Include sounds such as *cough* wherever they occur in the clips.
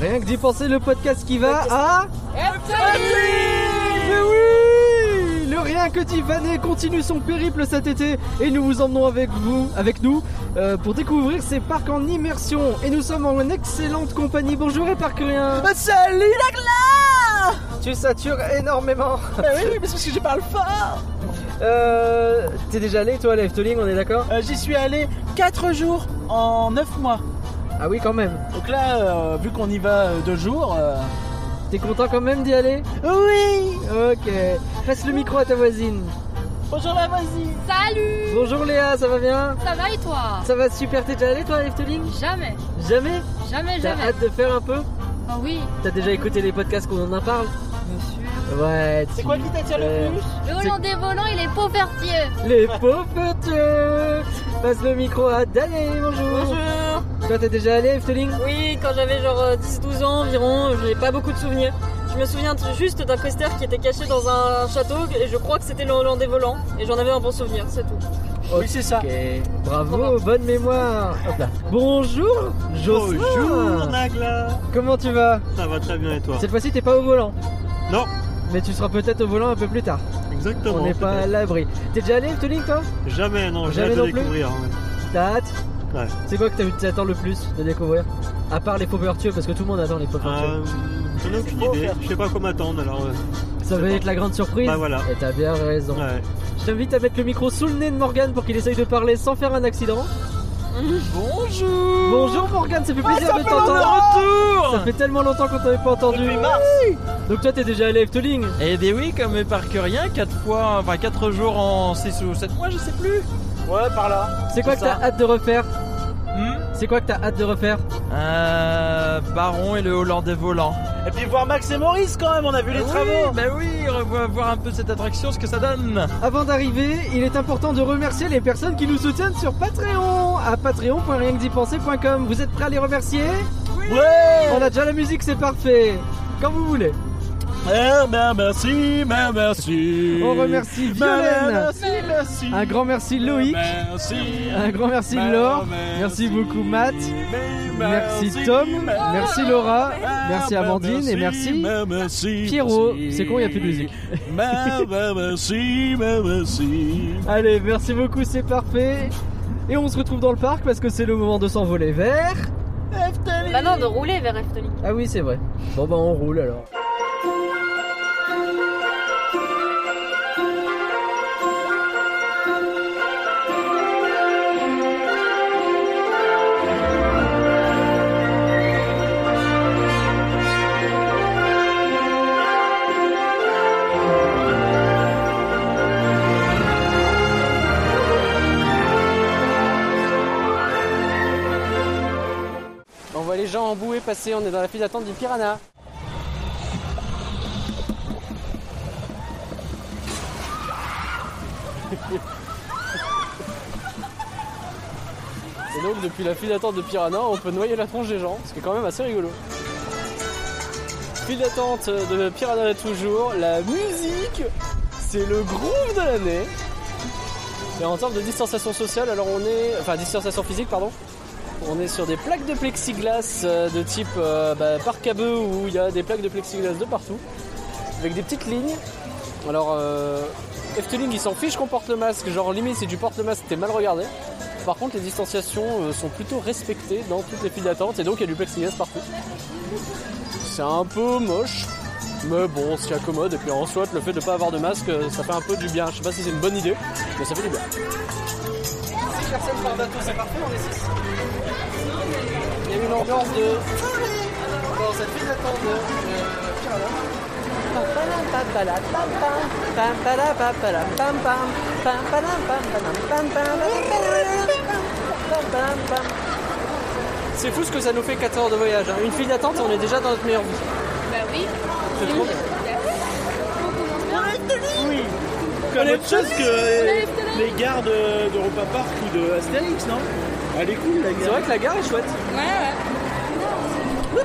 Rien que d'y penser, le podcast qui va à. Mais oui Le Rien que dit Vanet continue son périple cet été et nous vous emmenons avec vous, avec nous, euh, pour découvrir ces parcs en immersion. Et nous sommes en excellente compagnie. Bonjour et parcurien *laughs* Salut la glace Tu satures énormément Bah oui, mais c'est parce que je parle fort Euh. T'es déjà allé toi à l'Efteling, on est d'accord Euh, J'y suis allé 4 jours en 9 mois. Ah oui, quand même. Donc là, euh, vu qu'on y va 2 jours... euh, T'es content quand même d'y aller Oui Ok. Passe le micro à ta voisine. Bonjour la voisine Salut Bonjour Léa, ça va bien Ça va et toi Ça va super, t'es déjà allé toi à l'Efteling Jamais, Jamais jamais, T'as jamais. hâte de faire un peu Ah oui, T'as déjà écouté les podcasts qu'on en parle bien sûr. Ouais, C'est tu- quoi qui t'attire Euh, le plus Le Hollandais volant, il est pauvertier. Les pauvres dieux Passe le micro à Daniel, bonjour Bonjour Toi t'es déjà allé à Efteling Oui, quand j'avais genre euh, 10-12 ans environ, euh, j'ai pas beaucoup de souvenirs. Je me souviens t- juste d'un coaster qui était caché dans un château et je crois que c'était le Hollandais volant et j'en avais un bon souvenir, c'est tout. Oui, c'est ça. Ok, bravo, bonne mémoire Bonjour Jocelyn Bonjour Nagla Comment tu vas Ça va très bien et toi Cette fois-ci t'es pas au volant Non. Mais tu seras peut-être au volant un peu plus tard. Exactement. On n'est pas à peut-être. l'abri. T'es déjà allé à Efteling toi Jamais, non, j'ai Jamais hâte de non plus découvrir. hein. T'as hâte Ouais. C'est quoi que t'as- t'attends le plus de découvrir À part les pauvres parce que tout le monde attend les pauvres Euh, J'en ai aucune idée, je sais pas quoi m'attendre alors. euh, Ça va pas. être la grande surprise. Bah voilà. Et t'as bien raison. Ouais. Je t'invite à mettre le micro sous le nez de Morgane pour qu'il essaye de parler sans faire un accident. Bonjour Ah, Bonjour Morgane, ça fait plaisir de t'entendre. Ça Retour fait tellement longtemps qu'on t'avait pas entendu. Depuis mars Donc toi t'es déjà allé à Efteling Et des Eh ben oui, comme mes parkuriens, 4 fois, enfin 4 jours en 6 ou 7 mois, je sais plus. Ouais, par là. C'est quoi que C'est t'as ça. hâte de refaire Hmm C'est quoi que t'as hâte de refaire euh, Baron et le Hollandais volant. Et puis voir Max et Maurice quand même, on a vu les oui, travaux Bah oui, on va voir un peu cette attraction, ce que ça donne. Avant d'arriver, il est important de remercier les personnes qui nous soutiennent sur Patreon à patreon.rienquedipenser.com. Vous êtes prêts à les remercier Ouais On a déjà la musique, c'est parfait. Quand vous voulez. Eh ben merci, ben merci *laughs* On remercie Violaine. Merci, merci Un grand merci Loïc. Merci Un grand merci Laure. Merci beaucoup Matt. Merci Tom, merci Laura, merci Amandine et merci Pierrot. C'est con, il n'y a plus de musique. *laughs* Allez, merci beaucoup, c'est parfait. Et on se retrouve dans le parc parce que c'est le moment de s'envoler vers. Bah non, de rouler vers Efteling. Ah oui, c'est vrai. Bon bah on roule alors. On voit les gens emboués passer, on est dans la file d'attente du piranha. *laughs* Et donc depuis la file d'attente de piranha, on peut noyer la tronche des gens, ce qui est quand même assez rigolo. File d'attente de piranha est toujours, la musique, c'est le groove de l'année. Et en termes de distanciation sociale, alors on est... Enfin distanciation physique, pardon. On est sur des plaques de plexiglas euh, de type euh, bah, parc à bœufs où il y a des plaques de plexiglas de partout, avec des petites lignes. Alors, euh, Efteling, il s'en fiche qu'on porte le masque, genre limite si tu portes le masque, t'es mal regardé. Par contre, les distanciations euh, sont plutôt respectées dans toutes les files d'attente et donc il y a du plexiglas partout. C'est un peu moche, mais bon, on s'y accommode. Et puis en soit, le fait de ne pas avoir de masque, euh, ça fait un peu du bien. Je sais pas si c'est une bonne idée, mais ça fait du bien. personne par bateau, c'est parfait, on est il y a une ambiance de. Dans cette file d'attente de. C'est fou ce que ça nous fait 4 heures de voyage. hein. Une file d'attente et on est déjà dans notre meilleure vie. Bah oui. C'est trop bien. Comme autre chose que les gares de- d'Europa Park ou de Astérix, non Elle est cool la C'est gare. vrai que la gare est chouette. Ouais, ouais.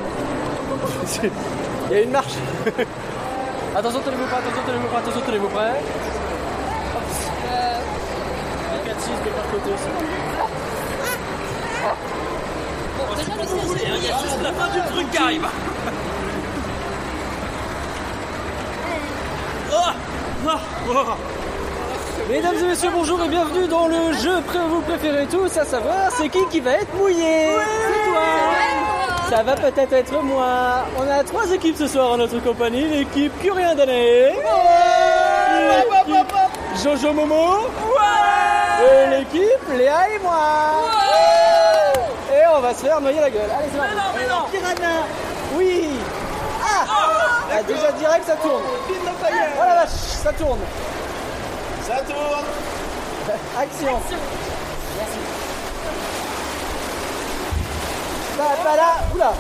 Il y a une marche. attention, tenez-vous prêts, attention, tenez-vous prêts, attention, tenez-vous prêts. Euh, artiste de par côté aussi. Bon, déjà, le siège, c'est- La fin du truc arrive Mesdames et messieurs, bonjour et bienvenue dans le jeu pré vous préférez tous, à savoir c'est qui qui va être mouillé C'est toi Ça va peut-être être moi On a trois équipes ce soir en notre compagnie, l'équipe Curien d'année Jojo Momo Et l'équipe Léa et moi Et on va se faire noyer la gueule Allez, c'est parti Piranha Oui Ah, Ah, Déjà direct, ça tourne Oh la vache, ça tourne Ça tourne Action. Papa là, oula.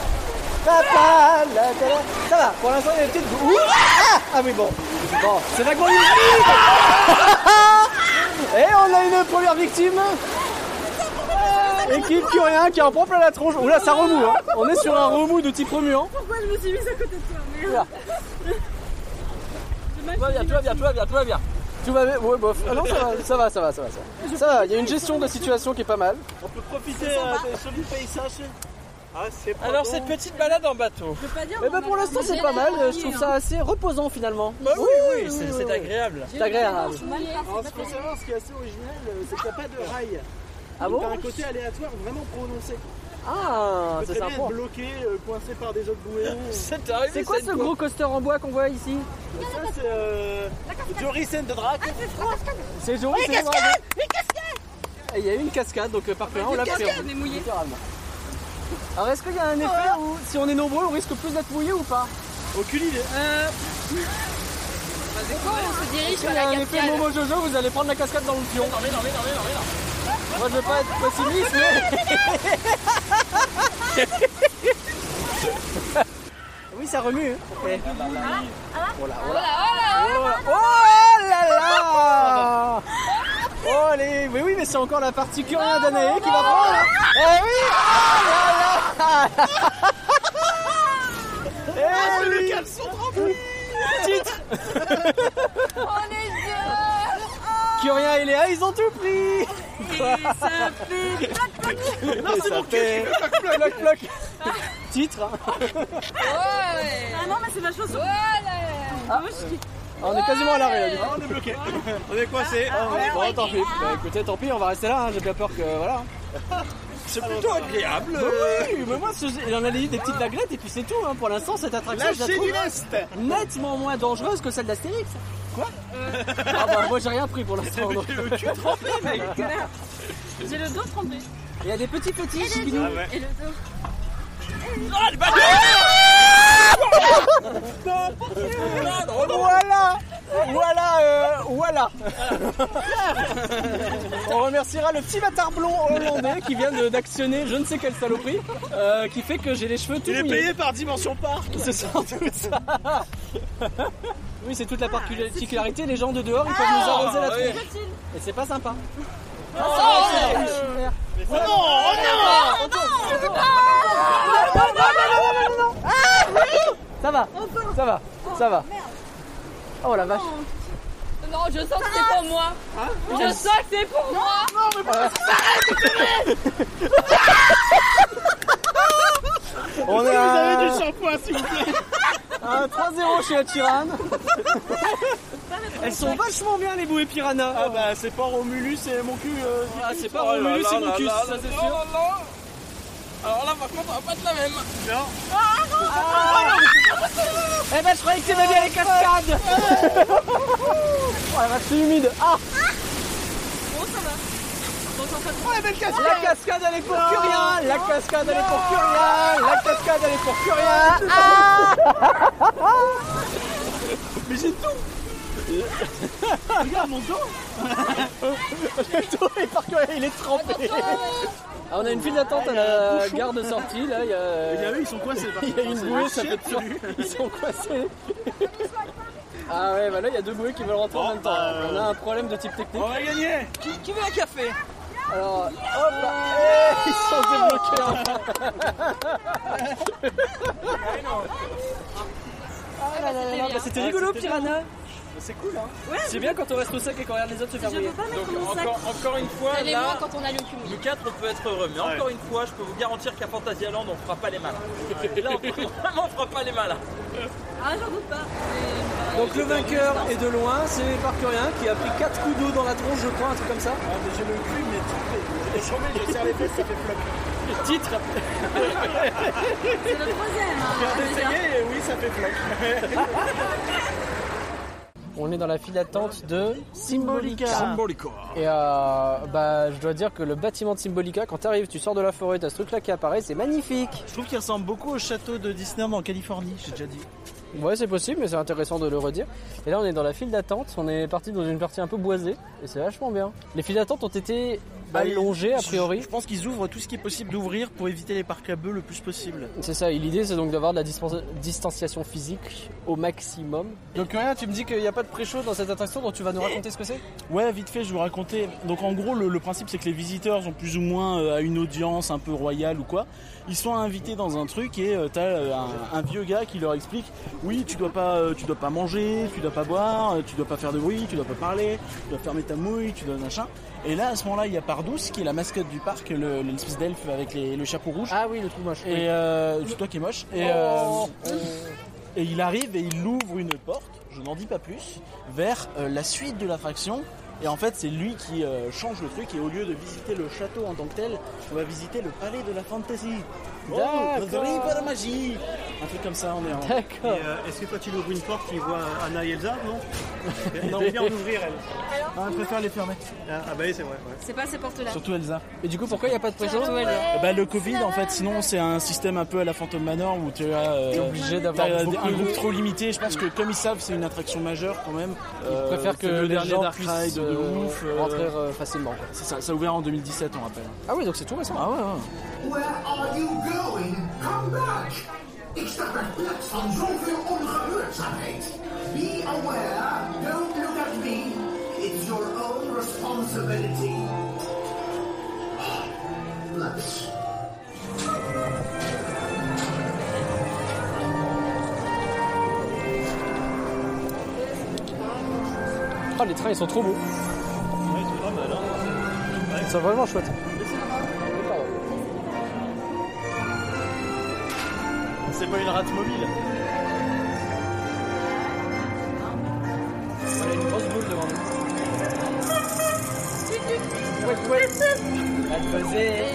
Papa là, là, là. ça va. Pour l'instant, il y a une petite. Ouh, ah, ah oui bon. Bon, c'est vaguement humide. Et on a une première victime. Équipe Curien qui a un propre à la tronche. Oula, ça remue. Hein. On est sur un remous de type hein. remuant. Pourquoi je me suis mise à côté de toi merde Oula. Tout va bien, tout va bien, tout va bien, tout va bien. Tout va bien, ouais, bof. Ah non, ça va, ça va, ça va, ça va. Ça va, Ça va, il y a une gestion de la situation qui est pas mal. On peut profiter euh, de ce du paysage. Ah, c'est pas Alors bon. cette petite balade en bateau. Je peux pas dire. Mais bah pour l'instant c'est pas mal, je trouve ça assez reposant finalement. Bah oui, oui, c'est c'est agréable. C'est agréable. Alors, ce qu'il faut savoir, ce qui est assez original, euh, c'est qu'il n'y a pas de rail. Ah Donc, bon T'as un côté aléatoire vraiment prononcé. Ah, Tu peux c'est très bien sympa. être bloqué, euh, coincé par des autres bouées. C'est arrivé, *laughs* C'est quoi cette ce fois. gros coaster en bois qu'on voit ici Ah, Ça, c'est euh, Joris and the Drac. C'est joli, c'est cascade Il y a eu une cascade, donc euh, parfait, hein, on l'a pris. on est mouillé. Alors est-ce qu'il y a un effet où si on est nombreux on risque plus d'être mouillé ou pas Aucune idée. On se dirige Il sur y a la un effet capitale. Momo Jojo, vous allez prendre la cascade dans le pion. Non, mais non, mais non, mais non, Moi, je veux pas être pessimiste, mais. *laughs* oui, ça remue. hein. Oh là là *laughs* Oh les... Oui, oui, mais c'est encore la partie curieuse d'Anaé qui va prendre. hein. Eh oui Oh là là Eh oui Titre Oh les yeux Curien et Léa, ils ont tout pris Ça fait Non, c'est mon fait... Ploc, ploc. Ah. Titre. hein. Ouais Ah non, mais c'est ma chanson. Voilà Ah, on est quasiment à l'arrêt là. du coup. Ah, on est *laughs* bloqué. Ah, on est coincé. Bon, tant pis. Bah, écoutez, tant pis, on va rester là. hein, J'ai bien peur que voilà. c'est plutôt agréable. Bah oui, mais moi, ce- il en a dit des petites laglettes et puis c'est tout. hein. Pour l'instant, cette attraction, je la Lâchez du trouve lest. nettement moins dangereuse que celle d'Astérix. Euh. Quoi Ah bah, moi, j'ai rien pris pour l'instant. donc. *laughs* J'ai le dos trempé. Il y a des petits petits chibidous. ouais. Et le dos Ah, Ah Voilà Voilà euh, Voilà On remerciera le petit bâtard blond hollandais qui vient de- d'actionner je ne sais quelle saloperie euh, qui fait que j'ai les cheveux tout Il est mouillés. payé par Dimension Park. *laughs* C'est sans doute ça Oui, c'est toute la particularité, les gens de dehors, ils peuvent nous arroser la Ah, oui. tronche. Et c'est pas sympa. Ah, Oh non, oh non Ah, Ça va, ça va, ça va. Oh la vache. Non, je sens que c'est pour moi Je sens que c'est pour moi On Vous est avez à du shampoing, s'il vous plaît. à 3-0 chez Atiran. Elles sont vachement bien les bouées piranha. Ah bah, c'est pas Romulus et mon cul. euh, du Ah, cul, c'est ça. pas Romulus, c'est mon cul, ça c'est sûr. Alors là, par contre, on va pas être la même. Non. Eh ben, je croyais que t'aimais bien les cascades Oh la vache, c'est humide Ah La cascade, elle est pour Curien La cascade, elle est pour Curien La cascade, elle est pour Curien Ah Mais j'ai tout Regarde mon dos *laughs* Le dos est par Curien, il est trempé Ah, On a une file d'attente à la gare de sortie, là, il y a... Il y a eux, ils sont coincés. *laughs* par Il y a contre. une C'est bouée, ça fait chier. peur. Ils sont coincés. *laughs* Ah ouais, bah là, il y a deux bouées qui veulent rentrer en même temps. On a un problème de type technique. On va gagner. Alors, hop là, eh, ils sont débloqués enfin. Ah là là là là, bah C'était rigolo, Piranha. C'est cool, hein Ouais, C'est bien quand on reste au sec et qu'on regarde les autres se faire je mouiller. peux pas Donc mettre mon sac. encore, encore une fois, Elle est moins là, quand on a le cumul. nous quatre, on peut être heureux. Mais Ouais. encore une fois, je peux vous garantir qu'à Fantasyland, on fera pas les malins. Là, *laughs* on, vraiment, on fera pas les malins. Ah, j'en doute pas. Donc le vainqueur est de loin, c'est Parcurien qui a pris 4 coups d'eau dans la tronche, je crois, un truc comme ça. J'ai le cul, Ah, mais tout fait. Et j'en mets, je serre les fesses, ça fait flop. Le titre C'est le troisième. hein. Regardez, ça y est, eh oui, ça fait flop. On est dans la file d'attente de Symbolica. Symbolico. Et euh, bah, je dois dire que le bâtiment de Symbolica, quand t'arrives, tu sors de la forêt, t'as ce truc là qui apparaît, c'est magnifique. Je trouve qu'il ressemble beaucoup au château de Disneyland en Californie, j'ai déjà dit. Ouais, c'est possible, mais c'est intéressant de le redire. Et là, on est dans la file d'attente, on est parti dans une partie un peu boisée, et c'est vachement bien. Les files d'attente ont été allongées, a priori. Je pense qu'ils ouvrent tout ce qui est possible d'ouvrir pour éviter les parcs à bœufs le plus possible. C'est ça, et l'idée c'est donc d'avoir de la dispen- distanciation physique au maximum. Donc rien, tu me dis qu'il n'y a pas de pré-show dans cette attraction, donc tu vas nous raconter ce que c'est Ouais, vite fait, je vais vous raconter. Donc en gros, le, le principe c'est que les visiteurs sont plus ou moins euh, à une audience un peu royale ou quoi. Ils sont invités dans un truc et euh, t'as euh, un, un vieux gars qui leur explique oui, tu dois pas, euh, tu dois pas manger, tu dois pas boire, euh, tu dois pas faire de bruit, tu dois pas parler, tu dois fermer ta mouille, tu dois machin. Et là, à ce moment-là, il y a Pardouce qui est la mascotte du parc, le- l'espèce d'elfe avec les- le chapeau rouge. Ah oui, Oh. le trou moche. Et euh, c'est toi qui est moche. Et, euh, et il arrive et il ouvre une porte, je n'en dis pas plus, vers euh, la suite de l'attraction. Et en fait, c'est lui qui euh, change le truc. Et au lieu de visiter le château en tant que tel, on va visiter le palais de la fantasy. Oh, D'accord. Rêverie par la magie Un truc comme ça, on est en. D'accord. euh, Est-ce que quand il ouvre une porte, il voit Anna et Elsa, non Non, on vient d'ouvrir, elle. Ah, je préfère les fermer. Ah, bah oui, c'est vrai. C'est pas ces portes-là. Surtout Elsa. Et du coup, pourquoi il n'y a pas de pré-show Eh ben, le Covid, en fait, sinon, c'est un système un peu à la Phantom Manor où tu as. euh, T'es obligé T'as d'avoir un beaucoup de groupe trop limité, je pense que comme ils savent c'est une attraction majeure quand même, euh, préfère c'est que le les dernier gens Dark puissent Ride de euh, ouf. euh, rentrer euh, facilement. quoi. c'est ça, ça a ouvert en 2017 on rappelle. Ah oui, donc c'est tout récent. Ah ouais, ouais. Where are you going? Come back! Ik sta per plaats van zoveel ongehoorzaamheid. Be aware, don't look at me. It's your own *laughs* responsibility. Let's Ah, les trains ils sont trop beaux. Ils sont vraiment chouettes. C'est pas une rate mobile. Elle a une grosse boule devant nous. Elle faisait.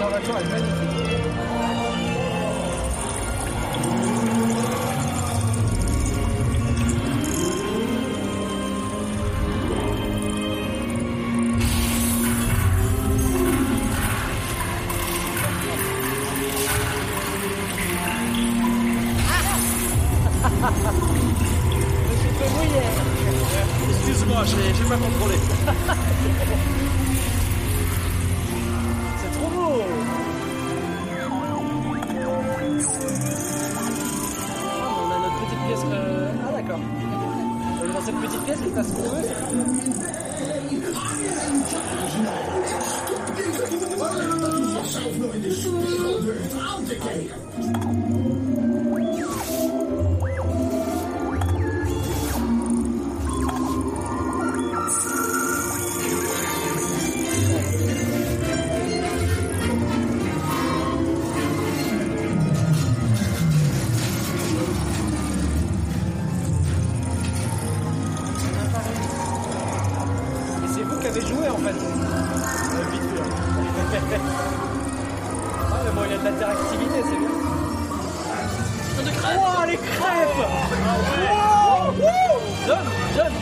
L'observation est magnifique. Excuse-moi, j'ai j'ai pas contrôlé. On a notre petite pièce. euh, Ah d'accord. Donc, Dans cette petite pièce, il passe ce qu'on veut. Et c'est vous qui avez joué en fait. ah mais bon, il y a de l'interactivité, c'est bien. Wow, les crêpes Wow, wouh Donne, donne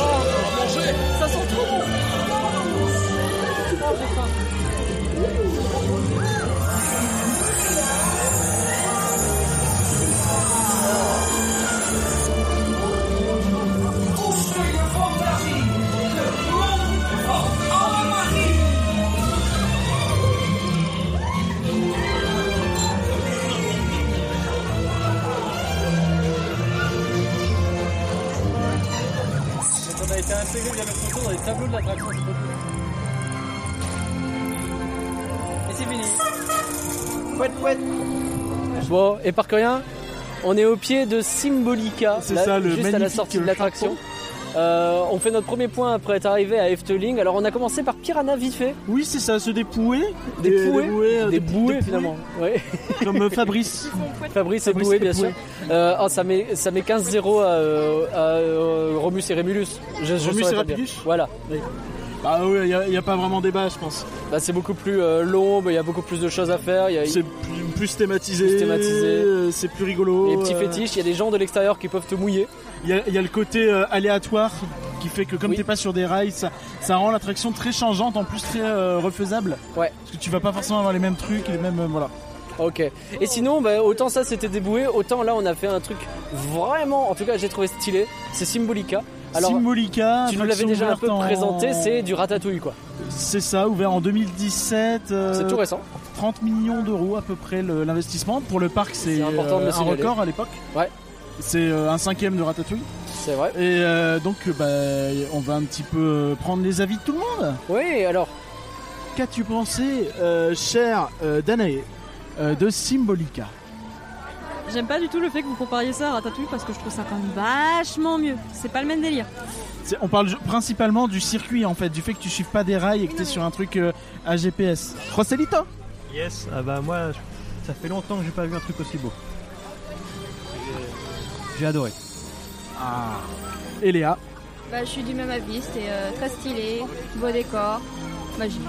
Oh, manger Ça sent trop bon Oh, j'ai faim. été intégré via le contour dans les tableaux de l'attraction. c'est beaucoup. Et c'est fini. Bon, et par rien, on est au pied de Symbolica, C'est là, ça, le juste à la magnifique sortie de l'attraction. Euh, on fait notre premier point après être arrivé à Efteling. Alors on a commencé par Piranha vite fait, Oui, c'est ça, se dépouer. des, pouées, euh, des bouées finalement. Ouais. Comme euh, *laughs* Fabrice. Fabrice et Fabrice Boué, et bien sûr. Boué. Euh, oh, ça met, ça met 15-0 à, euh, à, euh, Romus et Rémulus. Je, je saurais Remus et pas dire. Rapidus Voilà. Ah oui, il n'y a, pas vraiment débat, je pense. Bah, c'est beaucoup plus euh, long, bah, il y a beaucoup plus de choses à faire. Il y a C'est plus, plus thématisé. Plus thématisé. euh, C'est plus rigolo. les petits euh, fétiches, il y a des gens de l'extérieur qui peuvent te mouiller. Il y, a- il y a le côté euh, aléatoire qui fait que comme Oui. t'es pas sur des rails, ça, ça rend l'attraction très changeante, en plus très euh, refaisable. Ouais. Parce que tu vas pas forcément avoir les mêmes trucs, et les mêmes euh, voilà. Ok. Et sinon, bah, autant ça c'était déboué, autant là on a fait un truc vraiment, en tout cas j'ai trouvé stylé, c'est Symbolica. Alors, Symbolica. tu nous l'avais attraction déjà un ouverte peu en- présenté, c'est du ratatouille quoi. C'est ça, ouvert en 2017. euh, C'est tout récent. 30 millions d'euros à peu près le- l'investissement. Pour le parc, c'est C'est important de le euh, un signaler. record à l'époque. Ouais. C'est euh, un cinquième de Ratatouille. C'est vrai. Et euh, donc, euh, bah, on va un petit peu euh, prendre les avis de tout le monde. Oui, alors, Qu'as-tu pensé, euh, cher euh, Danae, euh, de Symbolica J'aime pas du tout le fait que vous compariez ça à Ratatouille parce que je trouve ça quand même vachement mieux. C'est pas le même délire. C'est- On parle ju- principalement du circuit, en fait, du fait que tu suives pas des rails et que tu es sur un truc euh, à GPS. Roselito Yes, ah bah moi, je- ça fait longtemps que j'ai pas vu un truc aussi beau. J'ai adoré. Et Léa Bah, je suis du même avis, c'est euh, très stylé, beau décor, magique.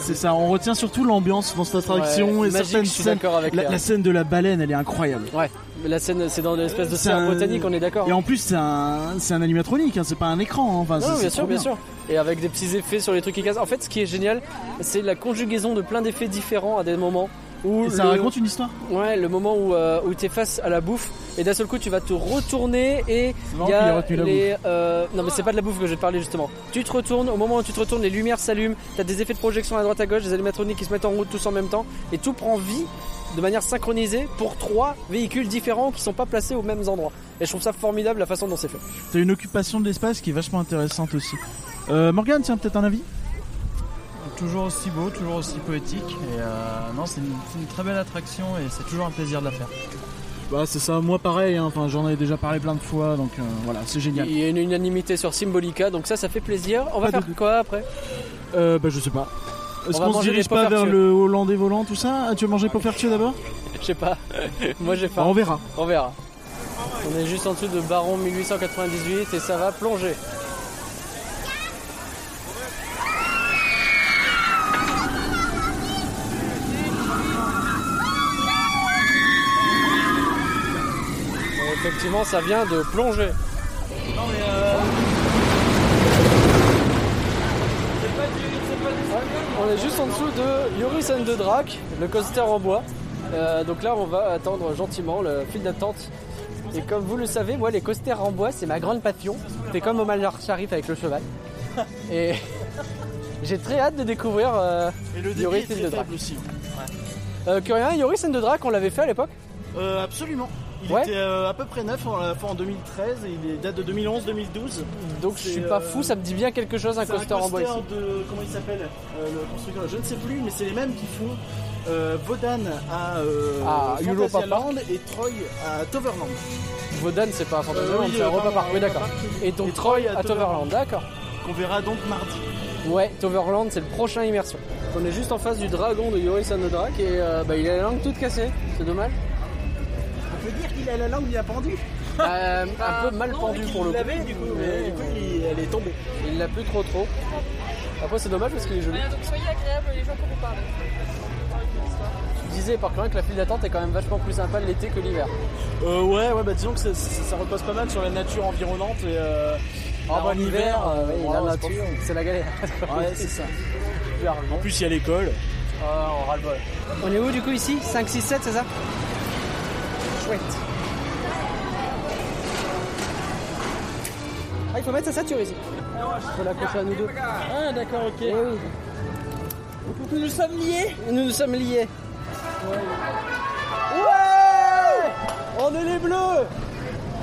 C'est ça, on retient surtout l'ambiance dans cette attraction ouais, et magique, certaines je suis scènes. d'accord avec La, Léa. la scène de la baleine, elle est incroyable. Ouais, la scène, c'est dans l'espèce de C'est serre un- botanique, on est d'accord. Et en plus, c'est un, c'est un animatronique, hein, c'est pas un écran. hein, Enfin, c'est- Non, bien c'est sûr, trop bien sûr. Et avec des petits effets sur les trucs qui cassent. En fait, ce qui est génial, c'est la conjugaison de plein d'effets différents à des moments. Où Et ça le... raconte une histoire. Ouais, le moment où, euh, où t'es face à la bouffe et d'un seul coup tu vas te retourner et il y marrant qu'il ait a retenu la les. euh, non, mais c'est pas de la bouffe que je vais te parler justement. Tu te retournes, au moment où tu te retournes, les lumières s'allument, t'as des effets de projection à droite à gauche, des animatroniques qui se mettent en route tous en même temps et tout prend vie de manière synchronisée pour trois véhicules différents qui sont pas placés aux mêmes endroits. Et je trouve ça formidable la façon dont c'est fait. T'as une occupation de l'espace qui est vachement intéressante aussi. Euh, Morgane, tiens, peut-être un avis Toujours aussi beau, toujours aussi poétique. Et euh, non, c'est une, c'est une très belle attraction et c'est toujours un plaisir de la faire. Bah, c'est ça, moi pareil, hein, enfin, j'en ai déjà parlé plein de fois, donc euh, voilà, c'est génial. Il y a une unanimité sur Symbolica, donc ça, ça fait plaisir. On va Pas de faire quoi après Euh, bah, je sais pas. Est-ce On va qu'on se manger des dirige pas vers Poffertjes. le Hollandais volant, tout ça Ah, Tu veux manger Poffertjes d'abord Bah, Je sais pas. Moi, j'ai Bah, faim. On verra. On verra. On est juste en dessous de Baron 1898 et ça va plonger. Et Effectivement, ça vient de plonger. Ouais, On est juste en dessous de Yoris and the Drac, le coaster en bois. Euh, donc là, on va attendre gentiment le fil d'attente. Et comme vous le savez, moi, les coasters en bois, c'est ma grande passion. C'est comme Omar Al Sharif avec le cheval. Et *laughs* j'ai très hâte de découvrir euh, Et le débit est est très faible aussi. euh, Curien, Yoris and the Drac, on l'avait fait à l'époque. Euh, absolument. Il Ouais. était euh, à peu près neuf, on l'a fait en 2013 et il est- date de 2011-2012. Donc je C'est, suis pas euh, fou, ça me dit bien quelque chose un C'est un coaster en bois ici. de. Comment il s'appelle euh, Le constructeur, je ne sais plus, mais c'est les mêmes qui font euh, Vodan à, euh, À Europa Fantasyland et Troy à Toverland. Vodan, c'est pas Euh, Fantasyland, oui, c'est euh, Europa pardon, Park. Oui, Europa d'accord. Park. Et donc Et Troy Troy à à Toverland, Toverland. d'accord. Qu'on verra donc mardi. Ouais, Toverland, c'est le prochain immersion. On est juste en face du dragon de Yoris and the Drac et euh, bah, il a la langue toute cassée, c'est dommage. On peut dire qu'il a la langue bien pendue. Euh, un peu mal pendu pour le coup. l'avait du coup, mais Mais du coup il- elle est tombée. Il l'a plus trop trop. Après c'est dommage parce qu'il est joli. Voilà, donc soyez agréable les gens qu'on vous parle. Tu disais par contre que la file d'attente est quand même vachement plus sympa l'été Ah, que l'hiver. Euh, ouais, ouais, bah disons que ça, ça- ça repose pas mal sur la nature environnante et. Euh, Ah alors, bah, l'hiver, euh, oui, voilà, la c'est pas- nature, c'est la galère. Ouais, c'est ça. Clairement. En plus, il y a l'école. Ah, on ras-le-bol. On est où du coup ici 5, 6, 7, c'est ça Chouette. Ah, il faut mettre sa ceinture ici. Faut l'accrocher à nous deux. Ah, d'accord, ok. Nous nous sommes liés Nous nous sommes liés. Ouais, On est les bleus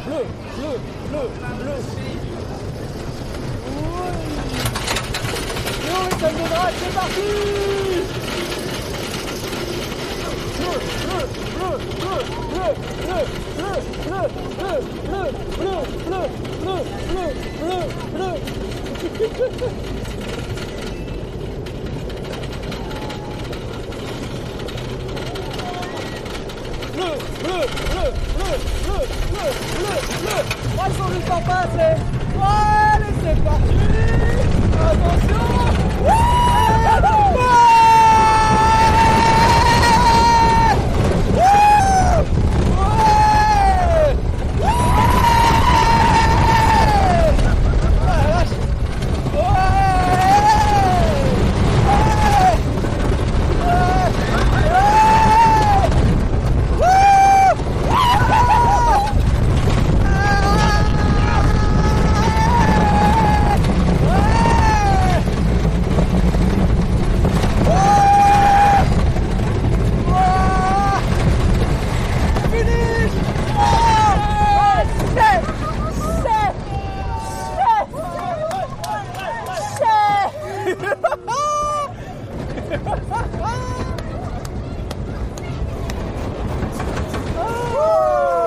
Bleu, bleu, bleu, bleu Oh, *laughs*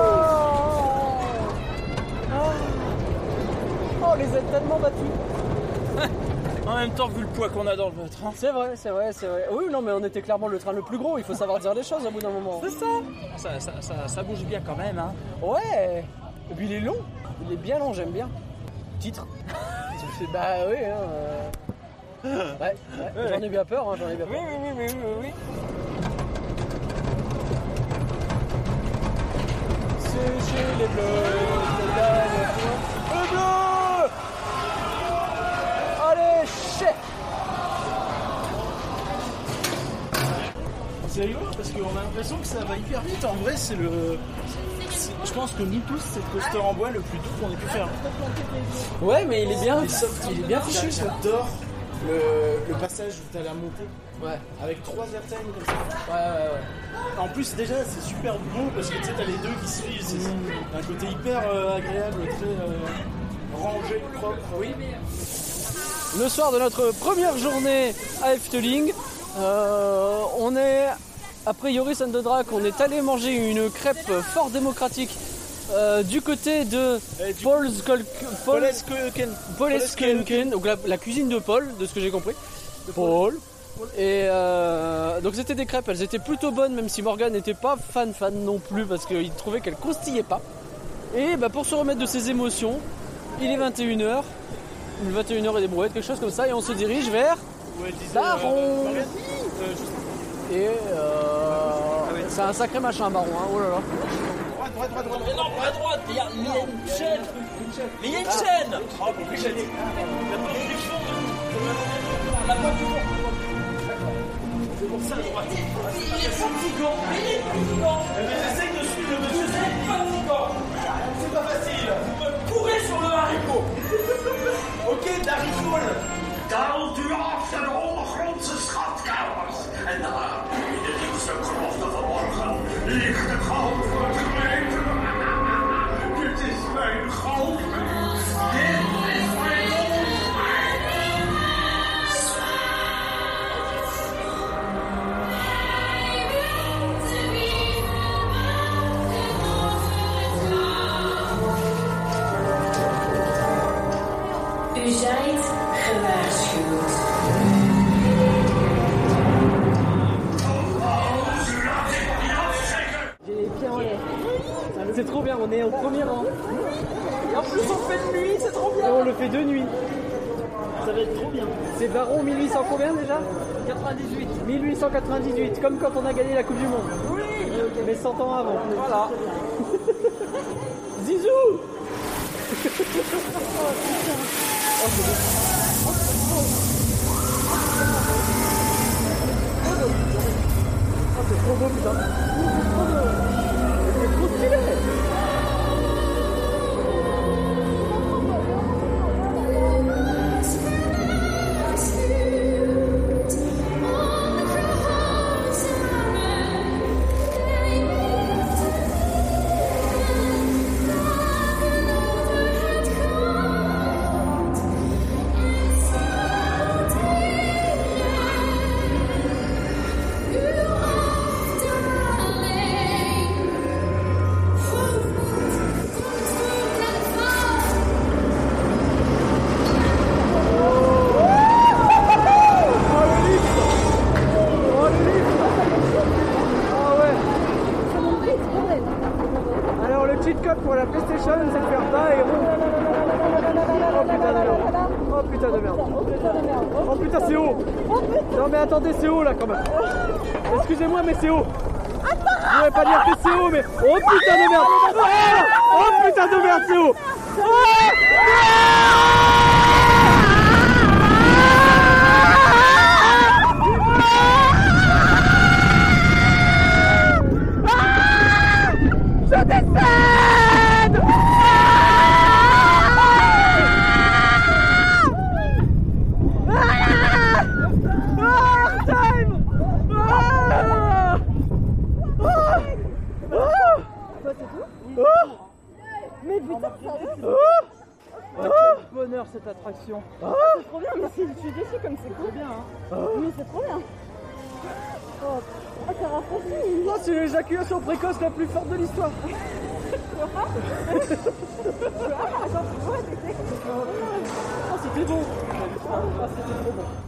En même temps, vu le poids qu'on a dans le hein. train. C'est vrai, c'est vrai, c'est vrai. Oui, non, mais on était clairement le train le plus gros, il faut savoir dire les choses au bout d'un moment. Ça, ça, ça, ça bouge bien quand même, hein. Ouais Et puis il est long, il est bien long, j'aime bien. Titre Tu fais, bah oui, hein. euh. Ouais, ouais, j'en ai bien peur, hein, j'en ai bien peur. oui, oui, oui, oui. C'est chez les bleus, c'est là, le bleu. Le bleu Allez, chef C'est rigolo parce qu'on a l'impression que ça va hyper vite. En vrai, c'est le. c'est- Je pense que nous tous, c'est le coaster en bois le plus doux qu'on ait pu faire. Ouais, mais il est bien, il est bien fichu, ça. J'adore le, le passage où t'as la montée Ouais, avec trois airtime comme ça. ouais, ouais, ouais. En plus, déjà, c'est super beau parce que tu sais, t'as les deux qui se suivent. C'est c'est un côté hyper euh, agréable, très euh, rangé, propre. Oui. le soir de notre première journée à Efteling. Euh, on est, a priori, Sun de Drac, on est allé manger une crêpe fort démocratique euh, du côté de Et du- Paul's Col- Eh, Paul- Paul's Keuken. Paul's Kenken, donc la, la cuisine de Paul, de ce que j'ai compris. Paul. Et euh, donc c'était des crêpes, elles étaient plutôt bonnes, même si Morgan n'était pas fan fan non plus, parce qu'il trouvait qu'elles constillaient pas. Et bah, pour se remettre de ses émotions, il est 21h, il est 21h et des brouettes, quelque chose comme ça, et on se dirige vers Ouais, disait, Baron. euh, Morgane. Euh, juste- Et euh, c'est un sacré machin, Baron. Hein. Oh là là. Droite, droite, droite, droite. Mais non, pas à droite, il y a il y a une chaîne Mais il y a une chaîne Oh, pourquoi j'ai dit La porte du fond La porte du fond C'est pour ça, droite. Il est fatigant Il est fatigant Mais j'essaie de suivre le Vous monsieur. êtes fatigant C'est pas facile. Vous me courez sur le haricot Ok, Darry Cole. Down the arch and all across the Scott Towers, and now in the news of cross of the water, lick the cold for the great. *laughs* Dit is mijn goud. Dit is mijn U zijt gewaarschuwd. C'est trop bien, on est au premier rang. Et en plus, on fait de nuit, c'est trop bien. Et on le fait de nuit. Ça va être trop bien. C'est Baron 1800 combien déjà 98. 1898, comme quand on a gagné la Coupe du Monde. Oui Mais 100 ans avant. Voilà. Zizou Oh, putain. Oh, c'est beau. Oh, c'est beau. Oh, c'est trop beau, putain. C'est trop stylé Thank ne s'éclaire pas et roule. Oh putain de merde. Oh putain de merde. Oh putain, c'est haut. Non mais attendez, c'est haut là quand même. Excusez-moi, mais c'est haut. Je voulais pas dire que c'est haut, mais oh putain de merde. Ah Oh putain de merde, c'est haut. bonheur cette attraction. Trop bien, mais Ah. c'est- je suis déçue comme c'est cool. bien. hein. Mais c'est trop bien. Oh, ah, t'as rafraîchi. Oh, c'est l'éjaculation précoce la plus forte de l'histoire.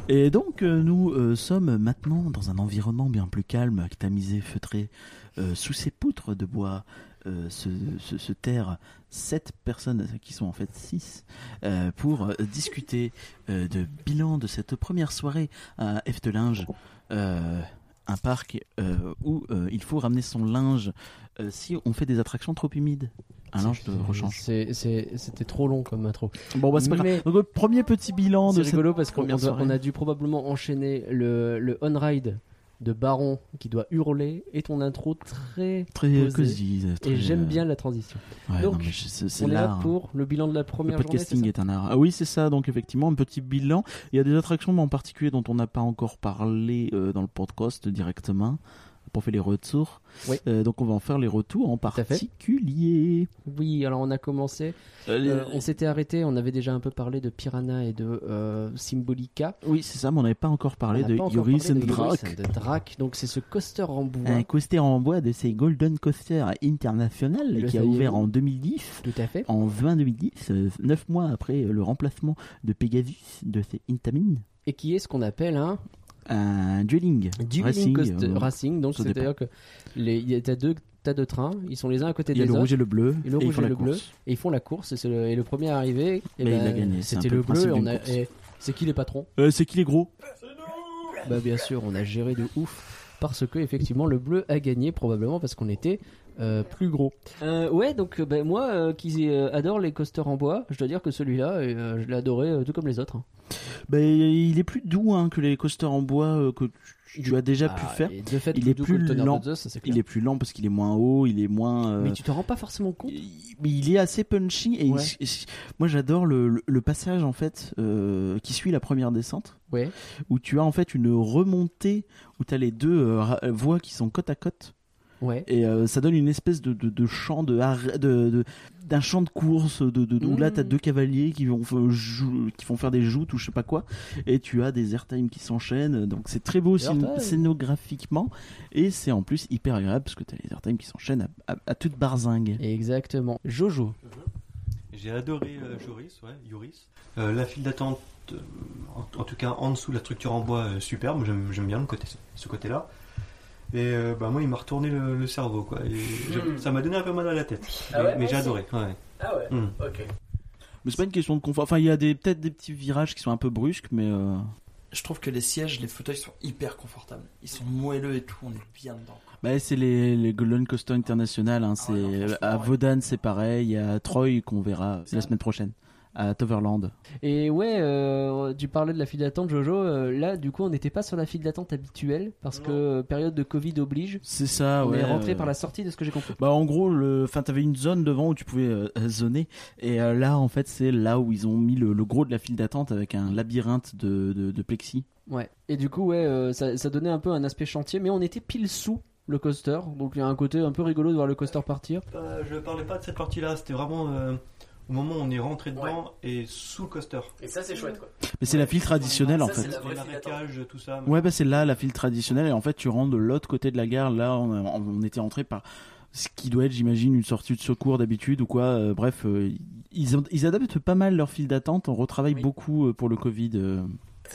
Et donc, euh, nous euh, sommes maintenant dans un environnement bien plus calme, tamisé, feutré, euh, sous ces poutres de bois. euh, se, se- se taire sept personnes qui sont en fait six euh, pour euh, discuter euh, de bilan de cette première soirée à Eftelinge euh, un parc euh, où euh, il faut ramener son linge euh, si on fait des attractions trop humides un linge de rechange C'est- c'est- C'était trop long comme intro. bon bah c'est pas Mais- grave donc le premier petit bilan de C'est cette rigolo parce qu'on première on doit- soirée. on a dû probablement enchaîner le, le on-ride de Baron qui doit hurler et ton intro très Très euh, posée. cosy, très- euh, et j'aime bien la transition. Ouais, Donc non, mais je- c'est- c'est on est l'art, là hein. pour le bilan de la première Le podcasting journée. est, un art. Ah oui, c'est ça. Donc effectivement, un petit bilan. Il y a des attractions en particulier dont on n'a pas encore parlé euh, dans le podcast directement pour faire les retours. Oui. Euh, donc on va en faire les retours en particulier. Oui, alors on a commencé. Euh, les- Euh, on s'était arrêté. On avait déjà un peu parlé de Piranha et de euh, Symbolica. Oui, c'est ça. Mais on n'avait pas encore parlé On n'a de pas encore Yoris parlé and de Yoris Drak. and Drak. Donc c'est ce coaster en bois. Un coaster en bois de ces Golden Coaster International Le qui a saviez-vous ouvert en 2010. Tout à fait. En 20 2010, 9 mois après euh, le remplacement de Pegasus de ces Intamin. Et qui est ce qu'on appelle un un dueling, dueling racing, coaster- euh, racing. Donc ça c'est à dire que les- il y a t'as deux tas de trains. Ils sont les uns à côté Il y a des le autres. rouge et le bleu, Et le et ils rouge font et la le bleu. course. Et ils font la course. Et, c'est le, et le premier arrivé, eh Bah, il ben, a gagné, c'est un C'était peu le le bleu. principe et on d'une a- course. et C'est qui les patrons Euh, c'est qui les gros Bah bien sûr, on a géré de ouf parce que effectivement le bleu a gagné probablement parce qu'on était euh, plus gros. Euh, ouais, donc euh, bah, moi euh, qui euh, adore les coasters en bois, je dois dire que celui-là, euh, je l'ai adoré euh, tout comme les autres. hein. Ben, il est plus doux hein, que les coasters en bois euh, que tu, tu as déjà pu Ah, faire. et de fait, il plus est doux que plus le tonnerre de lent. Zeus, ça, c'est clair. il est plus lent parce qu'il est moins haut, il est moins. euh, Mais tu te rends pas forcément compte. mais il est assez punchy et Ouais. il- il- moi j'adore le, le- le passage en fait euh, qui suit la première descente Ouais. où tu as en fait une remontée où tu as les deux euh, ra- voies qui sont côte à côte Ouais. et euh, ça donne une espèce de, de, de champ de har- de- de- d'un champ de course de, de, de- où Mmh. là t'as deux cavaliers qui vont fa- jou- qui vont faire des joutes ou je sais pas quoi et tu as des airtime qui s'enchaînent donc c'est très beau Des scén- airtime. scénographiquement et c'est en plus hyper agréable parce que t'as les airtime qui s'enchaînent à, à- à toute barzingue Exactement. Jojo. J'ai adoré euh, Joris, ouais, Yoris. Euh, la file d'attente, euh, en, en tout cas en dessous de la structure en bois, euh, superbe. J'aime j'aime bien le côté, ce côté-là. Et euh, bah, moi, il m'a retourné le, le cerveau, quoi. Et j'ai- Hmm. Ça m'a donné un peu mal à la tête. Ah ouais, Mais- moi mais j'ai aussi. adoré. Ouais. Ah ouais, Hmm. ok. mais c'est pas une question de confort enfin il y a des peut-être des petits virages qui sont un peu brusques mais euh, Je trouve que les sièges, les fauteuils sont hyper confortables. Ils sont moelleux et tout, on est bien dedans. bah, c'est les, les Golden Coaster International hein, Ah c'est à Vaudane c'est pareil à Troy qu'on verra la semaine prochaine à Toverland Et ouais, euh, tu parlais de la file d'attente, Jojo. euh, là, du coup, on n'était pas sur la file d'attente habituelle parce que euh, période de Covid oblige. C'est ça, on ouais, est rentré euh. par la sortie de ce que j'ai compris. Bah en gros, le, enfin t'avais une zone devant où tu pouvais euh, zoner et euh, là en fait c'est là où ils ont mis le, le gros de la file d'attente avec un labyrinthe de, de, de plexi. Ouais. Et du coup, ouais, euh, ça, ça donnait un peu un aspect chantier, mais on était pile sous le coaster, donc il y a un côté un peu rigolo de voir le coaster partir. Euh, je parlais pas de cette partie-là, c'était vraiment euh, au moment où on est rentré dedans et sous le coaster. Et ça, c'est chouette, quoi. Mais c'est la file traditionnelle en fait. L'arrêtage, tout ça. Ouais bah c'est là la file traditionnelle et en fait tu rentres de l'autre côté de la gare. Là on, on était entré par ce qui doit être j'imagine une sortie de secours d'habitude ou quoi. Euh, bref, euh, ils, ont- ils adaptent pas mal leur file d'attente. On retravaille beaucoup euh, pour le Covid. euh.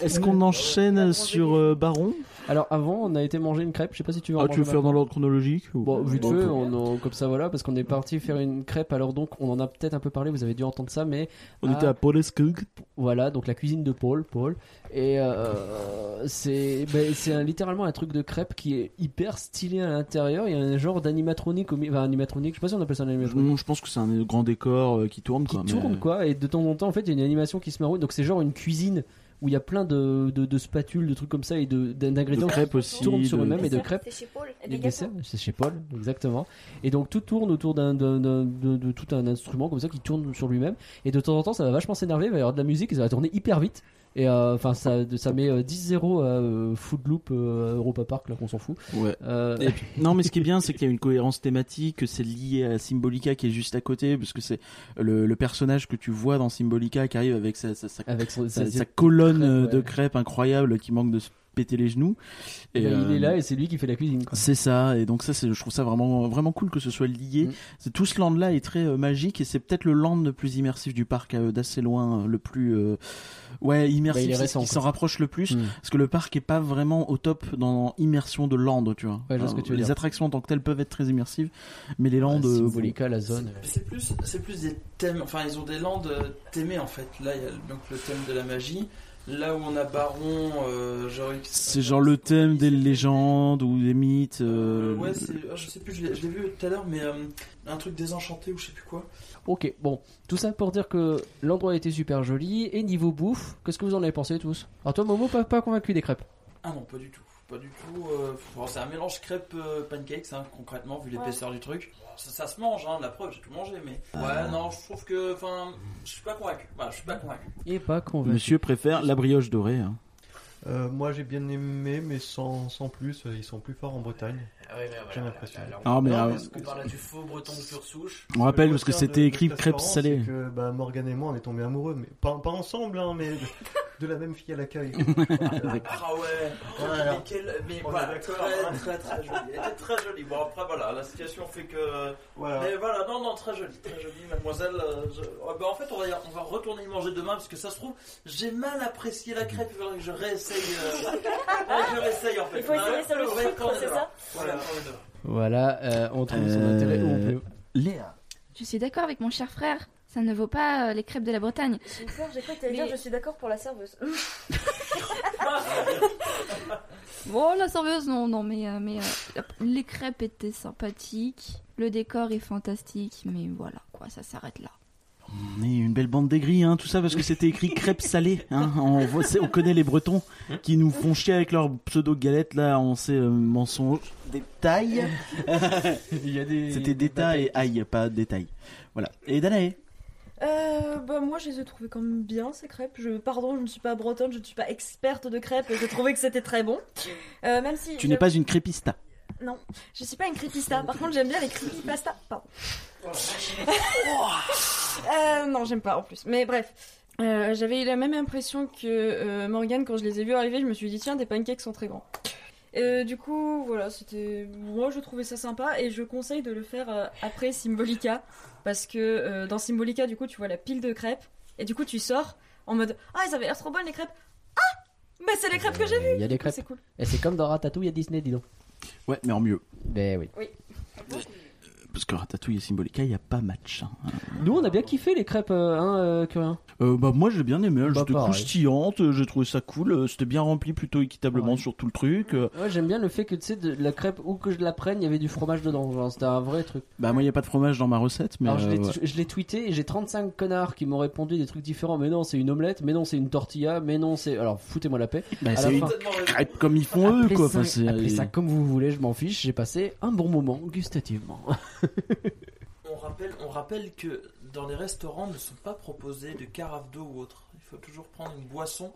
Est-ce qu'on enchaîne sur euh, Baron Alors avant, on a été manger une crêpe. Je sais pas si tu veux. Ah, en tu veux manger faire dans maintenant. l'ordre chronologique ou- Bon, vite Bon, fait, on on en- comme ça voilà, parce qu'on est parti faire une crêpe. Alors donc, on en a peut-être un peu parlé. Vous avez dû entendre ça, mais On était à Pauleskog. Voilà, donc la cuisine de Paul, Paul. Et euh, c'est ben, c'est un- littéralement un truc de crêpe qui est hyper stylé à l'intérieur. Il y a un genre d'animatronique, au mi- enfin, animatronique. Je sais pas si on appelle ça un animatronique. Non, je pense que c'est un grand décor euh, qui tourne. Qui tourne quoi et de temps en temps en fait il y a une animation qui se met en route donc c'est genre une cuisine où il y a plein de, de, de spatules de trucs comme ça et de d'in- d'ingrédients euh, De crêpes qui aussi, tournent sur de- eux-mêmes et de Dessert, crêpes c'est chez Paul. Et Des des desserts, c'est chez Paul exactement et donc tout tourne autour d'un d'un- d'un- de, de tout un instrument comme ça qui tourne sur lui-même et de temps en temps ça va vachement s'énerver il va y avoir de la musique et ça va tourner hyper vite et euh, enfin ça ça met euh, 10-0 à euh, Food Loop euh, Europa Park là qu'on s'en fout Ouais. Euh, Et puis- non, mais ce qui est bien, c'est qu'il y a une cohérence thématique, que c'est lié à Symbolica qui est juste à côté, parce que c'est le, le personnage que tu vois dans Symbolica qui arrive avec sa, sa, sa- Avec son- sa- sa- sa colonne euh, de crêpes incroyable qui manque de se péter les genoux. ben, il euh, est là et c'est lui qui fait la cuisine quoi. C'est ça, et donc ça, c'est, je trouve ça vraiment, vraiment cool que ce soit lié. Mm. C'est, tout ce land-là est très euh, magique, et c'est peut-être le land le plus immersif du parc, euh, d'assez loin, euh, le plus, euh, ouais, immersif, Bah, il est c'est ce récent, qui quoi. s'en rapproche le plus, Mm. parce que le parc est pas vraiment au top dans immersion de land, tu vois. Ouais, je vois ce que tu veux les dire. Bah, attractions en tant que telles peuvent être très immersives, mais les landes, euh, Symbolica la zone C'est plus, c'est plus des thèmes. Enfin, ils ont des landes euh, thèmées en fait. Là, il y a donc le thème de la magie. Là où on a Baron, euh, genre, il- c'est genre le thème des légendes ou des mythes. euh, ouais, c'est, ah, je sais plus, je l'ai, je l'ai vu tout à l'heure, mais euh, un truc désenchanté ou je sais plus quoi. Ok, bon, tout ça pour dire que l'endroit était super joli et niveau bouffe, qu'est-ce que vous en avez pensé tous Alors toi Momo, pas, pas convaincu des crêpes Ah non, pas du tout, pas du tout. euh, bon, c'est un mélange crêpe euh, pancakes, hein, concrètement, vu l'épaisseur du truc. Ça, ça se mange, hein, la preuve, j'ai tout mangé, mais Ah. ouais, non, je trouve que, enfin, je suis pas convaincu. Voilà, je suis pas convaincu. Et pas convaincu. Monsieur préfère la brioche dorée. hein. Euh, moi j'ai bien aimé, mais sans, sans plus, euh, ils sont plus forts en Bretagne. J'ai l'impression. Ah, mais, Non, mais euh, Parce qu'on parle là du faux breton de pure souche. On rappelle Le parce que concert c'était de- écrit de crêpes Florence, salées. c'est que, bah, Morgane et moi on est tombés amoureux, mais pas, pas ensemble, hein, *laughs* mais de, de la même fille à *laughs* l'accueil. Ah ouais, Voilà. mais quelle. Mais On voilà, est très, d'accord, hein. très très jolie. Elle était très jolie. Bon, après, voilà, la situation fait que. Voilà. Mais voilà, non, non, très jolie, très jolie, mademoiselle. euh, je- Ah bah, en fait, on va, y- on va retourner manger demain parce que ça se trouve, j'ai mal apprécié la crêpe. Il faudrait que je réessaye. *laughs* euh, ouais, je réessaye en fait. Il faut essayer sur le Ouais, sucre, quand on est c'est demain. ça Voilà, quand on est demain. Voilà, euh, on trouve son Euh, intérêt où on peut. Léa. Je suis d'accord avec mon cher frère. Ça ne vaut pas euh, les crêpes de la Bretagne. J'ai eu peur, j'ai cru que t'allais dire je suis d'accord pour *laughs* la serveuse. *laughs* Bon, Oh, la serveuse, non, non, mais, euh, mais euh, la- les crêpes étaient sympathiques. Le décor est fantastique, mais voilà, quoi, ça s'arrête là. On est une belle bande d'aigris, hein, tout ça parce que *laughs* c'était écrit crêpes salées. Hein. On, voit- c'est- on connaît les Bretons qui nous font chier avec leur pseudo galette là, on sait euh, mensonge, détail. *laughs* Il y a des. C'était détail et aïe, pas détail. Voilà. Et Danae Euh, bah moi je les ai trouvées quand même bien ces crêpes. Je, pardon, je ne suis pas bretonne, je ne suis pas experte de crêpes et j'ai trouvé que c'était très bon. Euh, même si tu n'es je- pas une crépista. Non, je suis pas une creepypasta. Par contre, j'aime bien les creepypasta. Pardon. *laughs* Euh, non, j'aime pas en plus. Mais bref. Euh, J'avais eu la même impression que euh, Morgane quand je les ai vus arriver. Je me suis dit, tiens, des pancakes sont très grands. Euh, du coup, voilà, c'était. Moi, je trouvais ça sympa et je conseille de le faire euh, après Symbolica. Parce que euh, dans Symbolica, du coup, tu vois la pile de crêpes et du coup, tu sors en mode Ah, ils avaient l'air trop bonnes les crêpes. Ah Mais c'est les crêpes que j'ai vues euh, Il y a des crêpes. C'est cool. Et c'est comme dans Ratatouille à Disney, dis donc. Ouais, mais en mieux. Ben oui. Oui. Parce que Ratatouille et Symbolica, il n'y a pas match. hein. Nous on a bien kiffé les crêpes, euh, hein, euh, Curien Euh, bah, moi j'ai bien aimé, elles Bah, étaient pareil. croustillantes, euh, j'ai trouvé ça cool, euh, c'était bien rempli plutôt équitablement sur tout le truc. euh, Ouais, j'aime bien le fait que tu sais, de la crêpe, où que je la prenne, il y avait du fromage dedans. Genre, c'était un vrai truc. Bah moi il n'y a pas de fromage dans ma recette, mais... Alors, je euh, l'ai- ouais. je l'ai tweeté et j'ai 35 connards qui m'ont répondu des trucs différents. Mais non, c'est une omelette, mais non, c'est une tortilla, mais non, c'est. Alors, foutez-moi la paix. Bah, À la c'est une fin- crêpe comme ils font eux, Appelez quoi. ça- Enfin, c'est- appelez ça comme vous voulez, je m'en fiche. J'ai passé un bon moment gustativement. *laughs* On rappelle, on rappelle que dans les restaurants ne sont pas proposés de carafe d'eau ou autre. Il faut toujours prendre une boisson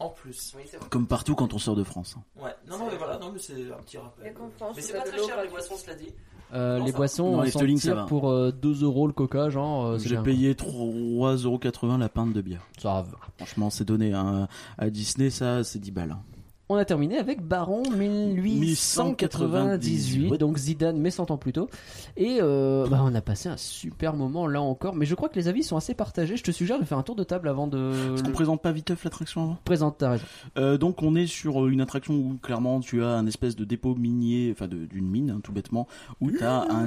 en plus. Comme partout quand on sort de France. Ouais, non, non, mais voilà, non, mais c'est un petit rappel. Mais c'est pas très cher les boissons, cela dit. Euh, les boissons, Non, on les s'en Stelling, ça tire va. pour euh, 2 euros le coca, genre. euh, c'est J'ai bien, payé 3,80€ la pinte de bière. Ça Franchement, c'est donné. hein. À Disney, ça, c'est 10 balles. hein. On a terminé avec Baron 1898, donc Zidane mais 100 ans plus tôt. Et euh, bah, on a passé un super moment là encore, mais je crois que les avis sont assez partagés. Je te suggère de faire un tour de table avant de... Est-ce qu'on présente pas viteuf l'attraction avant Présente ta raison. Euh, donc on est sur euh, une attraction où clairement tu as un espèce de dépôt minier, enfin de- d'une mine hein, tout bêtement, où tu as un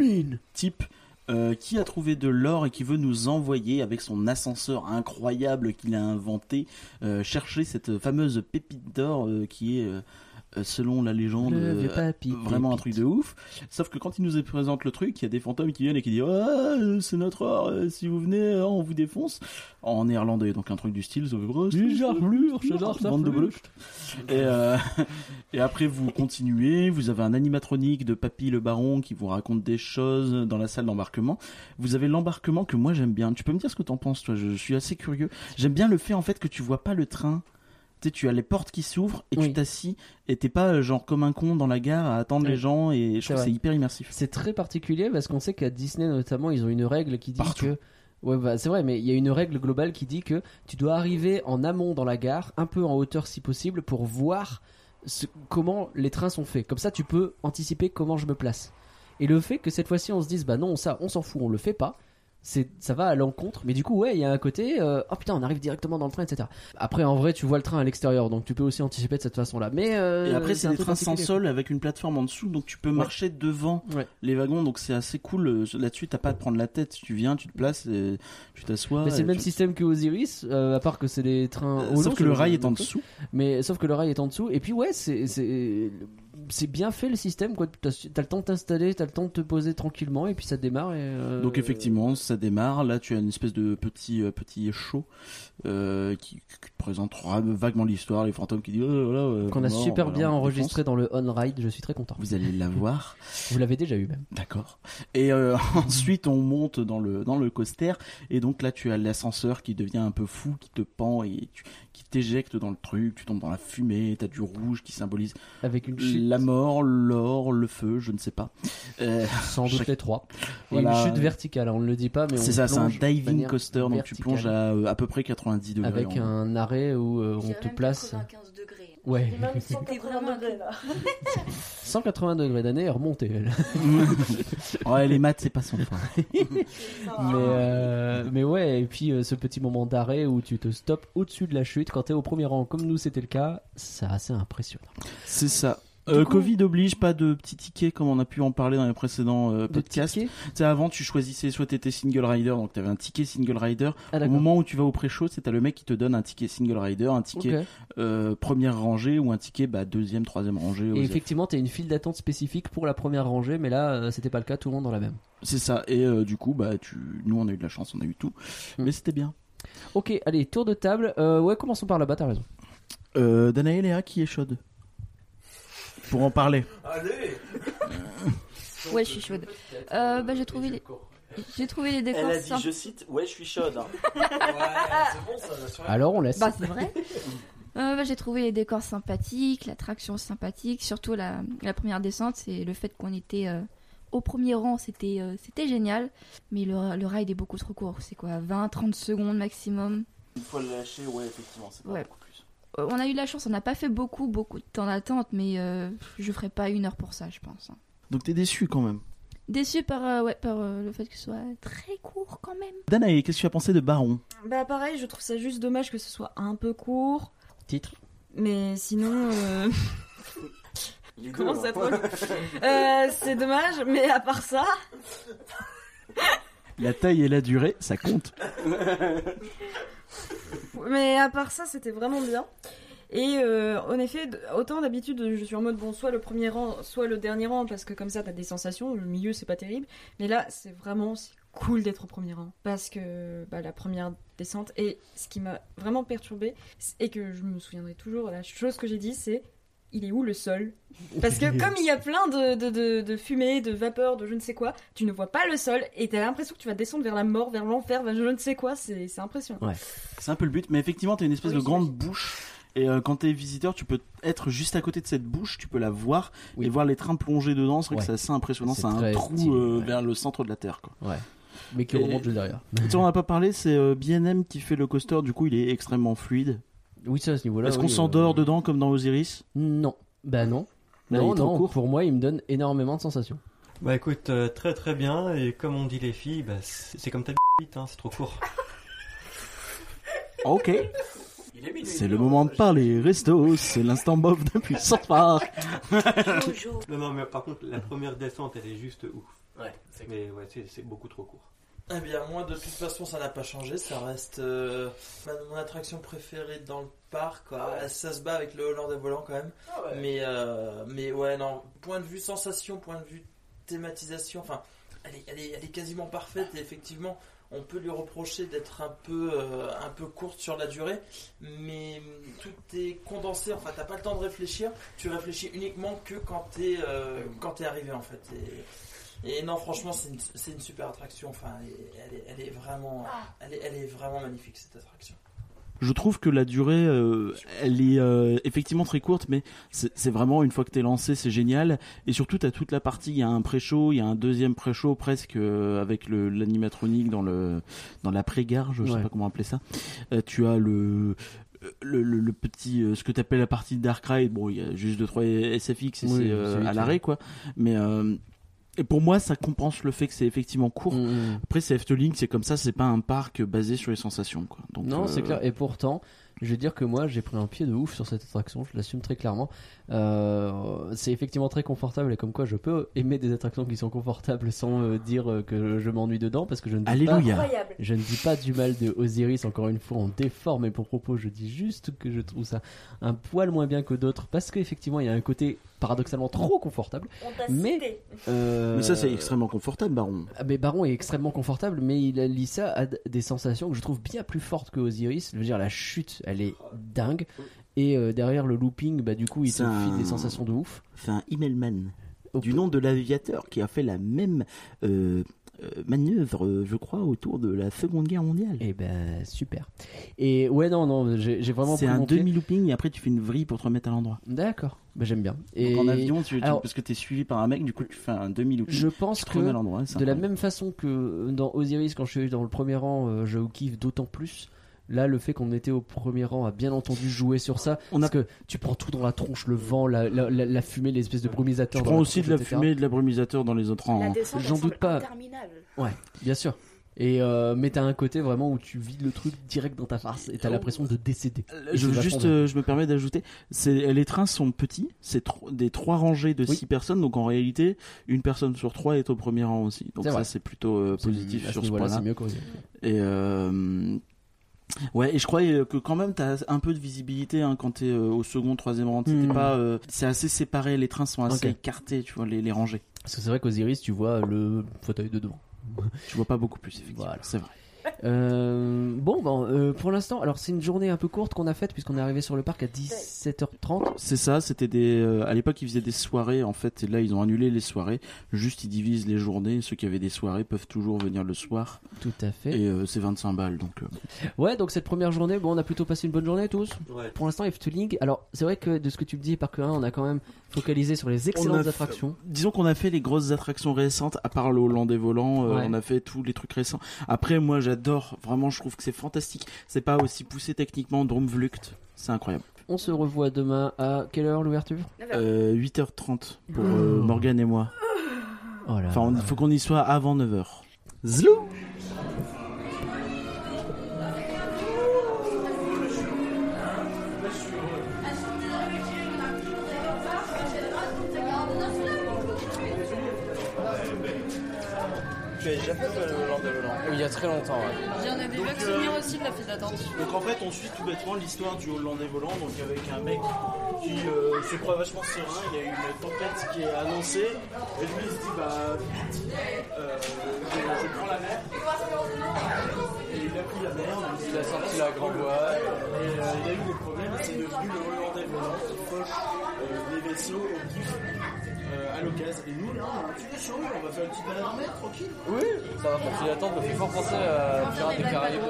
type euh, qui a trouvé de l'or et qui veut nous envoyer avec son ascenseur incroyable qu'il a inventé euh, chercher cette fameuse pépite d'or euh, qui est... euh, euh, selon la légende, Le euh, vieux papy, vraiment un truc de ouf. Sauf que quand il nous présente le truc, il y a des fantômes qui viennent et qui disent Ah, euh, c'est notre or, euh, si vous venez, euh, on vous défonce. En néerlandais, donc un truc du style oh, The Bande de bleus. Et, euh, et après, vous continuez, vous avez un animatronique de Papy le Baron qui vous raconte des choses dans la salle d'embarquement. Vous avez l'embarquement que moi j'aime bien. Tu peux me dire ce que t'en penses, toi Je suis assez curieux. J'aime bien le fait en fait que tu vois pas le train. Tu sais, tu as les portes qui s'ouvrent et tu t'assis et t'es pas euh, genre comme un con dans la gare à attendre les gens et je trouve que c'est hyper immersif. C'est très particulier parce qu'on sait qu'à Disney notamment, ils ont une règle qui dit que. Ouais, bah, c'est vrai, mais il y a une règle globale qui dit que tu dois arriver en amont dans la gare, un peu en hauteur si possible, pour voir ce- comment les trains sont faits. Comme ça, tu peux anticiper comment je me place. Et le fait que cette fois-ci, on se dise, bah non, ça, on s'en fout, on le fait pas. C'est, ça va à l'encontre, mais du coup, ouais, il y a un côté, euh, oh putain, on arrive directement dans le train, etc. Après, en vrai, tu vois le train à l'extérieur, donc tu peux aussi anticiper de cette façon-là. Mais euh, Et après, c'est c'est un des truc trains sans particulier. sol avec une plateforme en dessous, donc tu peux marcher devant les wagons, donc c'est assez cool. euh, Là-dessus, t'as pas à te prendre la tête. Tu viens, tu te places, euh, tu t'assois. Mais c'est et le même tu- système que Osiris, euh, à part que c'est des trains. Euh, au sauf long, que c'est le des- rail des est en bateaux. dessous. Mais sauf que le rail est en dessous. Et puis ouais, c'est c'est c'est bien fait le système. quoi. T'as t'as le temps de t'installer, t'as le temps de te poser tranquillement, et puis ça démarre. Et, euh, Donc effectivement, ça démarre. Là, tu as une espèce de petit euh, petit show euh, qui, qui te présentera vaguement l'histoire, les fantômes qui disent oh, là, là, euh, Qu'on a mort, super voilà, bien on défonce. enregistré dans le on ride. Je suis très content. Vous allez l'avoir. Vous l'avez déjà eu même. *laughs* D'accord. Et euh, *laughs* ensuite, on monte dans le dans le coaster. Et donc là, tu as l'ascenseur qui devient un peu fou, qui te pend et tu- qui t'éjecte dans le truc. Tu tombes dans la fumée. T'as du rouge qui symbolise Avec une chute. la mort, l'or, le feu. Je ne sais pas. Euh, Sans doute chaque- les trois. Et Voilà. une chute verticale. On ne le dit pas, mais C'est on ça, c'est un plonge de diving manière coaster, donc tu verticale. plonges à euh, à peu près 90 degrés. avec en- un arrêt où euh, on te place. Ouais. *laughs* Même 180 degrés là. 180 degrés d'année est remontée. elle. *laughs* ouais, les maths, c'est pas hein. son fort. *laughs* mais, euh, mais ouais, et puis euh, ce petit moment d'arrêt où tu te stops au-dessus de la chute quand t'es au premier rang, comme nous c'était le cas, c'est assez impressionnant. C'est ça. Euh, Covid oblige, pas de petits tickets comme on a pu en parler dans les précédents euh, podcasts. Tu sais, avant, tu choisissais soit t'étais single rider, donc t'avais un ticket single rider. au moment où tu vas au pré-show, c'est t'as le mec qui te donne un ticket single rider, un ticket Ok. euh, première rangée ou un ticket bah, deuxième, troisième rangée. aux- Et effectivement, t'as une file d'attente spécifique pour la première rangée, mais là euh, c'était pas le cas, tout le monde dans la même. C'est ça. Et euh, du coup, bah, tu... nous, on a eu de la chance, on a eu tout. Mmh. Mais c'était bien. Ok, allez, tour de table. Euh, ouais, commençons par là-bas, t'as raison. Euh, Danae Léa qui est chaude. Pour en parler. Allez Ouais, je suis chaude. Euh, bah, j'ai trouvé les... J'ai trouvé les décors Elle a dit, sympas. je cite, ouais, je suis chaude. hein. Alors on laisse. Bah, c'est vrai. Euh, bah, j'ai trouvé les décors sympathiques, l'attraction sympathique, surtout la, la première descente, c'est le fait qu'on était euh, au premier rang, c'était euh, c'était génial. Mais le, le ride est beaucoup trop court, c'est quoi 20-30 secondes maximum. Une fois le lâché, ouais, effectivement, c'est pas Ouais. beaucoup plus. Euh, On a eu la chance, on n'a pas fait beaucoup, beaucoup de temps d'attente, mais euh, je ferai pas une heure pour ça, je pense. hein. Donc t'es déçu quand même. Déçue par, euh, ouais, par euh, le fait que ce soit très court quand même. Danae, qu'est-ce que tu as pensé de Baron Bah pareil, je trouve ça juste dommage que ce soit un peu court. Titre Mais sinon... euh, Les *laughs* Comment deux, ça hein. drôle Euh, C'est dommage, mais à part ça... La taille et la durée, ça compte. Mais à part ça, c'était vraiment bien. Et euh, en effet, d- autant d'habitude, je suis en mode bon, soit le premier rang, soit le dernier rang, parce que comme ça, t'as des sensations. Le milieu, c'est pas terrible. Mais là, c'est vraiment c'est cool d'être au premier rang, parce que bah, la première descente et ce qui m'a vraiment perturbé et que je me souviendrai toujours, la chose que j'ai dit, c'est il est où le sol Parce que comme il y a plein de, de, de, de fumée, de vapeur, de je ne sais quoi, tu ne vois pas le sol et t'as l'impression que tu vas descendre vers la mort, vers l'enfer, vers je ne sais quoi. C'est c'est impressionnant. C'est un peu le but, mais effectivement, t'as une espèce de grande bouche. Et euh, quand t'es visiteur, tu peux être juste à côté de cette bouche, tu peux la voir et voir les trains plonger dedans. C'est vrai que Ouais. c'est assez impressionnant. C'est C'est un très trou stylé, euh, vers le centre de la Terre. Quoi. Ouais. Mais qui Et- remonte de derrière. Tu sais, on n'a pas parlé, c'est euh, BNM qui fait le coaster, du coup il est extrêmement fluide. Oui, ça, à ce niveau-là. Est-ce qu'on oui, euh, s'endort dedans comme dans Osiris Non. Bah non. Là, il non, est trop non, court. pour moi, il me donne énormément de sensations. Bah écoute, euh, très très bien, et comme on dit les filles, bah, c'est c'est comme ta *laughs* bite, hein, c'est trop court. Ah, Ok. C'est le moment de parler, resto, c'est l'instant bof de puissance par. non, non, mais par contre, la première descente, elle est juste ouf. Ouais, c'est Mais ouais, c'est- c'est beaucoup trop court. Eh bien, moi, de toute façon, ça n'a pas changé. Ça reste euh, ma- mon attraction préférée dans le parc. quoi. Ça se bat avec le Hollandais volant quand même. Mais, euh, mais ouais, non. Point de vue sensation, point de vue thématisation, enfin, elle est, elle est- elle est quasiment parfaite. Et effectivement, on peut lui reprocher d'être un peu, euh, un peu courte sur la durée. Mais hum, tout est condensé. Enfin, t'as pas le temps de réfléchir. Tu réfléchis uniquement que quand t'es euh, quand t'es arrivé en fait. Et- et non, franchement, c'est une, c'est une super attraction. Enfin, elle est, elle est- elle est vraiment, Ah. elle est, elle est vraiment magnifique cette attraction. Je trouve que la durée, euh, elle est euh, effectivement très courte, mais c'est c'est vraiment une fois que t'es lancé, c'est génial. Et surtout, t'as toute la partie, il y a un pré-show, il y a un deuxième pré-show presque euh, avec le- l'animatronique dans le dans la pré-gare, je sais Ouais. pas comment appeler ça. Euh, tu as le le, le- le petit euh, ce que t'appelles la partie Dark Ride bon il y a juste deux trois SFX et Oui, c'est euh, c'est vite, à ouais. l'arrêt quoi mais euh, et pour moi, ça compense le fait que c'est effectivement court. Mmh, Après, c'est Efteling, c'est comme ça, c'est pas un parc basé sur les sensations. Quoi. Donc, non, euh, c'est clair. Et pourtant, je vais dire que moi, j'ai pris un pied de ouf sur cette attraction. Je l'assume très clairement. Euh, c'est effectivement très confortable et comme quoi je peux aimer des attractions qui sont confortables sans euh, dire euh, que je m'ennuie dedans parce que je ne dis Alléluia. pas. Incroyable. Je ne dis pas du mal de Osiris. Encore une fois, on déforme et pour propos, je dis juste que je trouve ça un poil moins bien que d'autres parce qu'effectivement, il y a un côté paradoxalement trop confortable. On t'a Mais cité. euh, Mais ça, c'est extrêmement confortable, Baron. ah, Mais Baron est extrêmement confortable, mais il allie ça à d- des sensations que je trouve bien plus fortes que Osiris. Je veux dire, la chute, elle est dingue. Et euh, derrière le looping, bah, du coup, il te C'est un- file des sensations de ouf. C'est un Immelman, du nom de l'aviateur qui a fait la même euh, euh, manœuvre, euh, je crois, autour de la Seconde Guerre mondiale. Et ben, super. Et ouais, non, non, j'ai j'ai vraiment C'est pris un mon pied. demi-looping et après tu fais une vrille pour te remettre à l'endroit. D'accord, bah, j'aime bien. Et Et... en avion, tu, tu- Alors, parce que t'es suivi par un mec, du coup tu fais un demi-looping. Je pense tu te que remets à l'endroit, c'est de la incroyable. même façon que euh, dans Osiris, quand je suis dans le premier rang, euh, je kiffe d'autant plus. Là, le fait qu'on était au premier rang a bien entendu joué sur ça. Parce que tu prends tout dans la tronche, le vent, la, la, la- la fumée, l'espèce de brumisateur. Tu dans prends aussi de la tronche, etc. fumée et de la brumisateur dans les autres rangs. J'en doute pas. Ouais, bien sûr. Et euh, mais t'as un côté vraiment où tu vides le truc direct dans ta face et Ah t'as l'impression de décéder. Et Je, c'est vachement juste, bien. euh, je me permets d'ajouter, c'est- les trains sont petits, c'est tro- des trois rangées de six personnes, donc en réalité, une personne sur trois est au premier rang aussi. Donc C'est ça, vrai. c'est plutôt euh, C'est- à positif ce sur ce niveau-là, point-là. c'est mieux qu'au début. Et euh, ouais, et je crois euh, que quand même, t'as un peu de visibilité hein, quand t'es euh, au second, troisième rang. T'es Hmm. pas, euh, c'est assez séparé, les trains sont assez Ok. écartés, tu vois, les, les rangées. Parce que c'est vrai qu'Osiris, tu vois le fauteuil de devant. Tu vois pas beaucoup plus, effectivement. C'est vrai. Euh, bon, ben, euh, pour l'instant, alors c'est une journée un peu courte qu'on a faite puisqu'on est arrivé sur le parc à 17h30. C'est ça, c'était des. euh, à l'époque, ils faisaient des soirées en fait, et là, ils ont annulé les soirées. Juste, ils divisent les journées. Ceux qui avaient des soirées peuvent toujours venir le soir. Tout à fait. Et euh, c'est 25 balles, donc. euh, Ouais, donc cette première journée, bon, on a plutôt passé une bonne journée tous. Pour l'instant, Efteling. Alors, c'est vrai que de ce que tu me dis, parc 1, on a quand même focalisé sur les on a excellentes fait- attractions. disons qu'on a fait les grosses attractions récentes, à part le Hollandais volant, euh, Ouais. on a fait tous les trucs récents. Après, moi, j'adore, vraiment, je trouve que c'est fantastique. C'est pas aussi poussé techniquement, Drumvlucht, c'est incroyable. On se revoit demain à quelle heure l'ouverture Euh, 8h30 pour euh, Morgane et moi. enfin, il faut qu'on y soit avant 9h. Zlou Tu as déjà fait le Hollandais volant Il y a très longtemps, ouais. J'en ai des vagues euh, souvenirs aussi de la file d'attente. Donc en fait, on suit tout bêtement l'histoire du Hollandais volant, donc avec un mec qui euh, se croit vachement serein, il y a eu une tempête qui est annoncée, et lui il se dit bah vite, euh, je, je prends la mer. Et il a pris la mer, donc il a sorti la grand voile, et euh, il a eu des problèmes, et c'est devenu le Hollandais volant qui poche euh, les vaisseaux au kiff. euh, à l'occasion. Et nous, là, on a un petit vaisseau, on va faire une petite balade en mer, tranquille. Oui, ça va faire une attente, me fait fort euh, penser à Pirates des Caraïbes.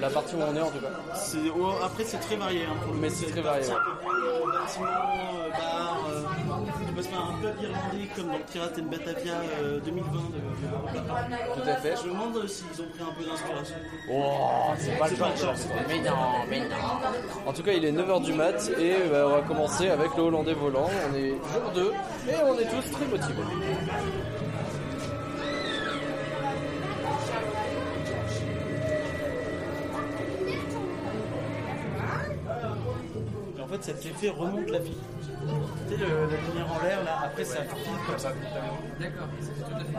La partie où on est en tout cas. C'est- oh, après, c'est très varié. hein, pour le Mais coup, c'est très varié, parti ouais. un peu plus, euh, bâtiment, euh, bar, euh, va se faire un pub irlandais comme dans Pirates and Batavia euh, 2020 de, de Laurent Platin. Tout à fait. Je me demande euh, s'ils ont pris un peu d'inspiration. Oh, c'est pas le genre. genre, c'est pas- Mais non, mais non. En tout cas, il est 9h du mat et euh, bah, on va commencer avec le Hollandais volant. On est jour 2 et on est tous très motivés. Et en fait, cet effet remonte la fille. Tu sais, le- la lumière en l'air, là, après, ça file comme ça. D'accord, c'est tout à fait.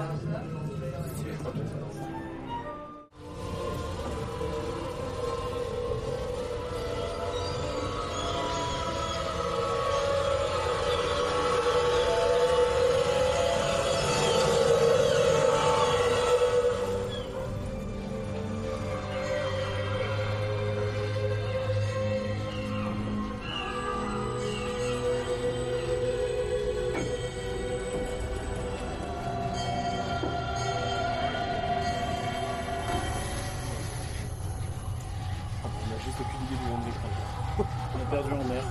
On a juste aucune idée d'où on est, je crois. On est perdu en mer.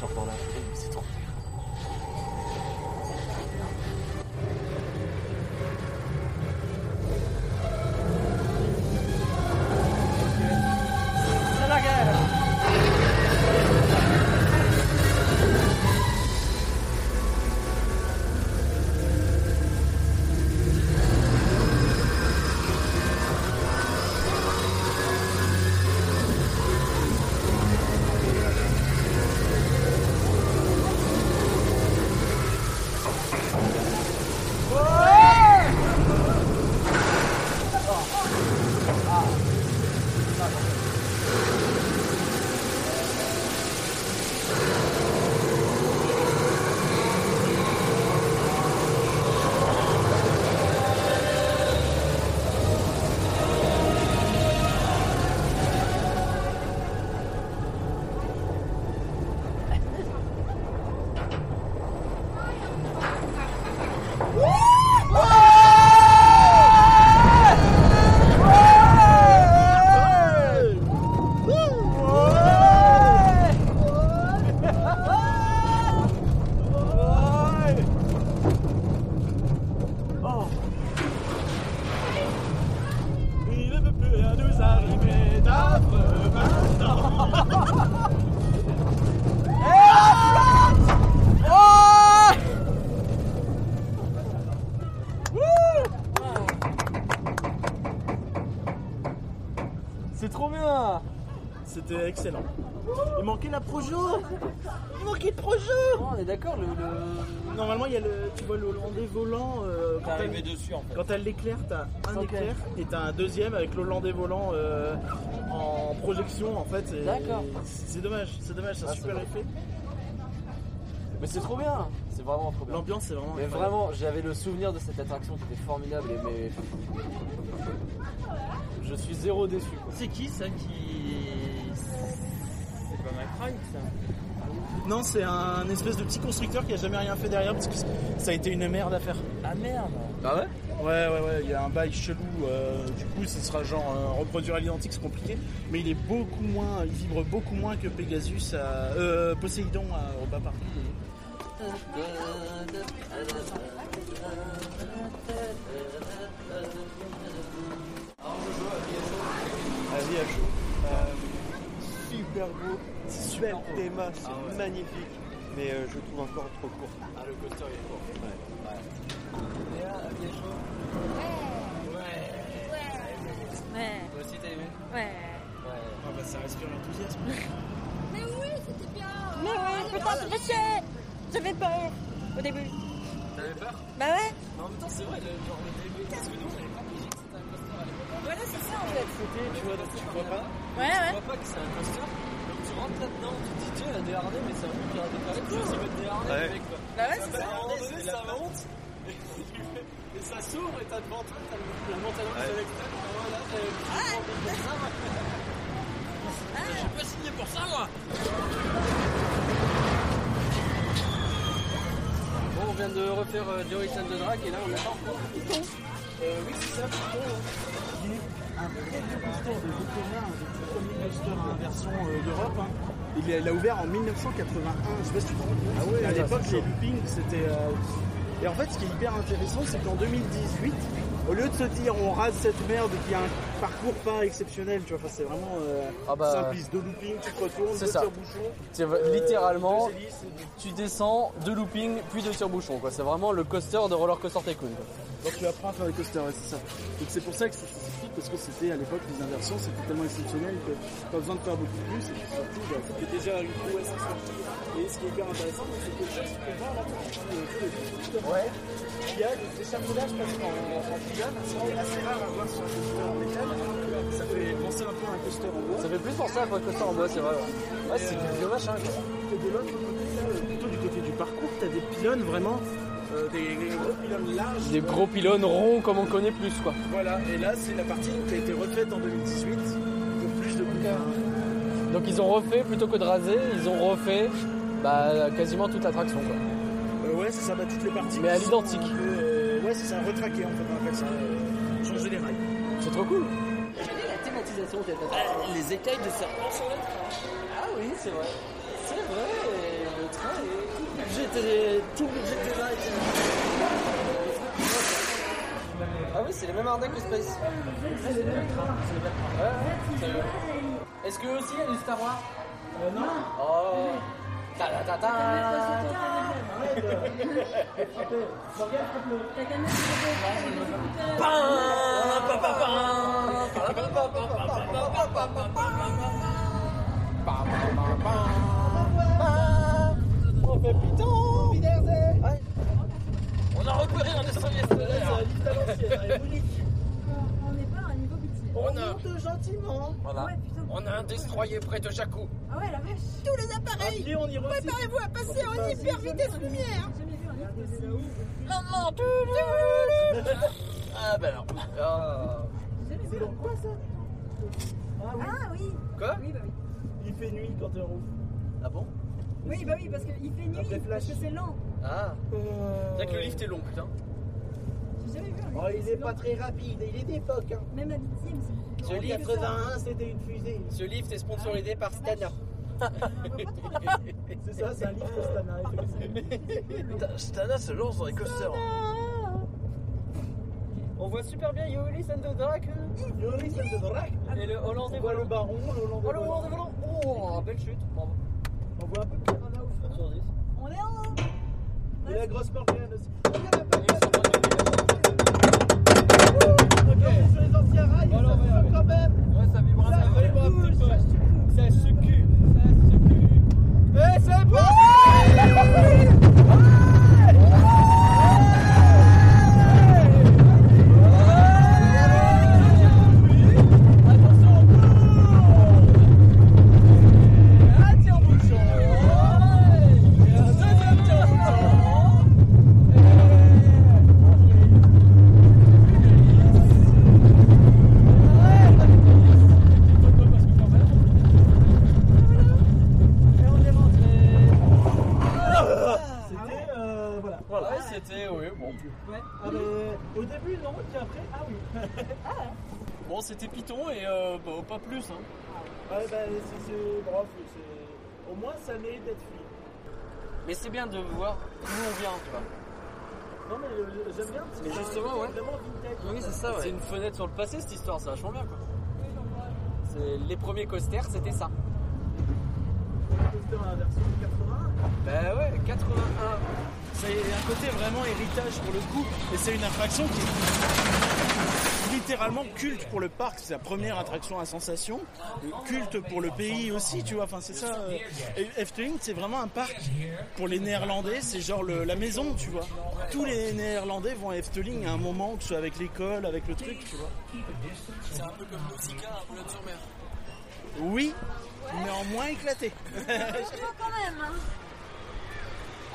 Genre dans la forêt, mais c'est trop Il ne peut plus rien nous arriver d'affreux maintenant. C'est trop bien C'était excellent. Il manquait la projo Il manquait de projet Oh, On est d'accord, le, le- normalement il y a le, tu vois le Hollandais volant. euh, quand arrivé t'as- dessus, en fait. Quand t'as l'éclair, t'as un Ok. éclair et t'as un deuxième avec l'Hollandais volant euh, en projection en fait. et- D'accord. C'est c'est dommage, c'est dommage, c'est un Ah, c'est super bon. effet. Mais c'est trop bien, c'est vraiment trop bien. L'ambiance est vraiment. Mais incroyable. vraiment, j'avais le souvenir de cette attraction qui était formidable, et mais je suis zéro déçu. quoi. C'est qui ça qui. C'est pas Macron ça Non, c'est un espèce de petit constructeur qui a jamais rien fait derrière parce que ça a été une merde à faire. Ah merde Ah ouais Ouais, ouais, ouais, il y a un bail chelou. euh, du coup, ce sera genre euh, reproduire à l'identique, c'est compliqué. Mais il est beaucoup moins, il vibre beaucoup moins que Pegasus à. euh, Poséidon à Europa Park. Vas-y, à chaud. Euh, super beau, super thème, c'est magnifique. Mais euh, je le trouve encore trop court. Ah, le coaster il est court. Ouais. Toi aussi, t'as aimé Ouais. Ah bah, ça respire *laughs* l'enthousiasme. Mais oui, c'était bien. Mais oui, putain, c'est méchant J'avais peur au début. T'avais peur Bah ouais Mais en même temps, c'est vrai, le genre le début, parce que nous, on n'avait pas pigé que c'était un coaster à l'époque. Voilà, c'est ça, en fait. Tu vois, tu vois pas Ouais, Tu ouais. vois pas que c'est un coaster, donc tu rentres là-dedans, tu te dis, tiens, il y a des harnais, mais c'est un peu qui a des pareils, tu vas mettre des harnais, Ouais. le mec, quoi. Bah ouais, Ça va, c'est ça. à un moment donné, ça monte, et *laughs* tu fais- et ça s'ouvre, et t'as devant toi, t'as le- la montagne russe Ouais. à l'extrême, et moi, là, j'avais plus Ah. envie de faire ça, moi. J'ai pas signé pour ça, moi Bon, on vient de refaire euh, Jory Sand de Drag et là on attend encore Python. Euh, oui, c'est ça, Python. Il est un très vieux coaster de Yokohama, un des tout premiers coasters à inversion euh, d'Europe. hein. Il a, il a ouvert en 1981. Je sais pas si tu te rends compte. Ah ouais, à ouais, l'époque, c'est les chaud. loopings, c'était. euh, Et en fait, ce qui est hyper intéressant, c'est qu'en 2018, au lieu de se dire on rase cette merde qui a un parcours pas exceptionnel, tu vois, enfin, c'est vraiment euh, Ah bah, simpliste. Deux loopings, tu te retournes, c'est deux ça. tire-bouchons. C'est v- euh, littéralement, deux hélices, tu descends, deux loopings, puis deux surbouchons. quoi. C'est vraiment le coaster de Roller Coaster Tycoon. quoi. Donc tu apprends à faire les coasters, ouais, c'est ça. Donc c'est pour ça que c'est spécifique, parce que c'était à l'époque les inversions, c'était tellement exceptionnel que pas besoin de faire beaucoup plus, et puis surtout, bah, c'était déjà une prouesse historique. Et ce qui est hyper intéressant, c'est que chaque spectateur va faire Ouais. Il y a des échafaudages parce qu'en en filiale, c'est assez rare à voir sur un coaster en métal. Ça fait penser un peu à un coaster en bois. Ça fait plus penser à un coaster en bois, c'est vrai. Ouais, Ouais, c'est du hein, vieux machin. quoi. Et de l'autre côté, là, plutôt du côté du parcours, t'as des pylônes vraiment, euh, des, des gros pylônes larges. Des gros pylônes ronds comme on connaît plus, quoi. Voilà, et là c'est la partie qui a été refaite en 2018 pour plus de bouquins. Donc ils ont refait, plutôt que de raser, ils ont refait bah, quasiment toute l'attraction. quoi. Euh, ouais, c'est ça, bah, toutes les parties. Mais à qui sont l'identique. un peu, euh, ouais, c'est ça, retraqué en fait, on appelle ça. euh, changer les rails. C'est trop cool. Quelle est la thématisation de cette attraction Les écailles de serpents sur le train. Ah oui, c'est vrai. C'est vrai, et le train est... J'étais... Tout le budget était là. Ah oui, c'est les mêmes arnaques que Space. C'est le même train. C'est le même train. Ouais, ouais, c'est Est-ce que aussi il y a du Star Wars Non. Oh. Ta ta ta ta. On fait Python On a repéré un destroyer stellaire On n'est pas à un niveau pitié. On a- monte gentiment. Voilà. On a un destroyer près de chaque coup. Ah ouais, la vache. Tous les appareils. Préparez-vous à passer en hyper vitesse lumière. Maman Ah bah alors. ben Ah. C'est donc quoi ça Ah oui. Quoi Oui, bah oui. Il fait nuit quand t'es en route. Ah bon Oui, bah oui, parce qu'il fait nuit, parce que c'est lent. Ah. C'est vrai que le lift est long, putain. J'ai jamais vu un Oh, il est pas très rapide, il est d'époque. Hein. Même à Bitiam, c'est Ce livre- c'était une fusée. Ah, Ce livre est sponsorisé par Stana. *laughs* C'est ça, c'est un livre de Stana. Putain, Stana se lance dans les coasters. On voit super bien Yoelis and the Drac. Yoelis and the Drac. Et le Hollande On voit le baron, le Hollande Oh, le Hollande volant. Oh, belle chute. Bravo. On voit un peu le piranha au fond. Sur 10. On est en haut. Et la grosse Morgane aussi. C'était, euh, voilà. Voilà, c'était, oui, bon. Ah, mais au début, non, puis après, ah hein. oui. *laughs* Bon, c'était Python et euh, bah, pas plus. Hein. Ouais, bah, c'est- c'est. Bref, c'est. Au moins, ça mérite d'être fluide. Mais c'est bien de voir d'où on vient, tu vois. Non, mais euh, j'aime bien parce que Mais c'est justement, un- ouais. vraiment vintage. C'est une fenêtre sur le passé, cette histoire, c'est vachement bien, quoi. C'est- Les premiers coasters, c'était ça. C'était dans la version 80. Bah ouais, 81. C'est un côté vraiment héritage pour le coup. Et c'est une attraction qui est littéralement culte pour le parc. C'est la première attraction à sensation. Culte pour le pays aussi, tu vois. Enfin, c'est ça. euh, Et Efteling, c'est vraiment un parc pour les Néerlandais. C'est genre le- la maison, tu vois. Tous les Néerlandais vont à Efteling à un moment, que ce soit avec l'école, avec le truc, tu vois. C'est un peu comme le Zika à Boulogne-sur-Mer. Oui, mais en moins éclaté. quand même.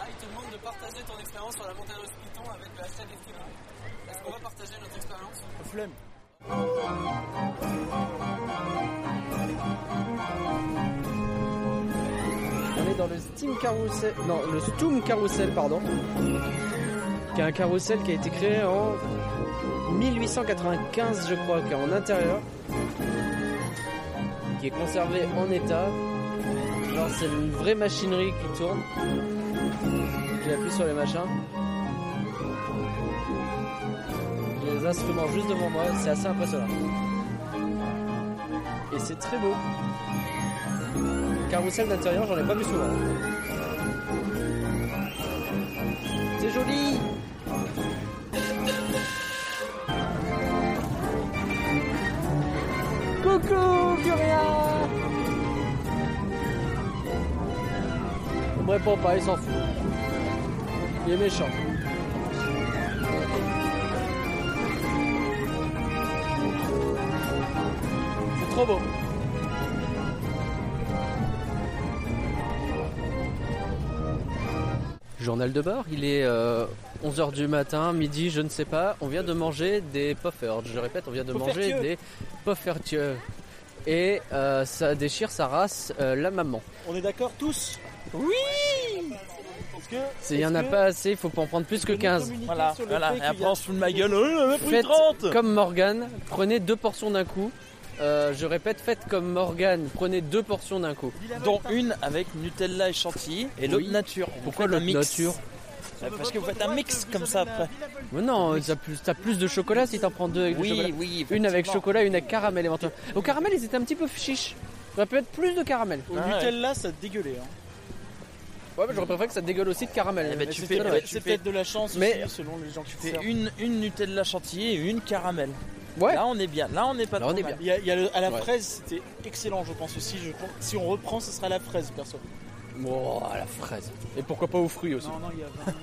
Ah, il te demande de partager ton expérience sur la montagne de Python avec le hashtag Estima. Est-ce qu'on va partager notre expérience Flemme. On est dans le Steam Carousel, non, le Stoom Carousel, pardon, qui est un carrousel qui a été créé en 1895, je crois, qui est en intérieur, qui est conservé en état Genre, c'est une vraie machinerie qui tourne. J'appuie sur les machins. J'ai les instruments juste devant moi, c'est assez impressionnant. Et c'est très beau. Carousel d'intérieur, j'en ai pas vu souvent. C'est joli Coucou Curia On me répond pas, il s'en fout. Il est méchant. C'est trop beau. Journal de bord, il est 11h du matin, midi, je ne sais pas. On vient de manger des puffers. Je répète, on vient de manger Poffertieux. des puffertieux. Et euh, ça déchire sa race, euh, la maman. On est d'accord tous Oui Parce que. Il n'y en a est-ce que- pas assez, il faut pas en prendre plus que 15. Voilà, sur le voilà. fait Et qu'il y après, a- on se fout de ma gueule. Oh, Euh, elle m'a pris Faites 30 comme Morgan, prenez deux portions d'un coup. Euh, je répète, faites comme Morgan, prenez deux portions d'un coup. Dont une avec Nutella et chantilly et l'autre Oui. nature. Vous Pourquoi faites un l'autre mix. nature Euh, Parce que vous faites un mix comme ça après. Mais non, t'as plus, t'as plus de chocolat si t'en prends deux avec Oui, le chocolat. oui, une effectivement. avec chocolat, une avec caramel éventuellement. Au caramel, ils étaient un petit peu chiches. Ça aurait pu être plus de caramel. Au Nutella, ça te dégueulait. Hein. Ouais, mais j'aurais préféré que ça dégueule aussi de caramel. Eh ben, Mais tu c'est fais- très eh bien. ben, tu C'est fais- peut-être de la chance Mais- aussi, selon les gens qui C'est font ça. une, une Nutella chantilly et une caramel. Là on est bien, là on n'est pas trop mal. Il y a, il y a le- à la Ouais. fraise, c'était excellent, je pense aussi. Je pense- si on reprend, ce sera à la fraise, perso. Oh, à la fraise. Et pourquoi pas aux fruits aussi. Non, non, il y a 20.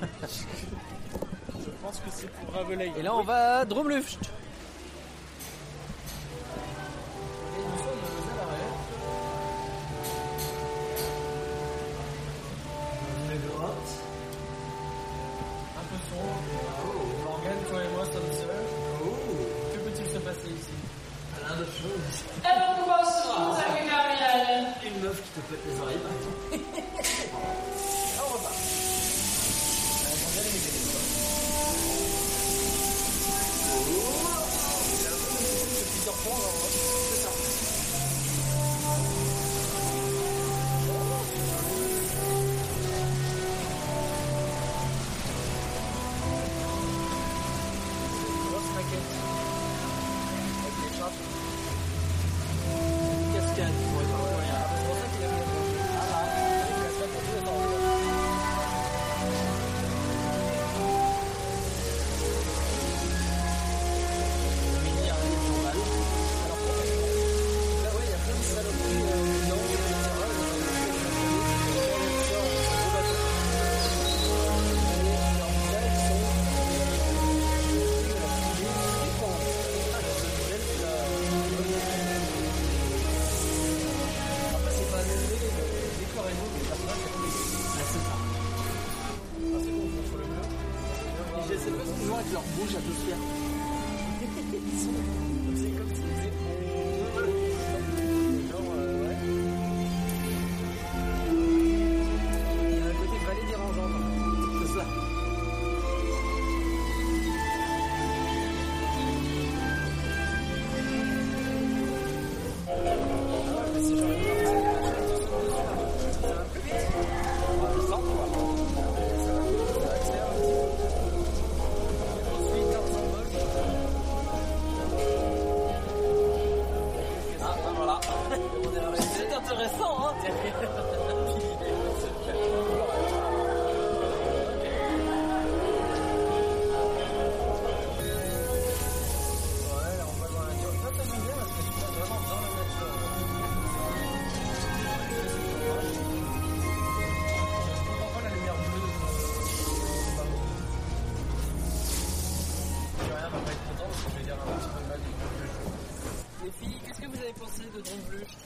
*laughs* je pense que c'est pour Ravelay. Et là, on va à Dromluft. Un peu sombre. Morgane, toi et moi sommes seuls. Que peut-il se passer ici Plein de choses. Alors commence ton sac mariage. Une meuf qui te pète les oreilles. Grosse maquette. Avec les chats. Cascade. Ouais, ouais, ouais. C'est pour ça qu'il a fait la photo. Il a fait la photo, attends, regarde. Mini arrive au mal. Alors, pourquoi je pense Là, ouais, il y a plein de saloperies, euh, dedans, etc. Je sais pas ce qu'ils ont avec leur bouche à tout faire. Ils sont- C'est comme s'ils faisaient- Genre, euh, ouais. Il y a un côté vallée dérangeant. C'est ça. Ah, ben voilà. C'est intéressant, hein Les filles, qu'est-ce que vous avez pensé de Dromluft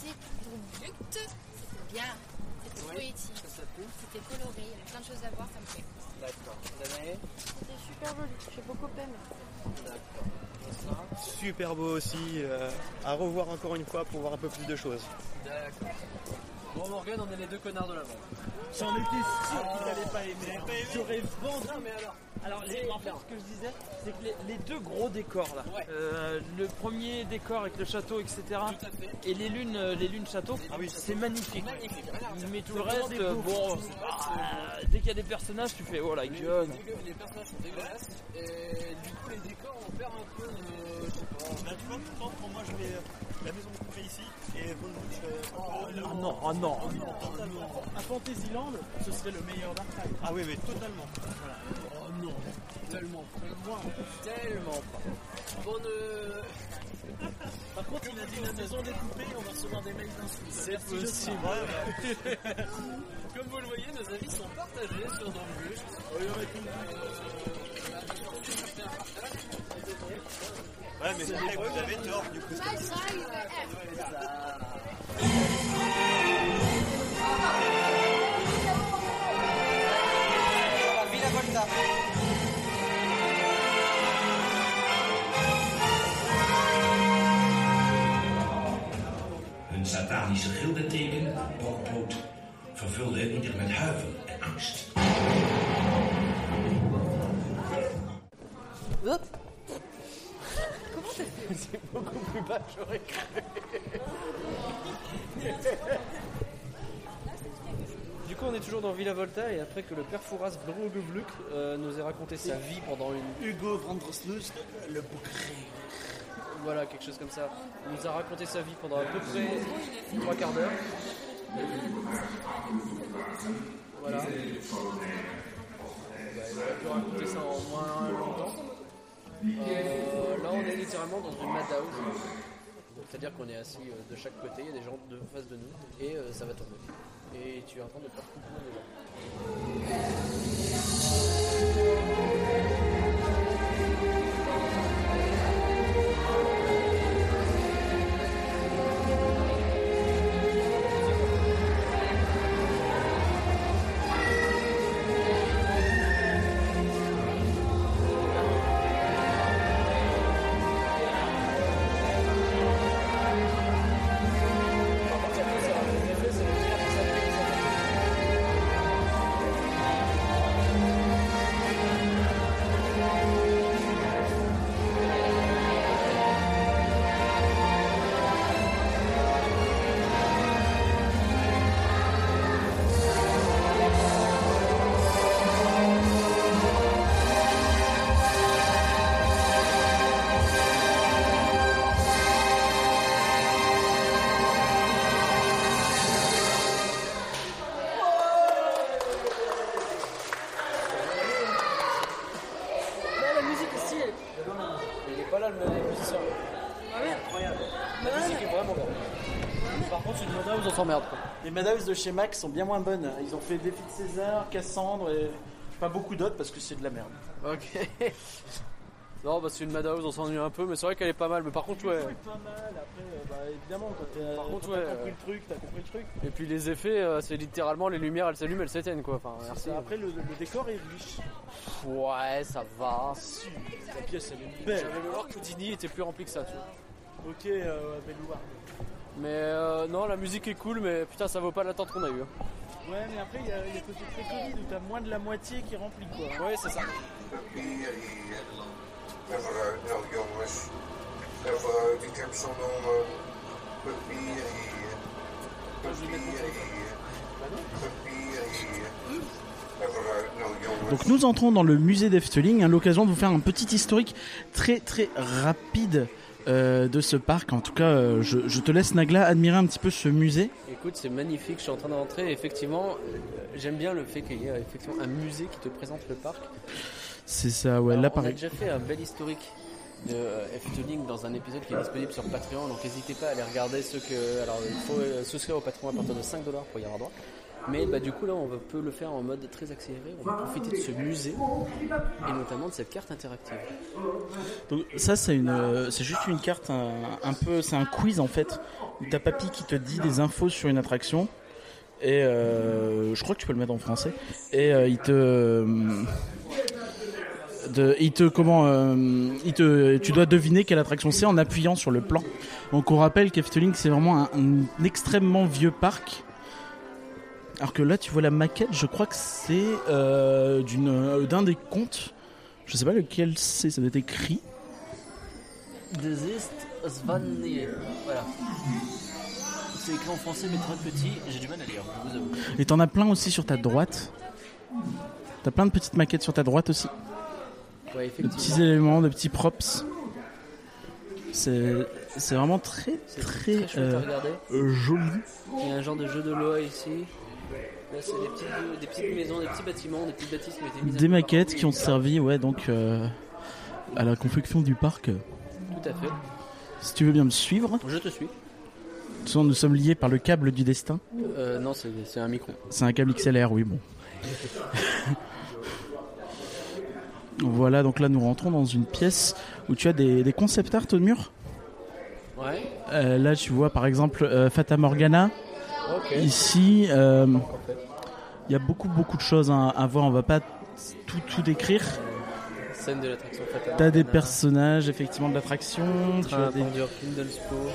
C'est ton but. C'était bien. C'était poétique. C'était coloré. Il y avait plein de choses à voir. Ça me plaît. D'accord. Vous avez C'était super joli. J'ai beaucoup aimé. Super beau aussi, euh, à revoir encore une fois pour voir un peu plus de choses. D'accord. Bon, Morgan, on est les deux connards de la bande. J'en étais sûr que t'allais pas aimer. J'aurais vendu. Non, mais alors. Alors, les, en fait, ce que je disais, c'est que les, Les deux gros décors là. Euh, le premier décor avec le château, etc. Et les lunes, euh, les lunes château, c'est magnifique. Mais tout le vraiment reste, des euh, beaux bon, fous. ah, euh, dès qu'il y a des personnages, tu fais oh la gueule. Les personnages sont dégueulasses et du coup les décors on perd un peu de. Bah, tu vois, tout le temps, pour moi, je mets euh, la maison de coucher ici et Bonwood, je fais. Oh, Ah non, ah non, ah non. Totalement. Un Fantasyland, ce serait le meilleur d'Artag. Ah oui, mais totalement. Voilà. Oh non, tellement. Moi, Tellement pas. Bon, euh, Par contre, on a dit la maison découpée, on va recevoir des mails d'insultes. C'est Merci, je sais. possible. Ouais, ouais. Comme vous le voyez, nos avis sont partagés sur Dans le Bus. Ouais, mais c'est vrai que vous avez tort, du coup. Villa Volta. Hun satanische gildenteken, potlood, vervulde het ieder met huiver en angst. Hop Comment t'as fait C'est beaucoup plus bas, j'aurais cru. Du coup, on est toujours dans Villa Volta et après que le père Fouras Brugevluc nous ait raconté sa vie pendant une. Hugo Vandroslus, le boucré. Voilà, quelque chose comme ça. Il nous a raconté sa vie pendant à peu près trois quarts d'heure. Voilà. Bah, il aurait pu raconter ça en moins longtemps. Euh, là, on est littéralement dans une madhouse. C'est-à-dire qu'on est assis euh, de chaque côté, il y a des gens de face de nous, et euh, ça va tomber. Et tu es en train de faire coucou euh, aux gens. Là, la musique est stylée. Il est pas là le musicien. Ah merde. Incroyable. La musique est vraiment bonne. Par contre, une madhouse, on s'emmerde. quoi. Les Madhouses de chez Max sont bien moins bonnes. Ils ont fait Défi de César, Cassandre et pas beaucoup d'autres parce que c'est de la merde. Ok. *laughs* Non, bah c'est une madhouse, on s'ennuie un peu, mais c'est vrai qu'elle est pas mal. Mais par contre, ouais. pas mal. Après, euh, bah, évidemment, quand t'es- Par contre, quand t'as ouais, compris euh, le truc, t'as compris le truc. Et puis les effets, euh, c'est littéralement les lumières, elles s'allument, elles s'éteignent quoi. Enfin, merci. Après, le, le décor est riche. Pff, Ouais, ça va. La pièce, elle est belle. J'avais le voir que Dini était plus rempli que ça, tu vois. Ok, euh, Bellouard. Mais euh, non, la musique est cool, mais putain, ça vaut pas l'attente qu'on a eue. hein. Ouais, mais après, il y a, il y a côté très Covid où t'as moins de la moitié qui est remplie, quoi. Ouais, c'est ça. Mevrouw, nou jongens. Mevrouw, ik heb zo'n honger. Papier hier. Papier hier. Papier hier. Mevrouw, nou jongens. Donc nous entrons dans le musée d'Efteling, hein, l'occasion de vous faire un petit historique très très rapide euh, de ce parc. En tout cas, euh, je, je te laisse Nagla admirer un petit peu ce musée. Écoute, c'est magnifique, je suis en train d'entrer. Effectivement, euh, j'aime bien le fait euh, qu'il y ait effectivement un musée qui te présente le parc. C'est ça, ouais, là Alors, on a pareil. déjà fait un bel historique de euh, Efteling dans un épisode qui est disponible sur Patreon, donc n'hésitez pas à aller regarder ceux que. Alors il faut euh, souscrire au Patreon à partir de 5 dollars pour y avoir droit. Mais bah, du coup là on va- peut le faire en mode très accéléré, on va profiter de ce musée et notamment de cette carte interactive. Donc ça c'est une euh, c'est juste une carte un, un peu c'est un quiz en fait où t'as papy qui te dit des infos sur une attraction et euh, je crois que tu peux le mettre en français et euh, il te euh, de, il te comment euh, il te tu dois deviner quelle attraction c'est en appuyant sur le plan. Donc on rappelle qu'Efteling c'est vraiment un, un extrêmement vieux parc Alors que là, tu vois la maquette, je crois que c'est euh, d'une- euh, d'un des contes. Je sais pas lequel c'est, ça doit être écrit. Des ist Svanir. Voilà. C'est écrit en français mais très petit, j'ai du mal à lire, je vous avoue. Et t'en as plein aussi sur ta droite. T'as plein de petites maquettes sur ta droite aussi. Ouais, de effectivement. petits éléments, de petits props. C'est c'est vraiment très très, très chouette à euh, regarder. euh, joli. Il y a un genre de jeu de loi ici. Là, c'est des petites, des petites maisons, des petits bâtiments, des petites bâtisses qui ont été mises à Des part. maquettes qui ont servi, ouais, donc euh, à la confection du parc. Tout à fait. Si tu veux bien me suivre. Je te suis. Souvent, nous sommes liés par le câble du destin. Euh, non, c'est c'est un micro. C'est un câble XLR, oui, bon. voilà, donc là nous rentrons dans une pièce où tu as des, des concept art au mur. Ouais. Euh, là tu vois par exemple euh, Fata Morgana. Ok. Ici, euh, il y a beaucoup beaucoup de choses à, à voir, on va pas tout, tout décrire. Scène de l'attraction fatale. T'as des Nana. personnages effectivement de l'attraction, tu Train as, des- pendu à Kindlespoor.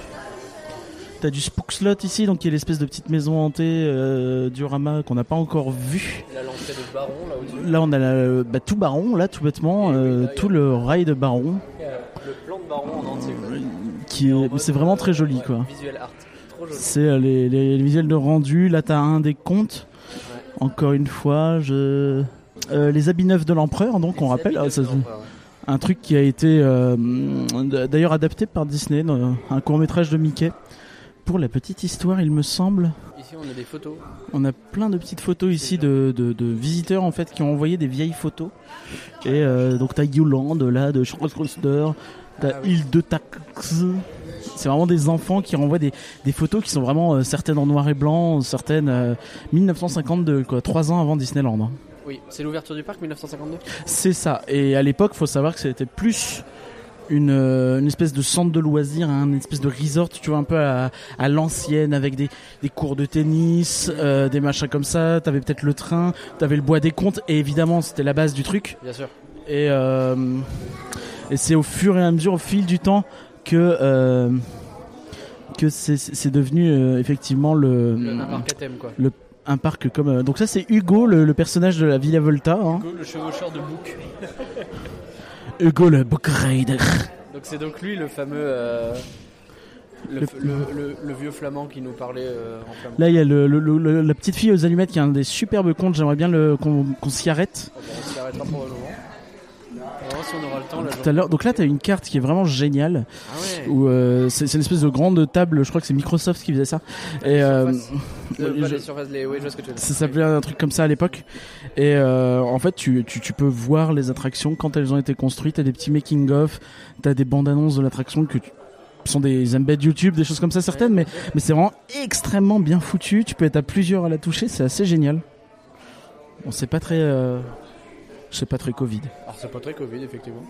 t'as du Spook Slot ici, donc il y a l'espèce de petite maison hantée euh, du Rama qu'on n'a pas encore vue. La lancée de Baron là au-dessus. Là, on a la- bah, tout Baron, là, tout bêtement, euh, tout le rail de Baron, Euh, Le plan de Baron en entier. quoi. qui est, mais c'est vraiment très joli, Ouais, quoi. Visual art. Trop joli. C'est euh, les, les- les visuels de rendu. Là, t'as un des comptes. Encore une fois, je... euh, les habits neufs de l'empereur, donc on rappelle. Ah, ça- Un truc qui a été euh, d'ailleurs adapté par Disney, dans un court métrage de Mickey. Pour la petite histoire, il me semble. Ici, on a des photos. On a plein de petites photos ici de, de- de visiteurs en fait qui ont envoyé des vieilles photos. Et euh, donc t'as Yolande là de Charles Coaster, t'as Île de Tax. C'est vraiment des enfants qui renvoient des, des photos qui sont vraiment euh, certaines en noir et blanc, certaines euh, 1952 quoi, trois ans avant Disneyland. hein. Oui, c'est l'ouverture du parc 1952. C'est ça. Et à l'époque, faut savoir que c'était plus une, euh, une espèce de centre de loisirs, hein, une espèce de resort, tu vois, un peu à, à l'ancienne, avec des, des cours de tennis, euh, des machins comme ça. T'avais peut-être le train, t'avais le bois des comptes, et évidemment, c'était la base du truc. Bien sûr. Et, euh, et c'est au fur et à mesure, au fil du temps, que euh, que c'est- c'est c'est devenu euh, effectivement le, Le- un parc à thème, quoi. le- un parc comme euh, donc ça c'est Hugo le, le personnage de la Villa Volta hein. Hugo, le chevaucheur de bouc. Hugo le Book Rider. donc c'est donc lui le fameux. euh, le, Le- le- le- le vieux flamand qui nous parlait euh, en flamand. Là, il y a le, le- le- le- la petite fille aux allumettes qui a un des superbes contes. J'aimerais bien le- qu'on qu'on s'y arrête. Ok, on s'y arrêtera probablement. On verra si on aura le temps. la Tout à journée. l'heure. Donc là, tu as une carte qui est vraiment géniale. Ah ouais. Où, euh, c'est c'est une espèce de grande table. Je crois que c'est Microsoft qui faisait ça. Et, euh, *laughs* Euh, oui, pas je- les surfaces, les- oui, je vois ce que tu veux dire. ça s'appelait un truc comme ça à l'époque. Et euh, en fait, tu, tu, tu peux voir les attractions quand elles ont été construites. T'as des petits making of, t'as des bandes annonces de l'attraction que tu- sont des embeds YouTube, des choses comme ça certaines. Mais mais c'est vraiment extrêmement bien foutu. Tu peux être à plusieurs à la toucher. C'est assez génial. On c'est pas très, euh, c'est pas très Covid. Alors c'est pas très Covid effectivement.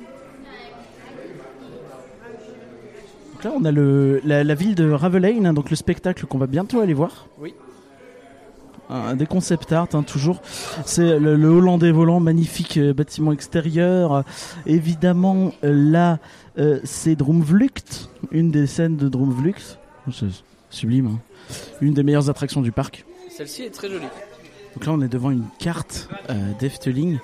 Donc là, on a le, la, la ville de Ravelane, hein, donc le spectacle qu'on va bientôt aller voir. Oui. Un- des concept art, hein, toujours. C'est le, le Hollandais volant, magnifique euh, bâtiment extérieur. Euh, Évidemment, euh, là, euh, c'est Drumvlucht, une des scènes de Drumvlucht. Oh, C'est sublime. hein. Une des meilleures attractions du parc. Celle-ci est très jolie. Donc là, on est devant une carte euh, d'Efteling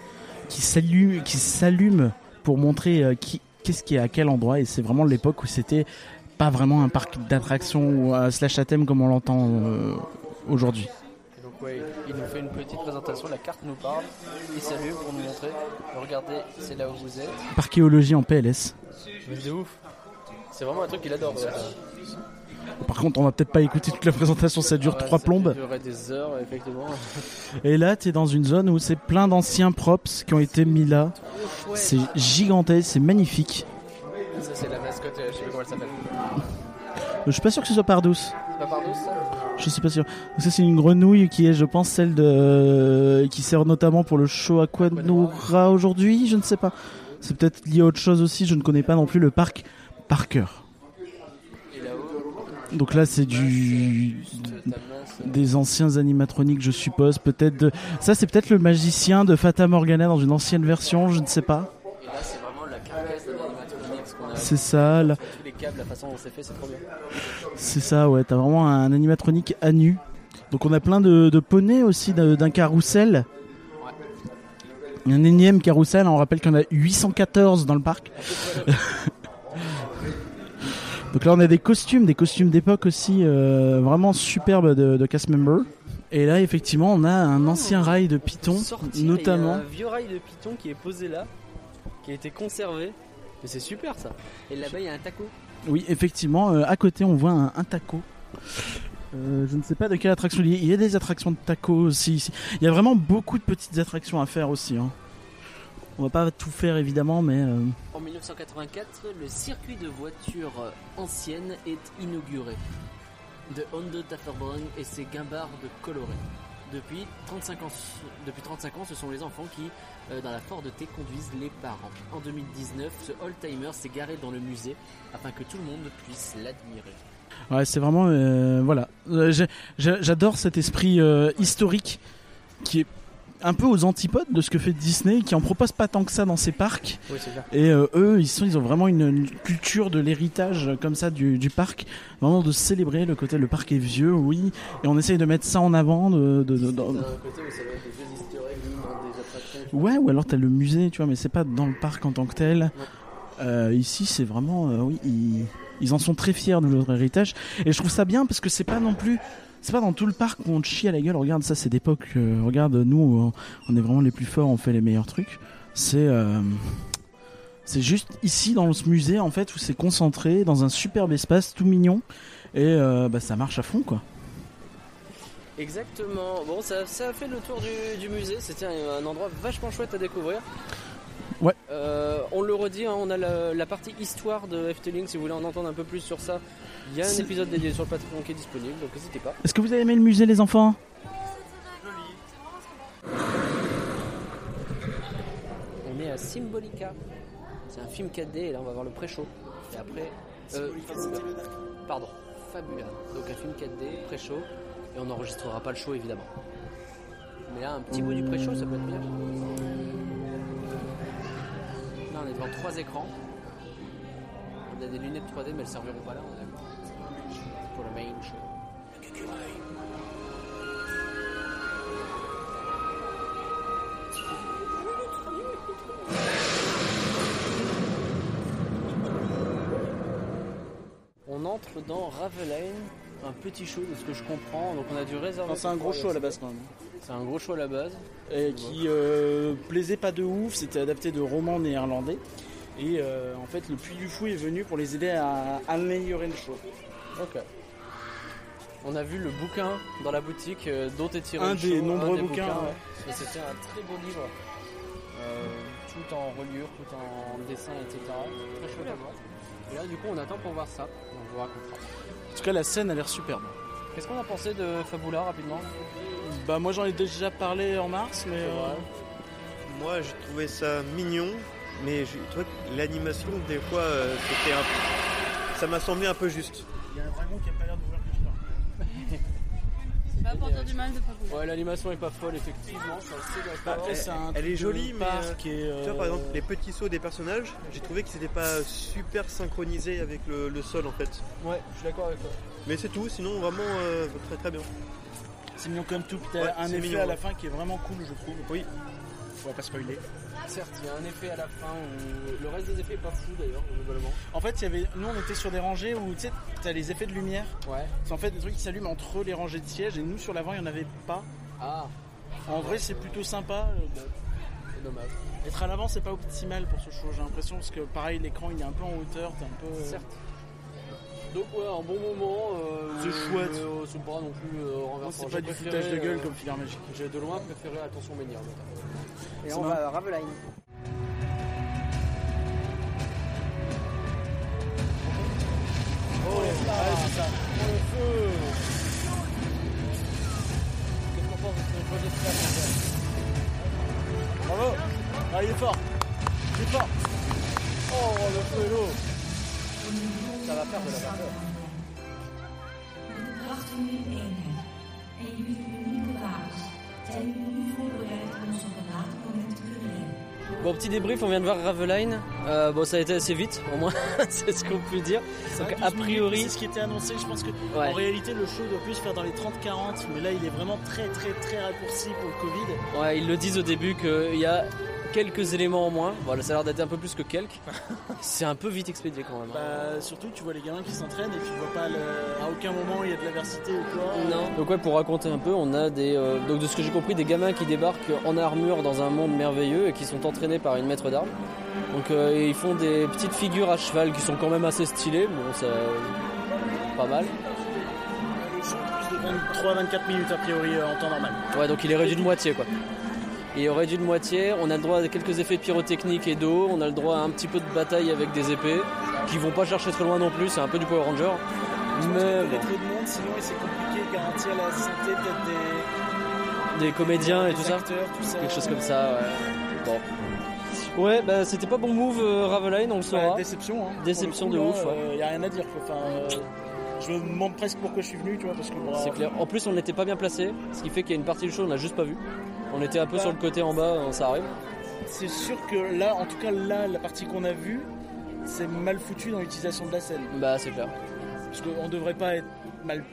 qui s'allume, qui s'allume pour montrer euh, qui, qu'est-ce qui est à quel endroit. Et c'est vraiment l'époque où c'était pas vraiment un parc d'attractions ou un slash à thème comme on l'entend euh, aujourd'hui. Et donc ouais, il nous fait une petite présentation, la carte nous parle, il s'allume pour nous montrer. Regardez, c'est là où vous êtes. Parchéologie en PLS. Mais de ouf. C'est vraiment un truc qu'il adore. ouais. Par contre, on va peut-être pas écouter toute la présentation, ça dure Ah ouais, trois ça plombes. peut durer des heures effectivement. *laughs* Et là, tu es dans une zone où c'est plein d'anciens props qui ont été mis là. C'est gigantesque, c'est magnifique. ça c'est la mascotte, euh, je sais pas comment elle s'appelle. Je suis pas sûr que ce soit par douce. C'est pas par douce ça Je suis pas sûr. Donc ça c'est une grenouille qui est, je pense, celle de qui sert notamment pour le show Aquanura aujourd'hui. Je ne sais pas. C'est peut-être lié à autre chose aussi. Je ne connais pas non plus le parc par cœur. Donc là c'est du des anciens animatroniques, je suppose. Peut-être de... ça c'est peut-être le magicien de Fata Morgana dans une ancienne version. Je ne sais pas. Et là c'est vraiment la carcasse de l'animatronics qu'on a. C'est ça, là. Tous les câbles, la façon dont c'est fait, c'est trop bien. C'est ça, ouais. T'as vraiment un animatronique à nu. Donc on a plein de, de poneys aussi d'un d'un carrousel. Un énième carrousel, on rappelle qu'on a 814 dans le parc. Donc là on a des costumes, des costumes d'époque aussi euh, vraiment superbes de, de cast member. Et là effectivement on a un ancien rail de Python Sorti, notamment. Il y euh, a un vieux rail de Python qui est posé là, qui a été conservé. Mais c'est super ça. Et là-bas, il y a un taco. Oui, effectivement, euh, à côté on voit un, un taco. Euh, je ne sais pas de quelle attraction il y a. Il y a des attractions de tacos aussi. ici. Il y a vraiment beaucoup de petites attractions à faire aussi. hein. On va pas tout faire évidemment, mais euh, En 1984, le circuit de voitures anciennes est inauguré. De Honda Tafferbrang et ses guimbards de colorés. Depuis 35 ans, depuis 35 ans, ce sont les enfants qui, euh, dans la Ford T, conduisent les parents. En 2019, ce old-timer s'est garé dans le musée afin que tout le monde puisse l'admirer. ouais, c'est vraiment euh, voilà. Euh, j'ai- j'ai- J'adore cet esprit euh, historique qui est un peu aux antipodes de ce que fait Disney, qui en propose pas tant que ça dans ses parcs. Oui, c'est clair. Et euh, eux, ils sont, ils ont vraiment une, une culture de l'héritage euh, comme ça du, du parc, vraiment de célébrer le côté le parc est vieux, oui, et on essaye de mettre ça en avant, de, de- de- dans- D'un côté où ça va être des jeux historiques, dans des attractions. Ouais, ou alors t'as le musée, tu vois, mais c'est pas dans le parc en tant que tel. Euh, ici, c'est vraiment, euh, oui, ils, ils en sont très fiers de leur héritage, et je trouve ça bien parce que c'est pas non plus, c'est pas dans tout le parc où on te chie à la gueule. Regarde, ça, c'est d'époque. euh, regarde, nous, on, on est vraiment les plus forts, on fait les meilleurs trucs. C'est, euh, c'est juste ici dans ce musée en fait où c'est concentré dans un superbe espace tout mignon et euh, bah, ça marche à fond quoi. Exactement. Bon, ça, ça a fait le tour du, du musée. C'était un, un endroit vachement chouette à découvrir. Ouais. Euh, on le redit, hein, on a la, la partie histoire de Efteling. Si vous voulez en entendre un peu plus sur ça, il y a un C'est- épisode dédié sur le Patreon qui est disponible, donc n'hésitez pas. Est-ce que vous avez aimé le musée les enfants On est à Symbolica. C'est un film 4D et là on va voir le pré-show. Et après. euh, Fabula. Pardon, Fabula. Donc un film 4D, pré-show. Et on n'enregistrera pas le show évidemment. Mais là, un petit bout du pré-show, ça peut être bien. Là, on est devant trois écrans. On a des lunettes 3D, mais elles serviront pas là. On a- Pour le main show. On entre dans Ravelin, un petit show de ce que je comprends. Donc on a dû réserver. Non, c'est un gros show à la base, quand même. C'est un gros show à la base. et qui euh, plaisait pas de ouf, c'était adapté de romans néerlandais. Et euh, en fait, le Puy du Fou est venu pour les aider à améliorer le show. Ok. On a vu le bouquin dans la boutique euh, dont est tiré Un le des show, nombreux bouquins, ouais. Et c'était un très beau livre, Euh, tout en reliure, tout en dessin, etc. Très chouette à voir. Et là, du coup, on attend pour voir ça. On vous racontera. En tout cas, la scène a l'air superbe. Qu'est-ce qu'on a pensé de Fabula rapidement Bah, moi j'en ai déjà parlé en mars, mais. euh, Moi, j'ai trouvé ça mignon, mais j'ai trouvé que l'animation, des fois, euh, c'était un... ça m'a semblé un peu juste. Il y a un dragon qui a pas l'air d'ouvrir le C'est pas pour dire du mal de Fabula. Ouais, l'animation est pas folle, effectivement. ça, c'est d'accord. Bah, elle, elle est jolie, mais euh, tu vois, par exemple, les petits sauts des personnages, j'ai trouvé que c'était pas super synchronisé avec le, le sol en fait. Ouais, je suis d'accord avec toi. Mais c'est tout, sinon vraiment euh, très très bien. C'est mignon comme tout, t'as Ouais, un c'est effet mignon, hein. à la ouais. fin qui est vraiment cool, je trouve. Oui. On va pas spoiler. Certes, il y a un effet à la fin où le reste des effets est pas fou d'ailleurs, globalement. En fait, il y avait, nous on était sur des rangées où tu sais, t'as les effets de lumière. Ouais. C'est en fait des trucs qui s'allument entre les rangées de sièges et nous sur l'avant il n'y en avait pas. Ah. Bah, En vrai, c'est plutôt sympa. euh, bon. C'est dommage. Être à l'avant, c'est pas optimal pour ce show, j'ai l'impression, parce que pareil, l'écran il est un peu en hauteur, t'es un peu. euh, Certes. Donc ouais, un bon moment. euh, C'est chouette. Mais euh, c'est pas non plus euh, renversant. c'est J'ai pas du préféré, foutage de gueule euh, comme filaire magique. J'ai de loin préféré Attention Ménière. Et C'est on marrant. va à Ravelin. Oh, c'est ça. Qu'est-ce qu'on pense de ce projet de flamme Bravo Ah, il est fort Il est fort Oh, le feu et l'eau Ça va faire de la vapeur. Bon, petit débrief, on vient de voir Raveline. Euh, bon, ça a été assez vite, au moins, *laughs* c'est ce qu'on peut dire. Ça Donc, va, a 12 minutes, priori. C'est ce qui était annoncé. Je pense que Ouais. en réalité, le show doit plus faire dans les 30-40, mais là, il est vraiment très, très, très raccourci pour le Covid. Ouais, ils le disent au début qu'il y a quelques éléments en moins. Voilà, ça a l'air d'être un peu plus que quelques. c'est un peu vite expédié quand même. hein. Bah, surtout, tu vois les gamins qui s'entraînent et tu vois pas le- à aucun moment il y a de l'aversité au corps. Bah, Donc ouais, pour raconter un peu, on a des euh, donc de ce que j'ai compris des gamins qui débarquent en armure dans un monde merveilleux et qui sont entraînés par une maître d'armes. Donc euh, et ils font des petites figures à cheval qui sont quand même assez stylées. Bon, ça pas mal. Le show plus de 23-24 minutes a priori euh, en temps normal. Ouais, donc il est réduit de moitié quoi. Il est réduit de moitié. On a le droit à quelques effets pyrotechniques et d'eau. On a le droit à un petit peu de bataille avec des épées qui vont pas chercher très loin non plus. C'est un peu du Power Ranger. Mais Il y a bon. trop de monde, sinon et c'est compliqué de garantir la santé peut-être des. des comédiens et Des tout ça. acteurs, tout ça. Quelque chose comme ça, ouais. Bon. Ouais, bah c'était pas bon move euh, Raveline, on le saura. Ouais, déception, hein. Déception Pour le coup, de ouf, là, ouais. euh, y a rien à dire. quoi. Enfin, euh, je me demande presque pourquoi je suis venu, tu vois, parce que bah, bon, C'est clair. En plus, on n'était pas bien placé, ce qui fait qu'il y a une partie du show, on l'a juste pas vu. On était un peu sur le côté en bas, hein, ça arrive. C'est sûr que là, en tout cas là, la partie qu'on a vue, c'est mal foutu dans l'utilisation de la scène. Bah, c'est clair. Parce qu'on devrait pas être mal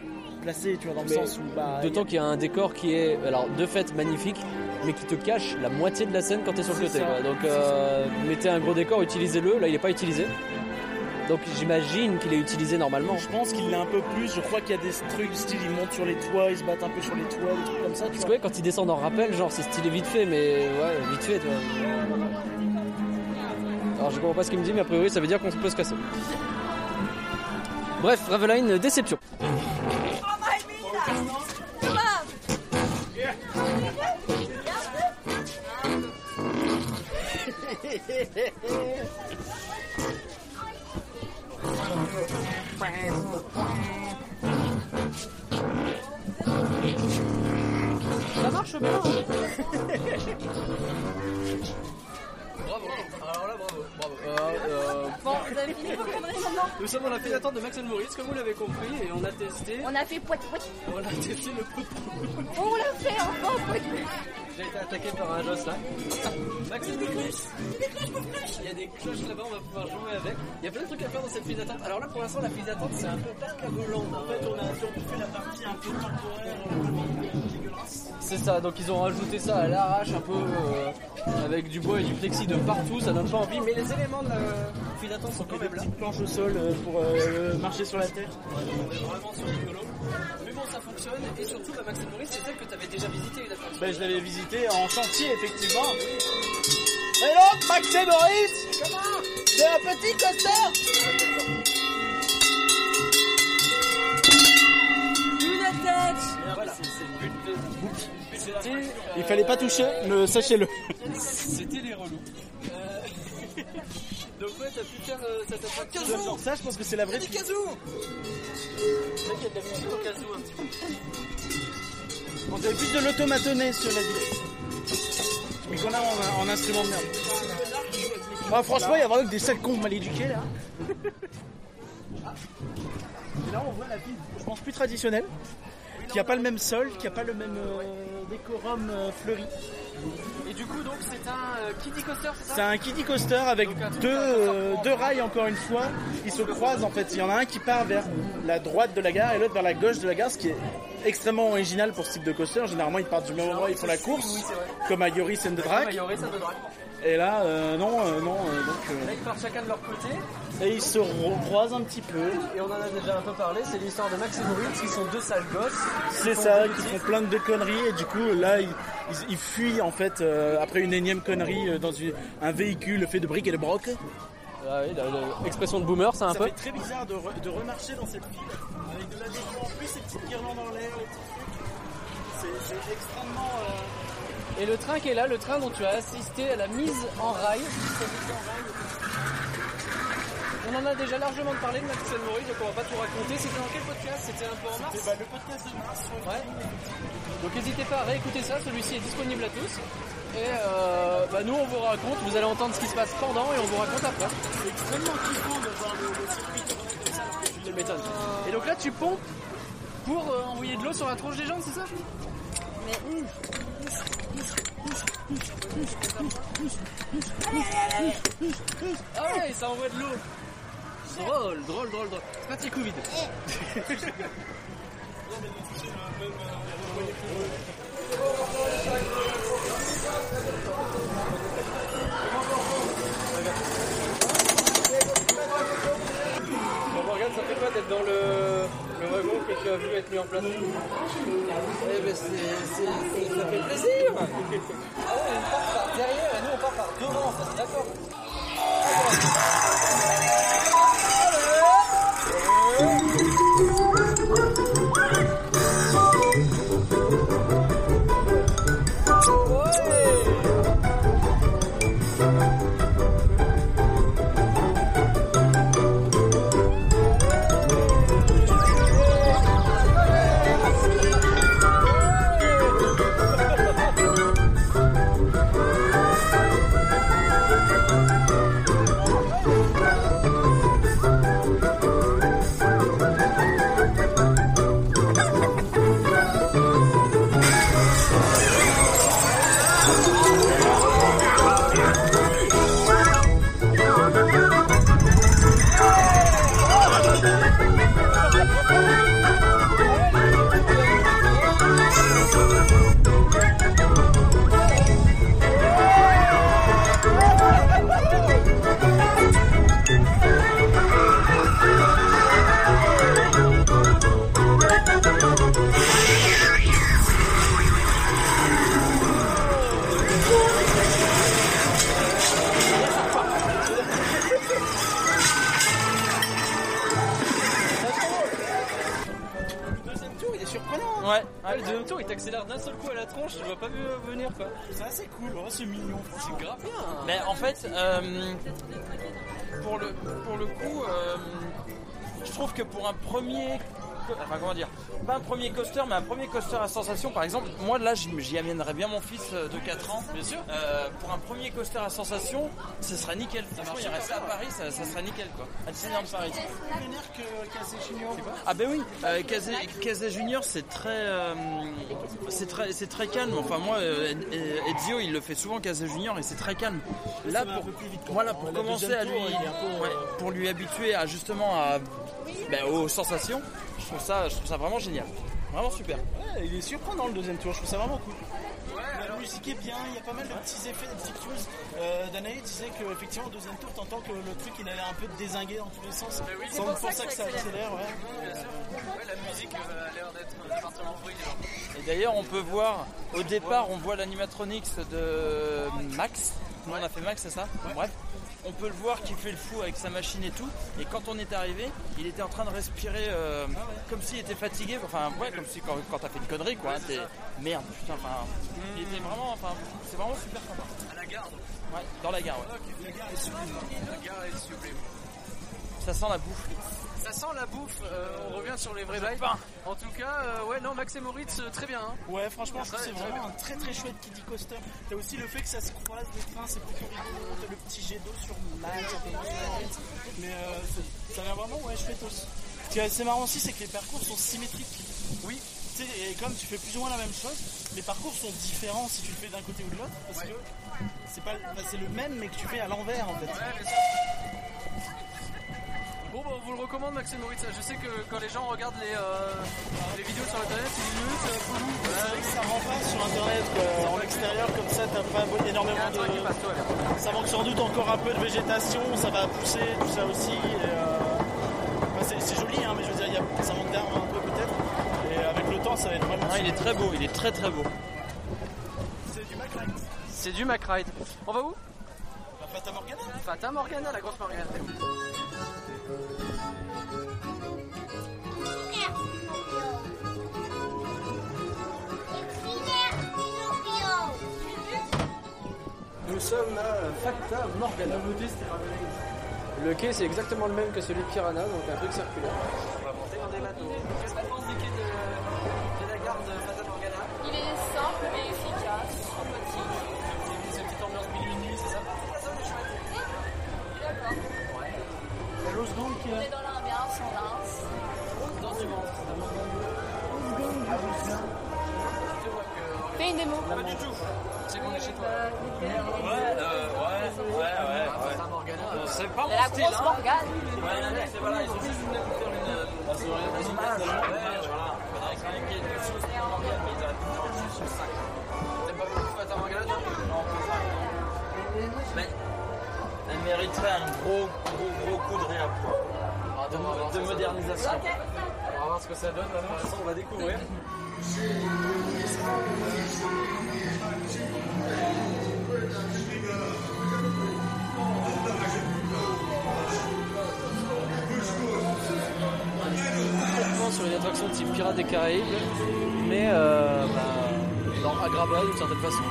placé, tu vois, dans le Mais sens où bah. D'autant qu'il y a un décor qui est, alors de fait magnifique, mais qui te cache la moitié de la scène quand t'es sur le côté. C'est ça. quoi. Donc euh, mettez un gros décor, utilisez-le. Là, il est pas utilisé. Donc j'imagine qu'il est utilisé normalement. Je pense qu'il l'a un peu plus, je crois qu'il y a des trucs style ils montent sur les toits, ils se battent un peu sur les toits, des trucs comme ça, tu Parce vois. que ouais, quand ils descendent en rappel, genre c'est stylé vite fait, mais ouais, vite fait, toi. Alors je comprends pas ce qu'il me dit, mais a priori ça veut dire qu'on peut se casser. Bref, Raveline, déception. Ça marche bien. Bravo, alors là, bravo, bravo. Bon, vous avez fini vos conneries maintenant Euh, Nous sommes dans la file d'attente de Max Maurice, comme vous l'avez compris, et on a testé. On a fait poit poit. On a testé le pot On l'a fait enfin poit J'ai été attaqué par un joss là. Max Maurice Il y a des cloches là-bas, on va pouvoir jouer avec. Il y a plein de trucs à faire dans cette file d'attente. Alors là, pour l'instant, la file d'attente, c'est un peu Hollande, en fait, on a surtout fait la partie un peu temporaire, euh, dégueulasse. C'est ça, donc ils ont rajouté ça à l'arrache un peu euh, avec du bois et du plexi de partout, ça donne pas envie, mais les éléments de la file d'attente sont quand même là. planche au sol euh, pour euh, marcher sur la terre. on est vraiment sur rigolo. Mais bon, ça fonctionne, et surtout, la Maxime Maurice, c'est celle que t'avais déjà visitée, une attraction. Ben, je l'avais visité en chantier, effectivement. Hello, Max et Maurice C'est un petit costard Voilà, c'est- c'est le but de- C'était- Il fallait pas toucher, mais sachez-le. C'était les relous. Euh, Donc ouais, t'as pu faire euh, ça t'a fait 15 Genre ça, je pense que c'est la vraie... Il y a des casous C'est vrai qu'il y a de la musique au casou un petit peu. On dirait plus de l'automatonné, cela dit. Mais qu'on a en, en instrument de merde. Ah, franchement, il y a vraiment que des sales cons mal éduqués, là. Ah. Et là, on voit la ville, je pense, plus traditionnelle, qui a pas le même sol, qui a pas le même euh, décorum euh, fleuri. Et du coup donc c'est un euh, kitty coaster c'est ça C'est un kiddie coaster avec deux, euh, deux rails encore une fois. Ils se croisent en fait. Il y en a un qui part vers la droite de la gare et l'autre vers la gauche de la gare, ce qui est extrêmement original pour ce type de coaster. Généralement ils partent du même endroit, ils font la course, comme à Yoris and the Comme à Drac. Yoris, ça me drague. Et là, euh, non, euh, non, euh, donc. euh, Là ils partent chacun de leur côté. et ils se recroisent un petit peu. Et on en a déjà un peu parlé, c'est l'histoire de Max et Maurice qui sont deux sales gosses. C'est Ils sont ça, deux qui petits. font plein de conneries et du coup là ils, ils- ils fuient en fait euh, après une énième connerie euh, dans une- un véhicule fait de briques et de broc. Ah oui, la- la- expression de boomer, ça un peu. fait très bizarre de, re- de remarcher dans cette file avec de la déco en plus, ces petites guirlandes en l'air, les petits trucs. C'est- C'est extrêmement. euh, Et le train qui est là, le train dont tu as assisté à la mise en rail. On en a déjà largement parlé de Maxime Maurice, donc on va pas tout raconter. C'était dans quel podcast C'était un peu en mars bah, le podcast de mars. Donc n'hésitez pas à réécouter ça, celui-ci est disponible à tous. Et euh, bah, nous on vous raconte, vous allez entendre ce qui se passe pendant et on vous raconte après. C'est extrêmement kiffant d'avoir le, le circuit tourné comme ça. Et donc là tu pompes pour euh, envoyer de l'eau sur la tronche des gens, c'est ça Mais. Allez, allez, allez Ah ouais, ça envoie de l'eau Drôle, drôle, drôle, drôle. C'est pas très Covid. Bon, regarde, ça fait quoi d'être dans le, le wagon que tu as vu être mis en place Eh ben, c'est. Ça fait plaisir Ah ouais, on part par derrière et nous on part par devant, ça c'est d'accord Deuxième tour, il est surprenant Ouais, Ah, le deuxième tour, il t'accélère d'un seul coup à la tronche, je vois pas euh, mieux venir quoi. Ça c'est cool, ouais, Oh, c'est mignon, c'est grave bien Mais en fait, euh, pour, le, pour le coup, euh, je trouve que pour un premier. co- Enfin, comment dire Pas un premier coaster, mais un premier coaster à sensation, par exemple, moi là, j'y j'y amènerais bien mon fils euh, de 4 ans. Bien sûr. pour un premier coaster à sensation, ce sera nickel. Franchement, il reste à Paris, ça, ça sera nickel quoi. Ah, À Disneyland Paris. Vénère que Casé Junior. Ah ben oui, euh, Casey Casey Junior c'est très, euh, c'est très, c'est très calme. Enfin moi, euh, euh, Ezio il le fait souvent Casey Junior et c'est très calme. Là pour, voilà pour Le commencer deuxième à lui, tour, il est un peu, euh, ouais, pour lui habituer à justement à, ben, aux sensations, je trouve ça, je trouve ça vraiment génial, vraiment super. Ouais, il est surprenant le deuxième tour, je trouve ça vraiment cool. La musique est bien, il y a pas mal de petits effets, de petites choses. Euh, Danae disait qu'effectivement au deuxième tour, t'entends que le truc il allait un peu dézinguer dans tous les sens. c'est C'est pour pour ça ça que que ça ça accélère, ouais. la musique euh, a l'air d'être fortement Et d'ailleurs, on peut voir, au départ, on voit l'animatronics de Max. Nous, on a fait Max, c'est ça Bref. On peut le voir qui fait le fou avec sa machine et tout. Et quand on est arrivé, il était en train de respirer euh, comme s'il était fatigué. Enfin, ouais, comme si quand, quand t'as fait une connerie, quoi. t'es- Merde, putain, enfin. Il était vraiment. Enfin, c'est vraiment super sympa. Hmm. À la gare Ouais, dans la gare, ouais. La gare est sublime. La gare est sublime. Ça sent la bouffe. Ça sent la bouffe, euh, on revient sur les vrais bails. En tout cas, euh, ouais, non, Max et Moritz, euh, très bien. hein. Ouais, franchement, je trouve que c'est Très, très vraiment un bien. très très chouette Kiddy Coaster. T'as aussi le fait que ça se croise les trains, c'est plutôt rigolo. T'as le petit jet d'eau sur Max, ça fait mal à la tête. Mais euh, c'est- ça a l'air vraiment, ouais, chouette aussi. Ce qui est assez marrant aussi, c'est que les parcours sont symétriques. Oui. Et comme tu fais plus ou moins la même chose, les parcours sont différents si tu le fais d'un côté ou de l'autre. Parce que c'est pas, enfin, c'est le même, mais que tu fais à l'envers en fait. Bon, bah, on vous le recommande, Max et Moritz. Je sais que quand les gens regardent les, euh, les vidéos sur internet, ils disent euh, c'est relou. C'est vrai que ça rend pas sur internet, quoi. en extérieur comme ça, t'as pas énormément de. ça manque sans doute encore un peu de végétation, ça va pousser, tout ça aussi. et, euh, enfin, c'est- c'est joli, hein, mais je veux dire, il y a- ça manque d'arbres un peu peut-être. Et avec le temps, ça va être vraiment. Ah, il est très beau, il est très très beau. C'est du Macrine. C'est du Mac Ride. On va où Fata Morgana Fata Morgana, la grosse Morgana. Nous sommes à Facta Morgana. Le quai, c'est exactement le même que celui de Piranha, donc un truc circulaire. On va monter dans des bateaux. Qu'est-ce qu'on pense du quai de, de la gare de Fata Morgana Il est simple mais efficace, robotique. Cette petite ambiance milieu de nuit, c'est ça La zone est chouette. D'accord. La Los Gang qui est On là. est dans l'ambiance, on danse. Dans du vent. Los Gang. Je vois que Fais une démo. Pas du tout. C'est qu'on est chez toi. Ouais, euh, ouais, ouais, ouais. ouais. Euh, C'est pas mon La style. grosse hein. Morgane. Ouais, non, mais c'est- voilà, ils ont juste voulu nous faire une. une image, ouais, voilà. Faudrait que ça ait quelque chose de Morgane, mais ils auraient pu faire juste sur ça. T'aimes pas beaucoup Fata Morgana, toi Non, plus ça, non. Mais elle mériterait un gros, gros, gros coup de réa. Ah, De, de modernisation. On va voir ce que ça donne, maintenant. De toute façon, on va découvrir. complètement sur une attraction de type Pirates des Caraïbes, mais euh, bah, dans Agrabah d'une certaine *laughs* façon.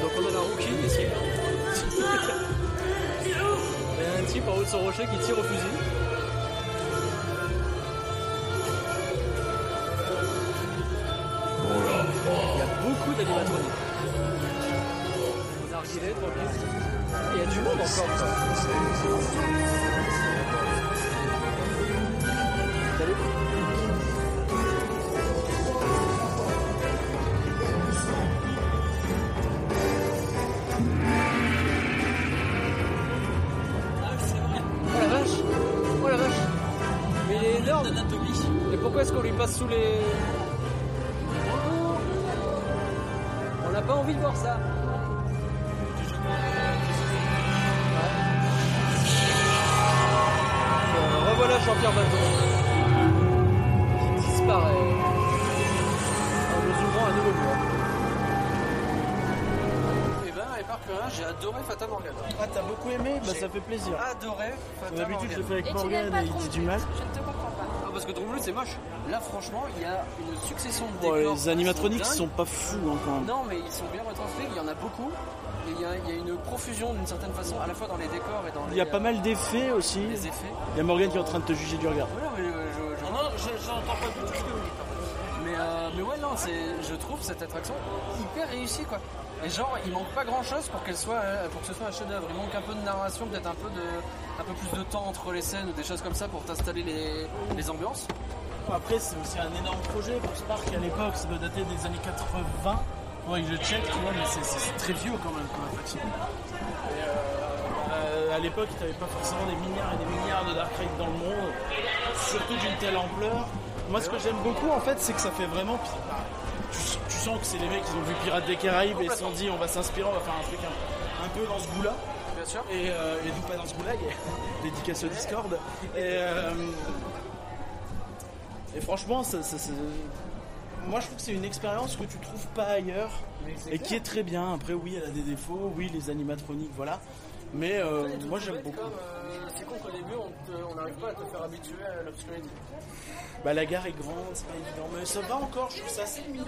Donc on a la rookie ici. Il y a un type en haut de son rocher qui tire au fusil. Il y a beaucoup d'animatroniques. Des archivés, tranquille. Il y a du monde encore. quoi. Oh la vache Oh la vache Mais il est énorme Et pourquoi est-ce qu'on lui passe sous les... On n'a pas envie de voir ça Euh, Revoilà Jean-Pierre Bateau qui disparaît en nous ouvrant un nouveau monde. Eh Et ben, et par curieux, j'ai adoré Fata Morgana. Ah, t'as beaucoup aimé Bah, J'ai ça fait plaisir. Adoré Fata D'habitude, je le fais avec Morgana. Morgane et il dit du mal. Ah, parce que Dromblou, c'est moche. Là, franchement, il y a une succession de Bon, décors. qui Oh, les animatroniques dingues. sont pas fous, hein, quand même. Non, mais ils sont bien retranscrits, il y en a beaucoup. Et il y a, il y a une profusion d'une certaine façon, à la fois dans les décors et dans les. Il y a pas mal d'effets aussi. Il y a Morgane qui est en train de te juger du regard. Voilà, mais euh, je. je- Non, je- j'entends pas du tout ce que vous dites. en fait. Mais, euh, mais ouais, non, c'est- je trouve cette attraction hyper réussie, quoi. Et genre, il manque pas grand chose pour qu'elle soit, euh, pour que ce soit un chef-d'œuvre. Il manque un peu de narration, peut-être un peu de, un peu plus de temps entre les scènes ou des choses comme ça pour t'installer les, les ambiances. Après, c'est aussi un énorme projet pour ce parc. À l'époque, ça doit dater des années 80. Ouais, je check, tu vois, mais c'est- c'est c'est très vieux quand même comme attraction. Et, euh, euh, à l'époque, t'avais pas forcément des milliards et des milliards de dark rides dans le monde, surtout d'une telle ampleur. Moi, ce que j'aime beaucoup, en fait, c'est que ça fait vraiment. Tu, tu sens que c'est les mecs qui ont vu Pirates des Caraïbes et se sont dit, on va s'inspirer, on va faire un truc un, un peu dans ce goût-là. Bien sûr. Et, euh, et donc pas dans ce goût-là, il y a- *laughs* dédicace au Discord. Et, euh, et franchement, ça- ça- ça- moi je trouve que c'est une expérience que tu trouves pas ailleurs et qui est très bien. Après, oui, elle a des défauts, oui, les animatroniques, voilà. Mais euh, moi j'aime beaucoup. c'est con qu'au début, on n'arrive pas à te faire habituer à l'obscurité. Bah, la gare est grande, c'est pas évident, mais ça va encore, je trouve ça assez mignon.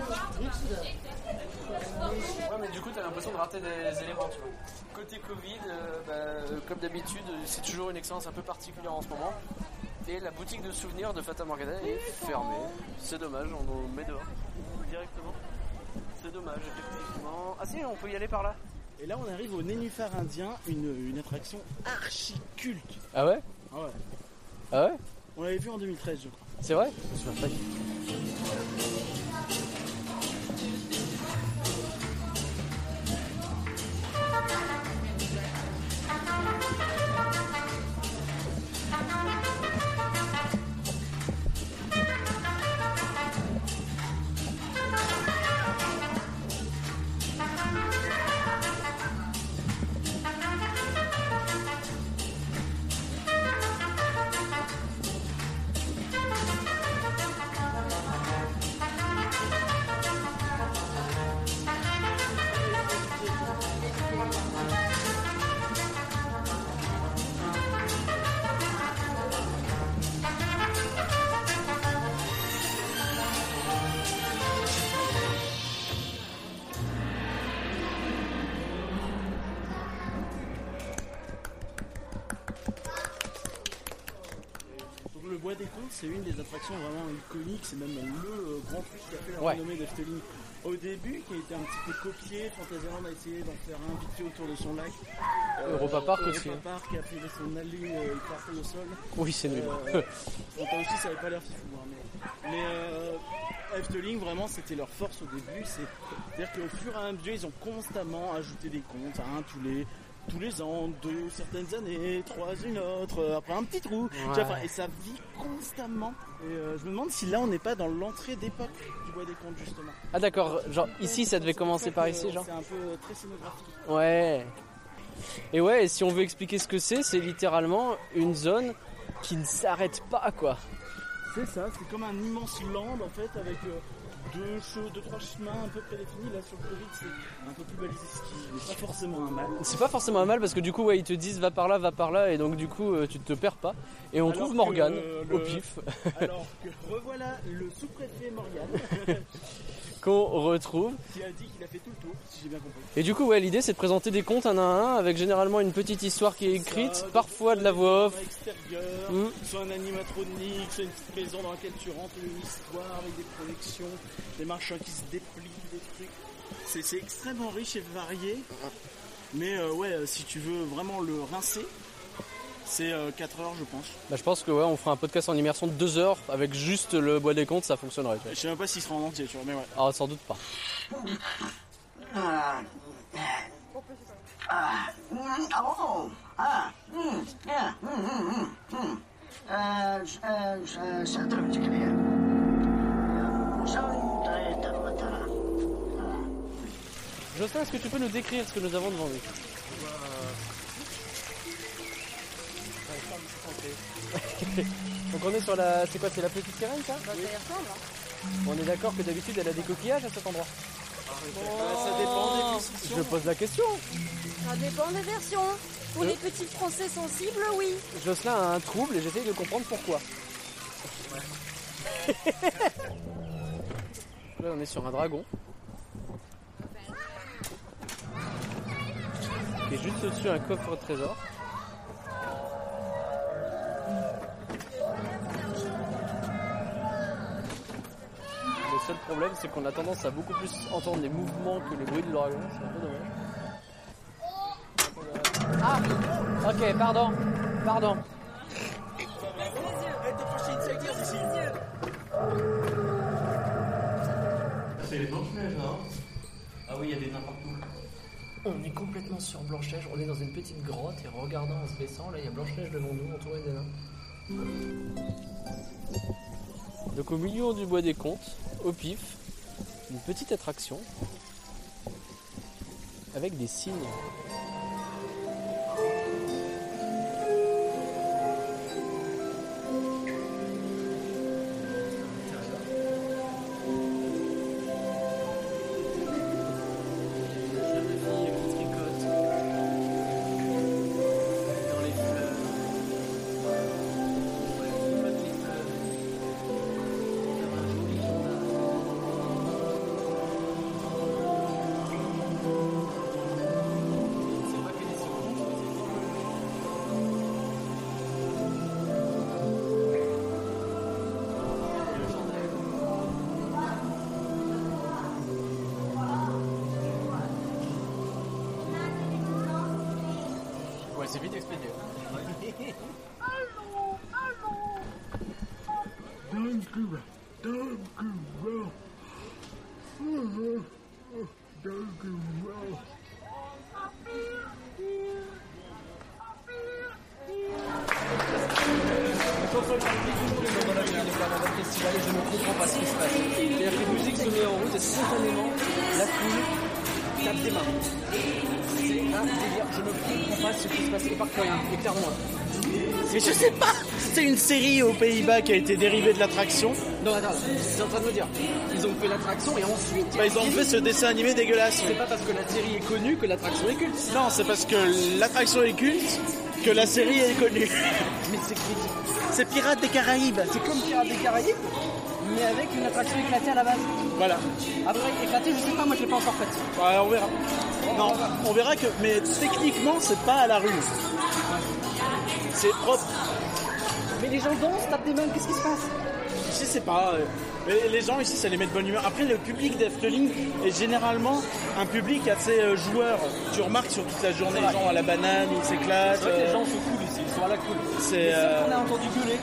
Ouais, mais du coup, t'as l'impression de rater des éléments, tu vois. Côté Covid, euh, bah, euh, comme d'habitude, euh, c'est toujours une expérience un peu particulière en ce moment. Et la boutique de souvenirs de Fata Morgana est fermée. C'est dommage, on nous met dehors directement. C'est dommage, effectivement. Ah si, on peut y aller par là. Et là, on arrive au Nénuphar Indien, une, une attraction archi culte. Ah ouais Ah ouais. Ah ouais On l'avait vu en 2013, je crois. C'est vrai Thank Bois des Contes, c'est une des attractions vraiment iconiques, c'est même le euh, grand truc qui a fait la Ouais. renommée d'Efteling au début, qui a été un petit peu copié. Fantasyland a essayé d'en faire un vite fait autour de son lac. Euh, Europa Park aussi, Europa hein. Park a pris son allée euh, parfait au sol. Oui, c'est nul. Euh, Fanta aussi, ça avait pas l'air fifou. hein, mais mais euh, Efteling, vraiment, c'était leur force au début. c'est- C'est-à-dire qu'au fur et à mesure, ils ont constamment ajouté des comptes, un tous les. Tous les ans, deux certaines années, trois une autre, euh, après un petit trou. Tu vois, Ouais. enfin, et ça vit constamment. Et euh, je me demande si là on n'est pas dans l'entrée d'époque du Bois des Contes justement. Ah d'accord, genre ici ça devait commencer par ici, genre C'est un peu euh, très scénographique. Ouais. Et ouais, et si on veut expliquer ce que c'est, c'est littéralement une zone qui ne s'arrête pas, quoi. C'est ça, c'est comme un immense land en fait avec euh, deux, che- deux, trois chemins un peu prédéfinis. Là sur le Covid c'est un peu plus balisé, ce qui n'est pas forcément un mal. *laughs* C'est pas forcément un mal parce que du coup, ouais, ils te disent va par là, va par là, et donc du coup, euh, tu te perds pas. Et on Alors trouve que, Morgane euh, au le- pif. *laughs* Alors que revoilà le sous-préfet Morgane qu'on retrouve. qui a dit qu'il a fait tout le tour, si j'ai bien compris. Et du coup, ouais, l'idée c'est de présenter des contes un à un avec généralement une petite histoire qui est écrite, parfois de la voix off. extérieur, Mm. soit un animatronique, soit une petite maison dans laquelle tu rentres, une histoire avec des projections, des machins qui se déplient, des trucs. C'est, c'est extrêmement riche et varié. Mais euh, ouais, euh, si tu veux vraiment le rincer, c'est 4 heures je pense. Bah, je pense que ouais, on fera un podcast en immersion de deux heures avec juste le bois des contes, ça fonctionnerait. tu vois. Je sais même pas s'il sera en entier, tu vois, mais ouais. Ah, sans doute pas. Ah. Ah. Mm, Oh. Ah. Mm, yeah. Mm, mm, mm, mm. Euh, je- euh, je- c'est un truc particulier. Euh, ça me traite de retard. Jocelyn, est-ce que tu peux nous décrire ce que nous avons devant nous *laughs* Donc on est sur la... C'est quoi C'est la petite sirène ça Bah, hein. On est d'accord que d'habitude elle a des coquillages à cet endroit Ah, ça dépend des discussions. Je pose la question Ça dépend des versions. Pour Je- Hein les petits français sensibles, oui. Jocelyn a un trouble et j'essaye de comprendre pourquoi. *laughs* Là on est sur un dragon. Et juste au-dessus un coffre au trésor. Le seul problème c'est qu'on a tendance à beaucoup plus entendre les mouvements que le bruit de l'oragon, c'est un peu dommage. Ah Ok, pardon, pardon. C'est les Blanches-Neiges, hein Ah oui, il y a des nains partout. On est complètement sur Blanche-Neige, on est dans une petite grotte et en regardant en se baissant, là il y a Blanche-Neige devant nous entourée des nains. Donc au milieu du bois des contes, au pif, une petite attraction avec des signes. Ouais, c'est vite expédié. je ne comprends pas ce qui se passe. C'est-à-dire que la musique se met en route et spontanément, la foule tape des mains. C'est un délire, je ne comprends pas ce qui se passe, épargne-moi, éclaire-moi. Mais je sais pas C'est une série aux Pays-Bas qui a été dérivée de l'attraction. Non, attends, c'est en train de me dire. Ils ont fait l'attraction et ensuite. Bah, ils ont fait ce dessin animé dégueulasse. C'est pas parce que la série est connue que l'attraction est culte. Non, c'est parce que l'attraction est culte que la série est connue. Mais c'est C'est Pirates des Caraïbes. C'est comme Pirates des Caraïbes, mais avec une attraction éclatée à la base. Voilà. Après, éclatée, je sais pas, moi je l'ai pas encore faite. Ouais, on verra. Non, on verra que. Mais techniquement, c'est pas à la rue. C'est propre. Mais les gens dansent, tapent des mains, qu'est-ce qui se passe Ici, c'est pas. euh, les- les gens ici, ça les met de bonne humeur. Après, le public d'Efteling est généralement un public assez euh, joueur. Tu remarques sur toute la journée, les gens à la banane, ils s'éclatent. C'est vrai que les gens sont cool ici, ils sont à la cool. Les C'est. seuls euh, qu'on a entendu gueuler,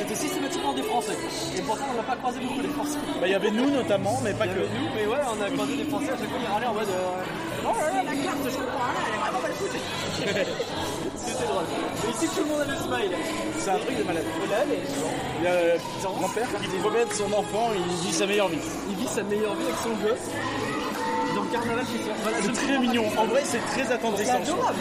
c'était systématiquement des Français. Et pourtant, on n'a pas croisé beaucoup des Français. bah, Il y avait nous notamment, mais pas que. Nous, mais ouais, on a croisé des Français à chaque fois, ils râlaient en mode. euh, Oh là là, la carte, je comprends rien, elle est vraiment mal *laughs* foutue. C'était drôle. Mais ici, tout le monde a le smile. C'est un truc de malade. Il y a euh, son grand-père qui promène son enfant, il vit sa meilleure vie. Il vit sa meilleure vie avec son gosse. Dans le carnaval, c'est sûr. Voilà, je C'est très comprends mignon. pas. En vrai, c'est très C'est attendrissant. je trouve. adorable.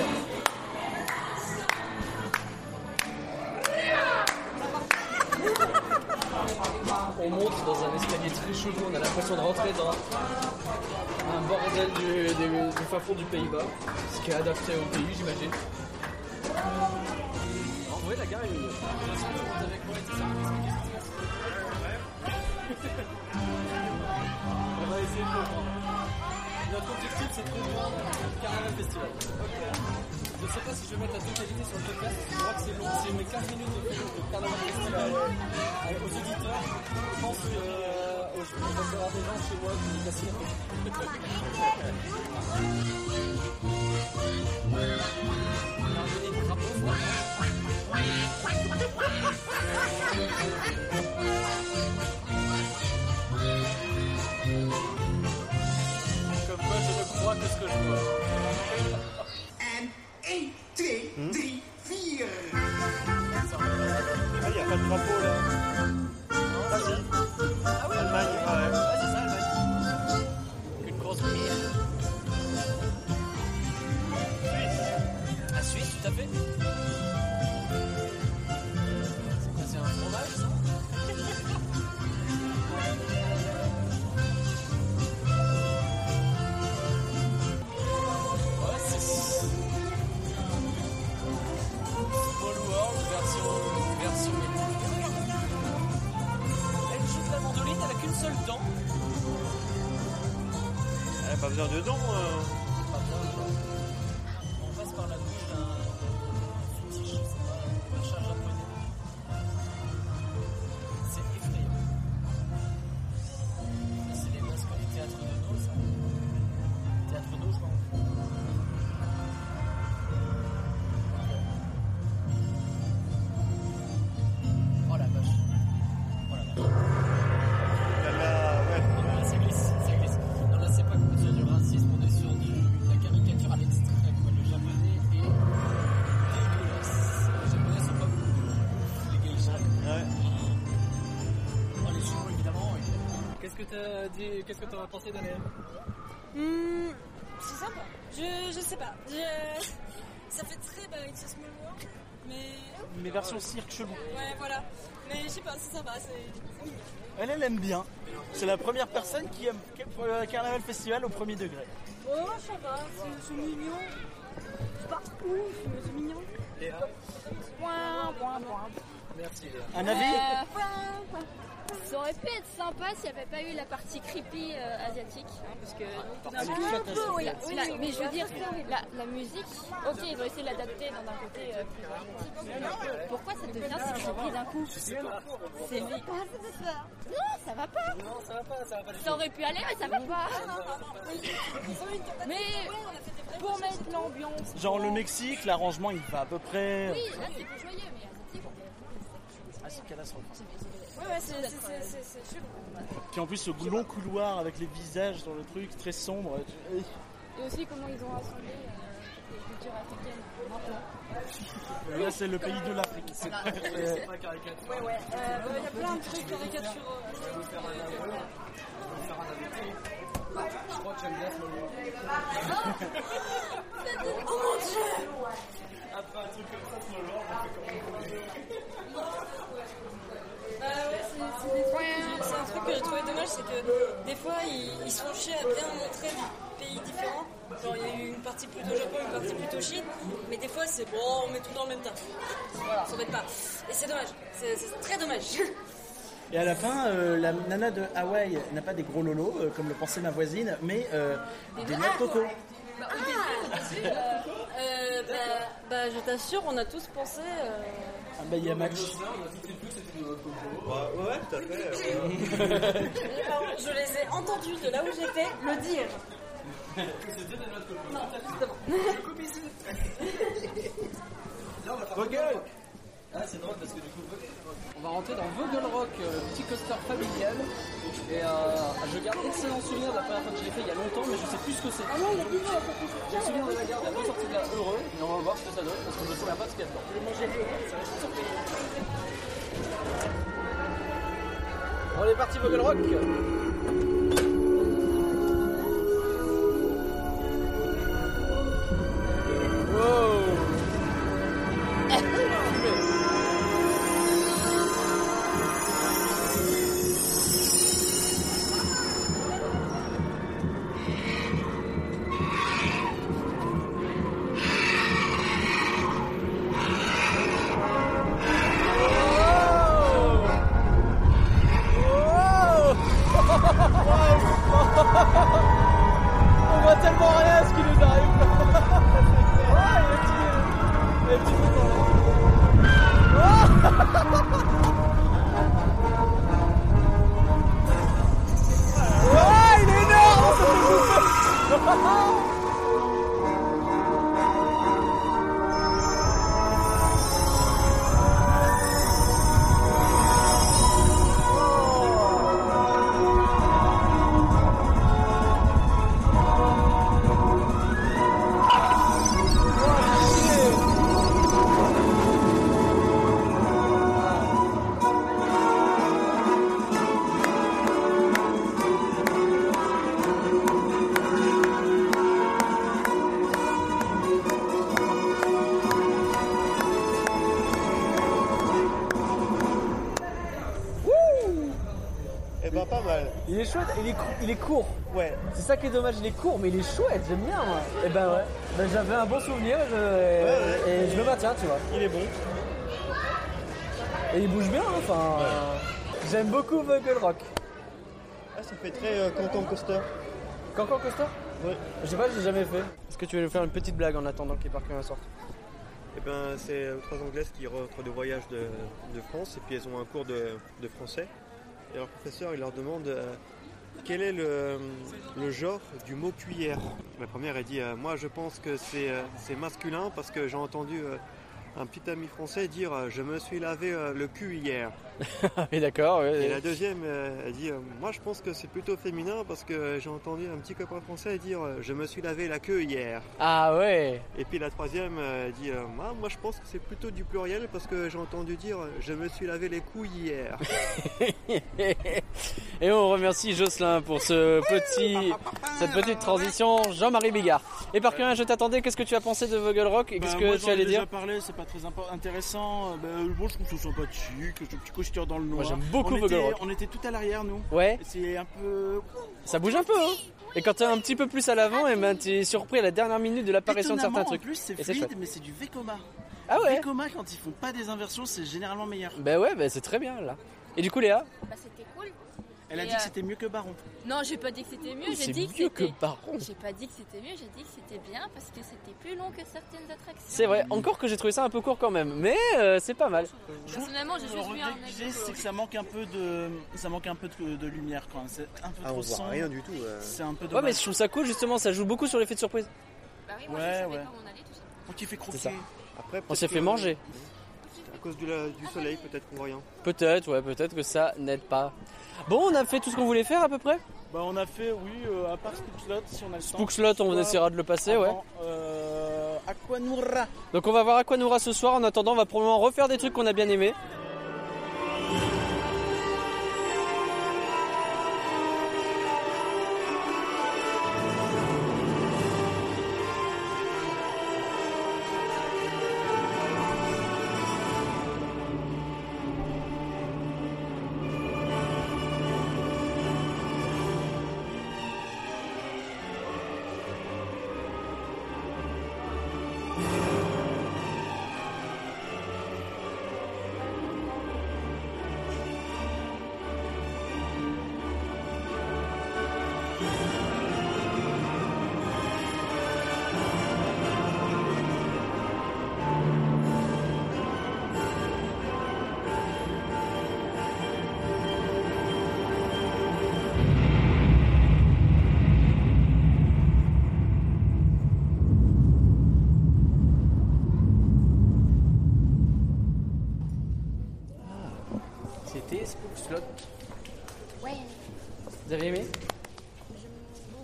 On monte dans un escalier très chelou, on a l'impression de rentrer dans un bordel du, du- du fin fond du Pays-Bas, ce qui est adapté au pays, j'imagine. En vrai, la gare est mignonne. On va essayer de comprendre. Notre objectif, c'est de comprendre le Carnaval Festival. Je sais pas si je vais mettre la totalité sur le podcast, parce que je crois que c'est long. Si je mets 15 minutes de vidéo de Carnaval Festival euh, aux auditeurs, je pense que euh, je vais avoir des gens chez moi qui me cassent Comme quoi, je ne crois que ce que je vois. En 1, 2, 3, 4. Ah, il n'y a pas de drapeau là. Ah, si. Allemagne, ah ouais. Une grosse bière. Suisse. À Suisse, tout à fait. C'est quoi, c'est un fromage ça Ouais, c'est. Small World version. version métallique. Elle joue de la mandoline, elle a qu'une seule dent. Elle a pas besoin de dents. euh. On passe par la bouche d'un petit, je sais pas, un chat japonais. C'est effrayant. Ça, C'est les masques du théâtre de dos, ça. Théâtre d'eau, je pense. Oh la vache. Oh la vache. Là, ça glisse, ça glisse. Non, là, c'est pas comme sur du racisme, on est sur du, de la caricature à l'extrême. quoi. Le japonais est dégueulasse. Les japonais sont pas beaucoup de les geishas. Ouais. Oh, les chinois, évidemment. Qu'est-ce que t'as dit Qu'est-ce que t'en as pensé, Daniel Hmm, c'est sympa. Je, je sais pas. Je- Ça fait très bah, It's a Small World, mais... Mais version cirque chelou. Ouais, voilà. Mais je sais pas, c'est sympa. C'est... Elle, elle aime bien. C'est la première personne qui aime le Carnaval Festival au premier degré. Oh, je sais pas, c'est, c'est mignon. C'est pas ouf, mais c'est mignon. euh, Léa Ouin, ouin, ouin. Merci, Léa. Un avis Euh, Ça aurait pu être sympa s'il n'y avait pas eu la partie creepy euh, asiatique. Ah, hein, parce que. Un peu, asiatique. oui, La- oui, la- oui, mais oui, je veux dire, oui. la, la musique, ok, ils vont essayer de l'adapter dans un côté euh, plus asiatique. Mais pourquoi ça devient si creepy d'un coup Je sais pas. C'est pas Non, ça va pas. Non, ça va pas, ça va pas. du Ça tout. aurait pu aller, mais ça va pas. Mais pour mettre l'ambiance. Genre le Mexique, l'arrangement il va à peu près. Oui, là c'est plus joyeux, mais asiatique. Ah, c'est une catastrophe. Ouais, ouais, c'est, c'est, c'est, c'est, c'est chelou. Puis en plus, ce long couloir avec les visages dans le truc très sombre. tu- Et aussi comment ils ont rassemblé euh, les cultures africaines maintenant. Et Là, c'est le pays de l'Afrique. C'est pas- Euh, Ouais, ouais. Il y a plein de trucs caricaturaux. Je crois que j'aime bien ce moment. Oh mon dieu Après un truc comme ça, Small World, on fait Bah ouais, c'est- c'est des fois- c'est un truc que j'ai trouvé dommage, c'est que des fois ils, ils se font chier à bien montrer des pays différents. Genre il y a eu une partie plutôt Japon, une partie plutôt Chine, mais des fois c'est bon, on met tout dans le même tas. Voilà. On s'embête pas. Et c'est dommage, c'est c'est très dommage. *laughs* Et à la fin, euh, la nana de Hawaï n'a pas des gros lolos, euh, comme le pensait ma voisine, mais euh, des noix de coco. Bah, au début, au début, euh, euh, bah, Bah, je t'assure, on a tous pensé. euh, Ah bah, il y a Max. On a tout de suite vu que c'était de notre coco. Ouais, ouais, tout à fait. les parents, je les ai entendus de là où j'étais le dire. Que c'était de notre coco. Non, justement. Je coupe ici. Là, on va faire. Vogel Ah, c'est drôle parce que du coup, Vogel. On va rentrer dans Vogel Rock, euh, petit coaster familial. Et euh, je garde d'excellents souvenirs de la première fois que je l'ai fait il y a longtemps, mais je sais plus ce que c'est. Ah non, il y a plus Je me souviens de la garde, la sortie de la heureux, mais on va voir ce que ça donne parce que je me souviens pas de ce qu'il y a dedans. Ça va être surpris. On est parti Vogel Rock On voit tellement rien ce qui nous arrive. Ah, il y a des petits- il y a des petits bouts dans l'air. Ah Ah, il est énorme ça fait bouffer. Eh ben, pas mal. Il est chouette, il est, cou- il est court. Ouais. C'est ça qui est dommage, il est court, mais il est chouette, j'aime bien moi. Et ben ouais, Ben, j'avais un bon souvenir je- ouais. et je le maintiens, tu vois. Il est bon. Et il bouge bien, hein, enfin. J'aime beaucoup Vogel Rock. Ah, ça fait très euh, Cancan Coaster. Cancan Coaster Oui. Je sais pas, j'ai jamais fait. Est-ce que tu veux nous faire une petite blague en attendant qu'il parcourt la sorte Eh ben, c'est euh, trois Anglaises qui rentrent de voyage de, de France et puis elles ont un cours de, de français. Et leur professeur, il leur demande euh, quel est le, le genre du mot cuillère. La première, elle dit euh, Moi, je pense que c'est euh, c'est masculin parce que j'ai entendu euh, un petit ami français dire euh, Je me suis lavé euh, le cul hier. Ah, Oui, d'accord. Et la deuxième, euh, elle dit euh, Moi, je pense que c'est plutôt féminin parce que j'ai entendu un petit copain français dire euh, Je me suis lavé la queue hier. Ah ouais *laughs* Et puis la troisième euh, elle dit euh, Ah, Moi, je pense que c'est plutôt du pluriel parce que j'ai entendu dire euh, Je me suis lavé les couilles hier. Et on remercie Jocelyn pour ce petit, cette petite transition. Jean-Marie Bigard. Et par je t'attendais, qu'est-ce que tu as pensé de Vogel Rock et Bah, qu'est-ce moi, que j'en tu ai allais déjà dire parlé, c'est pas très impo- intéressant. Euh, bah, euh, bon, je trouve ça sympathique, ce petit coaster dans le Moi, noir. j'aime beaucoup on Vogel était, Rock. on était tout à l'arrière, nous. Ouais. C'est un peu. Ça bouge un peu, hein Et quand t'es un petit peu plus à l'avant, et ben t'es surpris à la dernière minute de l'apparition de Étonnamment, certains trucs. En plus, c'est Et c'est fluide, chouette. mais c'est du Vekoma. Ah ouais Vekoma, quand ils font pas des inversions, c'est généralement meilleur. Ben ouais, ben c'est très bien là. Et du coup, Léa Bah, c'était cool. Elle a Et, dit que euh, c'était mieux que Baron. Non, j'ai pas dit que c'était mieux, Oh, c'est j'ai dit que mieux c'était. que Baron. J'ai pas dit que c'était mieux, j'ai dit que c'était bien parce que c'était plus long que certaines attractions. C'est vrai, Eh, encore que j'ai trouvé ça un peu court quand même, mais euh, c'est pas mal. Personnellement, j'ai Le juste vu un regret que j'ai, c'est que ça manque un peu de, ça manque un peu de, de lumière quand même. C'est un peu Ah, on trop voit sombre. rien du tout, euh. C'est un peu Ouais, dommage. mais je trouve ça cool justement, ça joue beaucoup sur l'effet de surprise. Bah oui, moi, je savais pas où on allait tout ça. On t'y fait C'est ça. croquer. Après, On peut-être s'est que- fait manger. À cause du, la- du soleil, peut-être qu'on voit rien. Peut-être, ouais, peut-être que ça n'aide pas. Bon, on a fait tout ce qu'on voulait faire à peu près Bah, on a fait, oui, euh, à part Spookslot, si on a le temps. Spookslot, on Soit essaiera de le passer, ouais. avant, Euh, Aquanura. Donc on va voir Aquanura ce soir. En attendant, on va probablement refaire des trucs qu'on a bien aimés. Thank C'était Spookslot. Ouais. Vous avez aimé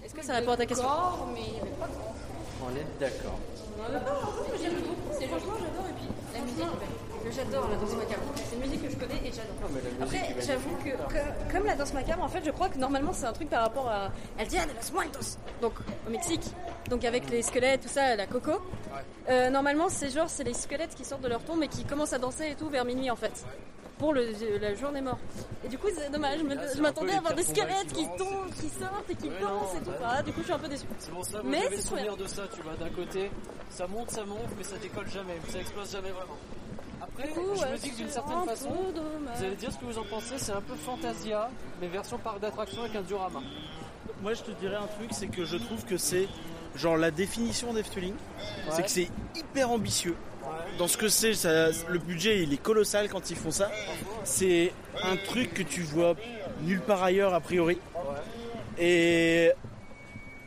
Est-ce que ça répond à ta question mais il n'y avait pas grand On est d'accord. Non, non, non, j'aime beaucoup. C'est franchement, j'adore. Et puis, la musique, ben, j'adore la danse macabre. C'est une musique que je connais et j'adore. Après, j'avoue que, que- comme la danse macabre, en fait, je crois que normalement, c'est un truc par rapport à El Dia de los Muertos, donc au Mexique. Donc, avec les squelettes, tout ça, la coco. Euh, normalement, c'est genre, c'est les squelettes qui sortent de leur tombe et qui commencent à danser et tout vers minuit, en fait. Pour le, la journée mort. Et du coup, c'est dommage, je me- Là, c'est je un peu m'attendais les à avoir des cartons squelettes qui qui dansent et tombent, qui sortent et qui Ouais, dansent non, et tout. ouais. Voilà, du coup, je suis un peu déçue. C'est pour ça, ça, moi, Mais mais j'avais j'avais le c'est trop souvenir souvenir de ça, tu vois. D'un côté, ça monte, ça monte, mais ça décolle jamais, ça explose jamais vraiment. Après, Du coup, je euh, me dis que d'une je certaine rentre façon, au dommage. vous allez dire ce que vous en pensez, c'est un peu Fantasia, mais version parc d'attraction avec un diorama. Moi, je te dirais un truc, c'est que je trouve que c'est genre la définition d'Efteling, c'est que c'est hyper ambitieux. Dans ce que c'est, ça- le budget il est colossal quand ils font ça. C'est un truc que tu vois nulle part ailleurs a priori. Et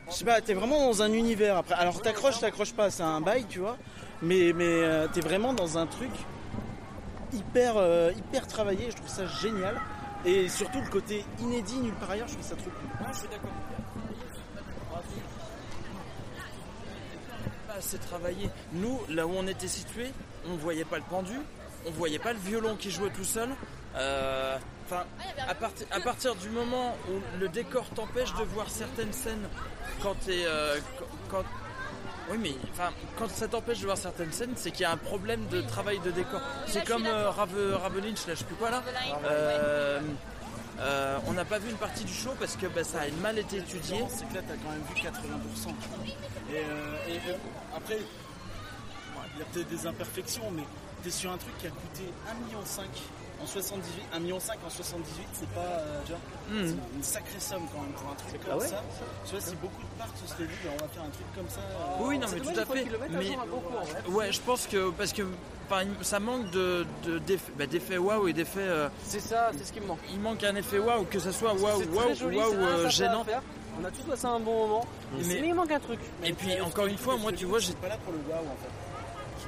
je sais pas, t'es vraiment dans un univers après. Alors t'accroches, t'accroches pas, c'est un bail, tu vois. Mais, mais euh, t'es vraiment dans un truc hyper, euh, hyper travaillé. Je trouve ça génial. Et surtout le côté inédit nulle part ailleurs, je trouve ça trop cool. je suis d'accord. Pas assez travaillé. Nous, là où on était situé, on voyait pas le pendu, on voyait pas le violon qui jouait tout seul. Euh, Enfin, à, parti- à partir du moment où le décor t'empêche de voir certaines scènes, quand t'es, euh, quand, oui, mais enfin, quand ça t'empêche de voir certaines scènes, c'est qu'il y a un problème de travail de décor. C'est comme euh, Rave, Rave Lynch, là, je sais plus quoi là. Euh, euh, on n'a pas vu une partie du show parce que bah, ça a mal été étudié. C'est que là, t'as quand même vu 80%. Et, euh, et, euh, après, ouais, il y a peut-être des imperfections, mais t'es sur un truc qui a coûté 1,5 million en 78. 1,5 million en 78, c'est pas euh, tu vois, Mhm. c'est une sacrée somme quand même pour un truc Ah comme ouais ça. Tu vois, si beaucoup de parcs se seraient dit, bah, on va faire un truc comme ça. euh, Oui, non, c'est mais dommage, tout à il faut fait. qu'ils le mettent un Mais jour à bon cours, en fait. ouais, je pense que parce que enfin, il- ça manque de de- d'eff- bah, d'effet waouh et d'effet. euh, c'est ça, c'est ce qui me manque. Il manque un effet waouh, que ça soit waouh, C'est très waouh, joli, waouh c'est un euh, sympa gênant. à faire. On a tous passé un bon moment, mais, Mais- il manque un truc. Et puis encore une fois, moi, tu vois, j'ai pas là pour le waouh en fait.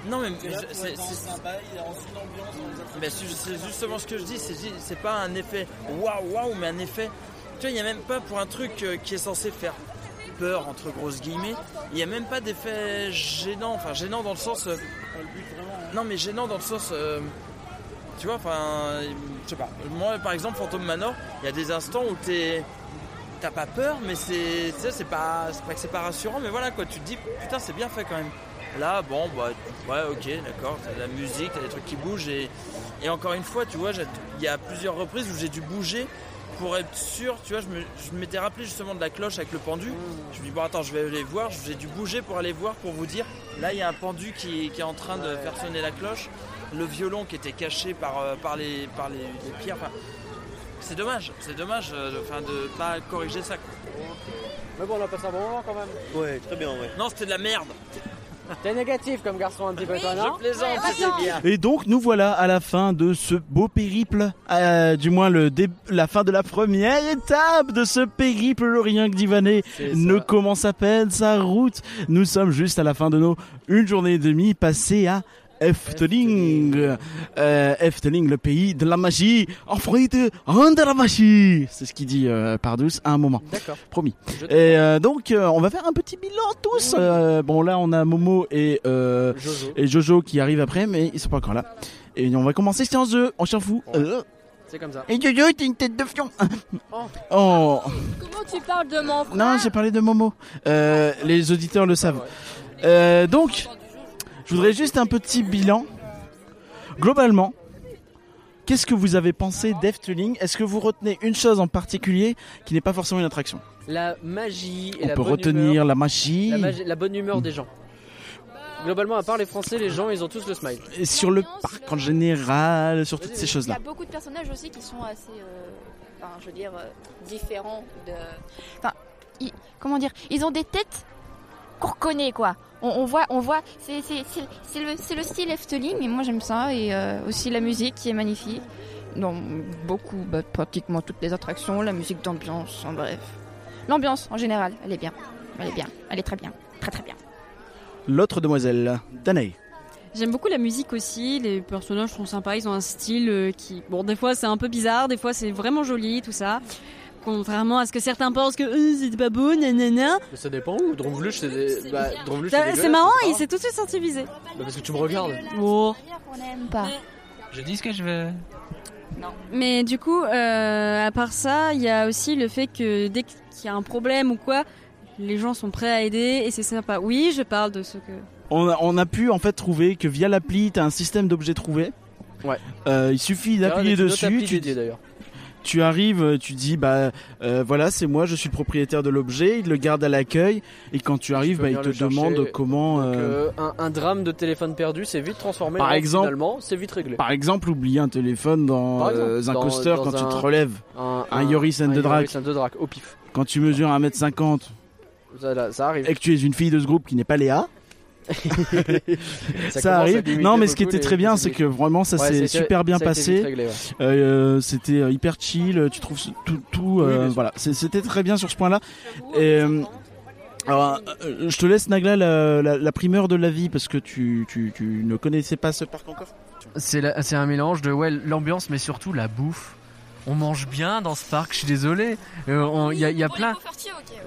Non, mais T'es là je- pour c'est- être dans c'est- un bail, dans une ambiance, dans les Ben, c'est c'est justement ce que je dis, c'est c'est pas un effet waouh waouh, mais un effet. Tu vois, il n'y a même pas pour un truc euh, qui est censé faire peur, entre grosses guillemets, il n'y a même pas d'effet gênant, enfin gênant dans le sens. euh, hein. non, mais gênant dans le sens. euh, tu vois, enfin, je sais pas. Moi, par exemple, Phantom Manor, il y a des instants où t'es. T'as pas peur, mais c'est. Tu sais, c'est pas, c'est pas que c'est pas rassurant, mais voilà quoi, tu te dis, putain, c'est bien fait quand même. Là, bon, bah, ouais, ok, d'accord, t'as de la musique, t'as des trucs qui bougent, et, et encore une fois, tu vois, j'ai- il y a plusieurs reprises où j'ai dû bouger pour être sûr, tu vois, je me- je m'étais rappelé justement de la cloche avec le pendu. Je me dis, bon, attends, je vais aller voir, j'ai dû bouger pour aller voir, pour vous dire, là, il y a un pendu qui, qui est en train de faire sonner la cloche, le violon qui était caché par, euh, par, les, par les, les pierres. Enfin, c'est dommage, c'est dommage euh, de enfin, de pas corriger ça. quoi. Mais bon, on a passé un bon moment quand même. Ouais, très bien, ouais. Non, c'était de la merde. T'es négatif comme garçon un petit peu, toi, non Je plaisante, c'est bien. Et donc nous voilà à la fin de ce beau périple, euh, du moins le dé- la fin de la première étape de ce périple laurien divané C'est ça. ne commence à peine sa route. Nous sommes juste à la fin de nos une journée et demie passée à Efteling. Euh, Efteling, le pays de la magie, en de de la magie. C'est ce qu'il dit euh, Pardous à un moment. D'accord. Promis. Et euh, donc euh, on va faire un petit bilan tous. Euh, bon là on a Momo et euh, Jojo. et Jojo qui arrive après, mais ils sont pas encore là. Et on va commencer séance 2, on s'en fout. Euh. C'est comme ça. Et Jojo, t'es une tête de fion. Oh. *laughs* Oh. Comment tu parles de mon frère Non, j'ai parlé de Momo. Euh, les auditeurs le savent. Euh, donc, je voudrais juste un petit bilan. Globalement, qu'est-ce que vous avez pensé d'Efteling Est-ce que vous retenez une chose en particulier qui n'est pas forcément une attraction La magie et On la peut bonne retenir humeur- la magie. la, magie- la bonne humeur des gens. Globalement, à part les Français, les gens, ils ont tous le smile. Et sur le parc en général, sur toutes ces Il y choses-là. a beaucoup de personnages aussi qui sont assez, euh, enfin, je veux dire, euh, différents de. Enfin, ils- comment dire Ils ont des têtes qu'on reconnaît, quoi. On, on voit, on voit. C'est c'est- c'est- c'est le, c'est le style Efteling, mais moi j'aime ça et euh, aussi la musique qui est magnifique. Dans beaucoup, bah, pratiquement toutes les attractions, la musique d'ambiance, en bref. L'ambiance en général, elle est bien. Elle est bien. Elle est très bien. Très très bien. L'autre demoiselle, Danae. J'aime beaucoup la musique aussi, les personnages sont sympas, ils ont un style euh, qui, bon, des fois c'est un peu bizarre, des fois c'est vraiment joli, tout ça. Contrairement à ce que certains pensent que euh, c'est pas beau, nanana. Mais ça dépend où Dromvluch, c'est des... bah, Dromvluch, Ça- c'est C'est marrant, dégueulasse, il s'est tout de suite sensibilisé. c'est pas- Bah, parce que tu me regardes. Oh. pas. Je dis ce que je veux. Mais du coup, euh, à part ça, il y a aussi le fait que dès qu'il y a un problème ou quoi, les gens sont prêts à aider et c'est sympa. Oui, je parle de ce que. On a, on a pu en fait trouver que via l'appli, t'as un système d'objets trouvés. Ouais. Euh, il suffit d'appuyer dessus. Tu, d'ailleurs. tu arrives, tu dis bah euh, voilà, c'est moi, je suis le propriétaire de l'objet. Il le garde à l'accueil et quand tu arrives, peux bah, il venir te le chercher. demande comment. euh, Euh, un, un drame de téléphone perdu, c'est vite transformé. Par en exemple- finalement, c'est vite réglé. Par exemple, oublier un téléphone dans Par exemple, euh, un dans- coaster dans quand tu un- te relèves. un- Un, un- Yoris and un the Drac. Yoris and the Drac, au pif. Quand tu mesures 1m50 Ça, là, ça arrive. et que tu es une fille de ce groupe qui n'est pas Léa. ça, commence à arrive. limiter Non, mais ce qui beaucoup était les très bien, c'est que possibilités. vraiment ça Ouais, s'est c'était- super bien ça a été vite passé. réglé, ouais. Euh, c'était euh, hyper chill. euh, Tu trouves ce- tout, tout, euh, voilà. C'est- C'était très bien sur ce point-là. Et euh, alors, euh, je te laisse Nagla la, la- la primeur de la vie parce que tu, tu, tu ne connaissais pas ce parc encore. C'est la- c'est un mélange de ouais, l'ambiance, mais surtout la bouffe. On mange bien dans ce parc, je suis désolé. Euh, on- Il y a, il y a plein.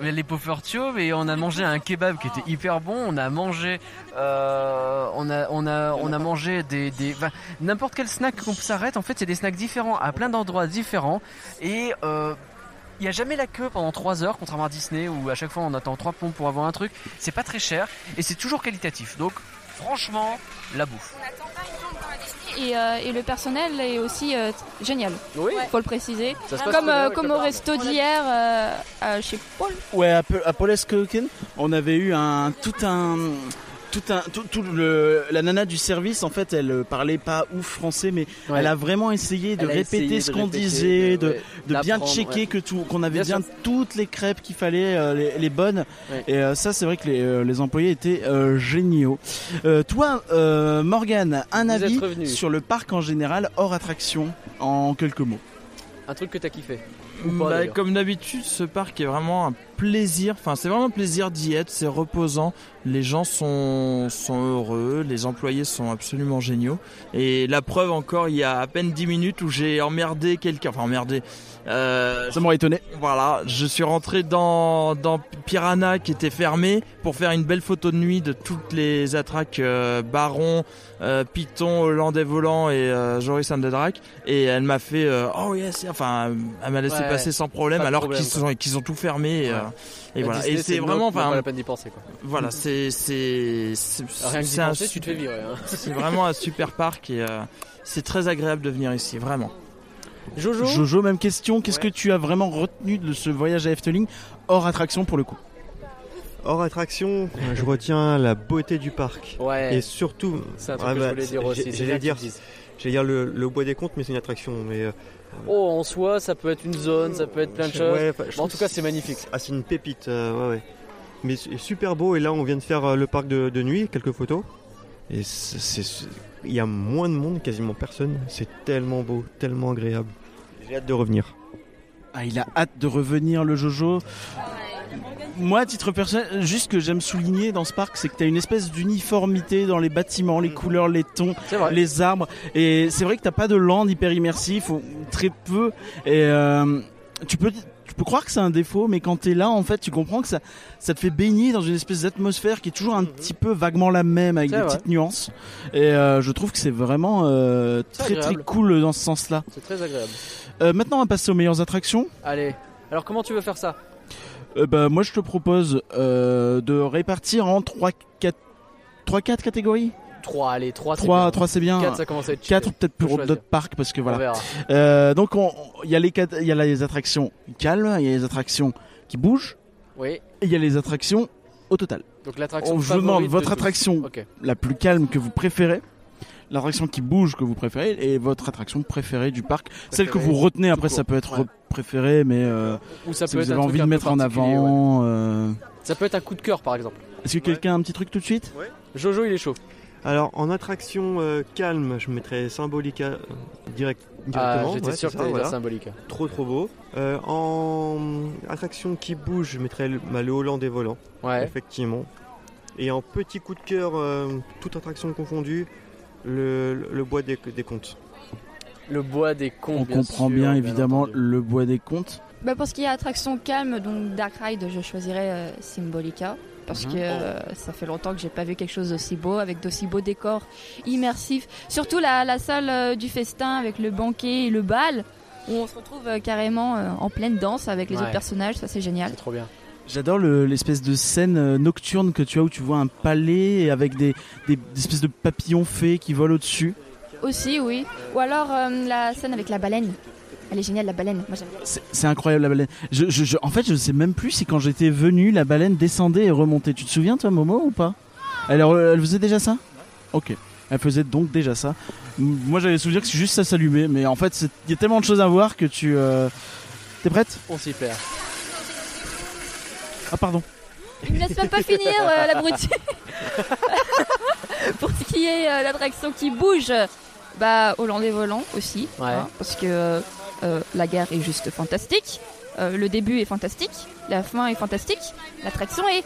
Mais Les poffertios, mais on a mangé un kebab qui était hyper bon. On a mangé, euh, on a, on a, on a mangé des, des, enfin, n'importe quel snack qu'on s'arrête. En fait, c'est des snacks différents à plein d'endroits différents. Et euh, il n'y a jamais la queue pendant 3 heures, contrairement à Disney où à chaque fois on attend 3 pompes pour avoir un truc. C'est pas très cher et c'est toujours qualitatif. Donc, franchement, la bouffe. Et, euh, et le personnel est aussi euh, génial. Oui. Faut le préciser. Ça se Comme, passe très bien euh, avec comme le au bar, resto d'hier euh, euh, chez Paul. Ouais, à, Pe- à Poleskirchen, on avait eu un tout un tout un tout, tout le la nana du service en fait, elle euh, parlait pas ouf français mais Ouais. elle a vraiment essayé de Elle a répéter essayé ce de qu'on répéter, disait, de- de, ouais, de bien d'apprendre, checker ouais. que tout qu'on avait Bien bien, sûr. toutes les crêpes qu'il fallait euh, les, les bonnes Ouais. et euh, ça c'est vrai que les, euh, les employés étaient euh, géniaux. Euh, toi euh, Morgane, un Vous avis êtes revenu. sur le parc en général hors attraction en quelques mots. Un truc que t'as kiffé. Ou pas, Bah, d'ailleurs. comme d'habitude, ce parc est vraiment un plaisir. Enfin, c'est vraiment un plaisir d'y être. C'est reposant. Les gens sont, sont heureux. Les employés sont absolument géniaux. Et la preuve encore, il y a à peine 10 minutes où j'ai emmerdé quelqu'un. Enfin, emmerdé. Euh, Ça m'aurait étonné. Voilà, je suis rentré dans, dans Piranha qui était fermé pour faire une belle photo de nuit de toutes les attraques euh, Baron, euh, Python, Hollandais Volant et euh, Joris and the Drac. Et elle m'a fait euh, Oh yes, enfin, elle m'a laissé Ouais, passer sans problème pas de alors problème, qu'ils quoi. sont qu'ils ont tout fermé. Et, euh, et La voilà, Disney, et c'est no- vraiment. no, enfin, pas la peine d'y penser quoi. Voilà, c'est c'est c'est Rien que d'y c'est un- penser, tu te fais virer, hein. C'est vraiment un super parc et euh, c'est très agréable de venir ici, vraiment. Jojo même question. Qu'est-ce que tu as vraiment retenu de ce voyage à Efteling hors attraction pour le coup Hors attraction, je retiens la beauté du parc. Ouais. Et surtout, ah bah, C'est un truc que je voulais dire j'ai- aussi, c'est bien J'allais que tu dire, le dises. j'allais dire le, le bois des comptes, mais c'est une attraction. Mais euh, Oh, en soi, ça peut être une zone, ça peut être plein de choses. Ouais, enfin, je Mais en trouve tout cas, que c'est magnifique. Ah, c'est une pépite, euh, ouais, ouais. Mais c'est super beau, et là, on vient de faire euh, le parc de, de nuit, quelques photos. Et c'est- c'est. c'est- Il y a moins de monde, quasiment personne. C'est tellement beau, tellement agréable. J'ai hâte de revenir. Ah, il a hâte de revenir le Jojo. Moi, à titre personnel, juste que j'aime souligner dans ce parc, c'est que t'as une espèce d'uniformité dans les bâtiments, Mm. les couleurs, les tons, les arbres. Et c'est vrai que t'as pas de land hyper immersif, ou très peu. Et euh, tu peux. Tu peux croire que c'est un défaut, mais quand t'es là, en fait, tu comprends que ça, ça te fait baigner dans une espèce d'atmosphère qui est toujours un petit peu vaguement la même, avec Mm-hmm. C'est des vrai. petites nuances. Et euh, je trouve que c'est vraiment euh, très très agréable. cool dans ce sens-là. C'est très agréable. Euh, maintenant, on va passer aux meilleures attractions. Allez, alors comment tu veux faire ça Euh, bah, moi, je te propose euh, de répartir en 3 4 3 4 catégories. 3, allez, 3 3 3 c'est bien. 4, ça commence à être 4 cheaté. peut-être Faut pour choisir. d'autres parcs parce que On voilà. verra. Euh, donc on- il y a les cat- il y a les attractions calmes, il y a les attractions qui bougent Oui. et il y a les attractions au total. Donc, l'attraction On- Oh, je vous favorite demande de votre tous. attraction Ok. la plus calme que vous préférez. L'attraction qui bouge que vous préférez et votre attraction préférée du parc, celle que Préférée, vous retenez. Après, tout ça court, peut être ouais. préférée, mais euh, Ou ça si peut vous être avez un truc envie de un peu mettre en particulier, avant. euh, Ça peut être un coup de cœur par exemple. Est-ce que quelqu'un a un petit truc tout de suite Jojo, il est chaud. Alors, en attraction euh, calme, je mettrais Symbolica euh, direct, directement. Ah, j'étais sûr c'est que t'allais dire Symbolica. Trop, trop beau. Euh, en attraction qui bouge, je mettrais le, bah, le Hollandais volant. Ouais. Effectivement. Et en petit coup de cœur, euh, toute attraction confondue, le, le bois des, des contes. Le bois des cons. On comprend bien, évidemment le bois des contes. Bah, pour ce qui est attraction calme, donc Dark Ride, je choisirais euh, Symbolica. Parce Mhm. que euh, ça fait longtemps que j'ai pas vu quelque chose d'aussi beau, avec d'aussi beaux décors immersifs. Surtout la, la salle euh, du festin avec le banquet et le bal, où on se retrouve euh, carrément euh, en pleine danse avec les Ouais. autres personnages. Ça, c'est génial. C'est trop bien. J'adore le- l'espèce de scène euh, nocturne que tu as où tu vois un palais avec des, des- des espèces de papillons fées qui volent au-dessus. Aussi, oui. Ou alors euh, la scène avec la baleine. Elle est géniale, la baleine. Moi, j'aime bien. C'est- C'est incroyable la baleine. Je, je- je- en fait, je sais même plus si quand j'étais venu, la baleine descendait et remontait. Tu te souviens, toi, Momo, ou pas Alors, euh, elle faisait déjà ça Ok. Elle faisait donc déjà ça. M- Moi, j'avais le souvenir que c'est juste ça s'allumait, mais en fait, c'est- il y a tellement de choses à voir que tu. euh, T'es prête On s'y perd. Ah, pardon. Il ne laisse même pas finir, euh, l'abruti. *laughs* Pour ce qui est euh, l'attraction qui bouge, bah, Hollandais volant aussi. Ouais. parce que euh, la gare est juste fantastique. Euh, le début est fantastique. La fin est fantastique. L'attraction est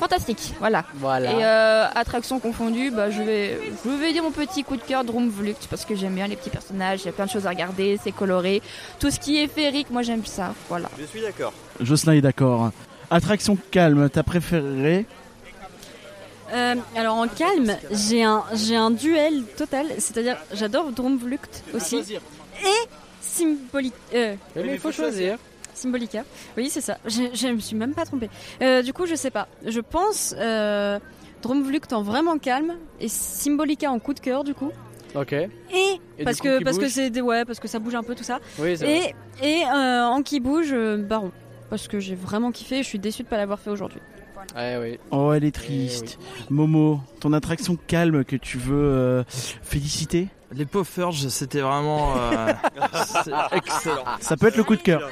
fantastique. Voilà. Voilà. Et euh, attraction confondue, bah, je, vais, je vais dire mon petit coup de cœur Droomvlucht parce que j'aime bien les petits personnages. Il y a plein de choses à regarder. C'est coloré. Tout ce qui est féerique, moi j'aime ça. Voilà. Je suis d'accord. Jocelyn est d'accord. Attraction calme, ta préférée Euh, alors en calme, j'ai un, j'ai un duel total, c'est-à-dire j'adore Dromvlucht aussi. choisir. Et euh, Symbolica. Oui, Eh, mais il faut choisir. Symbolica. Oui, hein. c'est ça. Je, je me suis même pas trompée. Euh, du coup, je sais pas. Je pense euh, Dromvlucht en vraiment calme et Symbolica en coup de cœur du coup. Ok. Et, du parce coup, que qui parce que bouge c'est des- ouais parce que ça bouge un peu tout ça. Oui, c'est et vrai. et euh, en qui bouge euh, Baron parce que j'ai vraiment kiffé et je suis déçue de pas l'avoir fait aujourd'hui. Ouais, oui. Oh, elle est triste. Momo, ton attraction calme que tu veux euh, féliciter Les Pofferges, c'était vraiment euh, c'est excellent. Ça peut être le coup de cœur.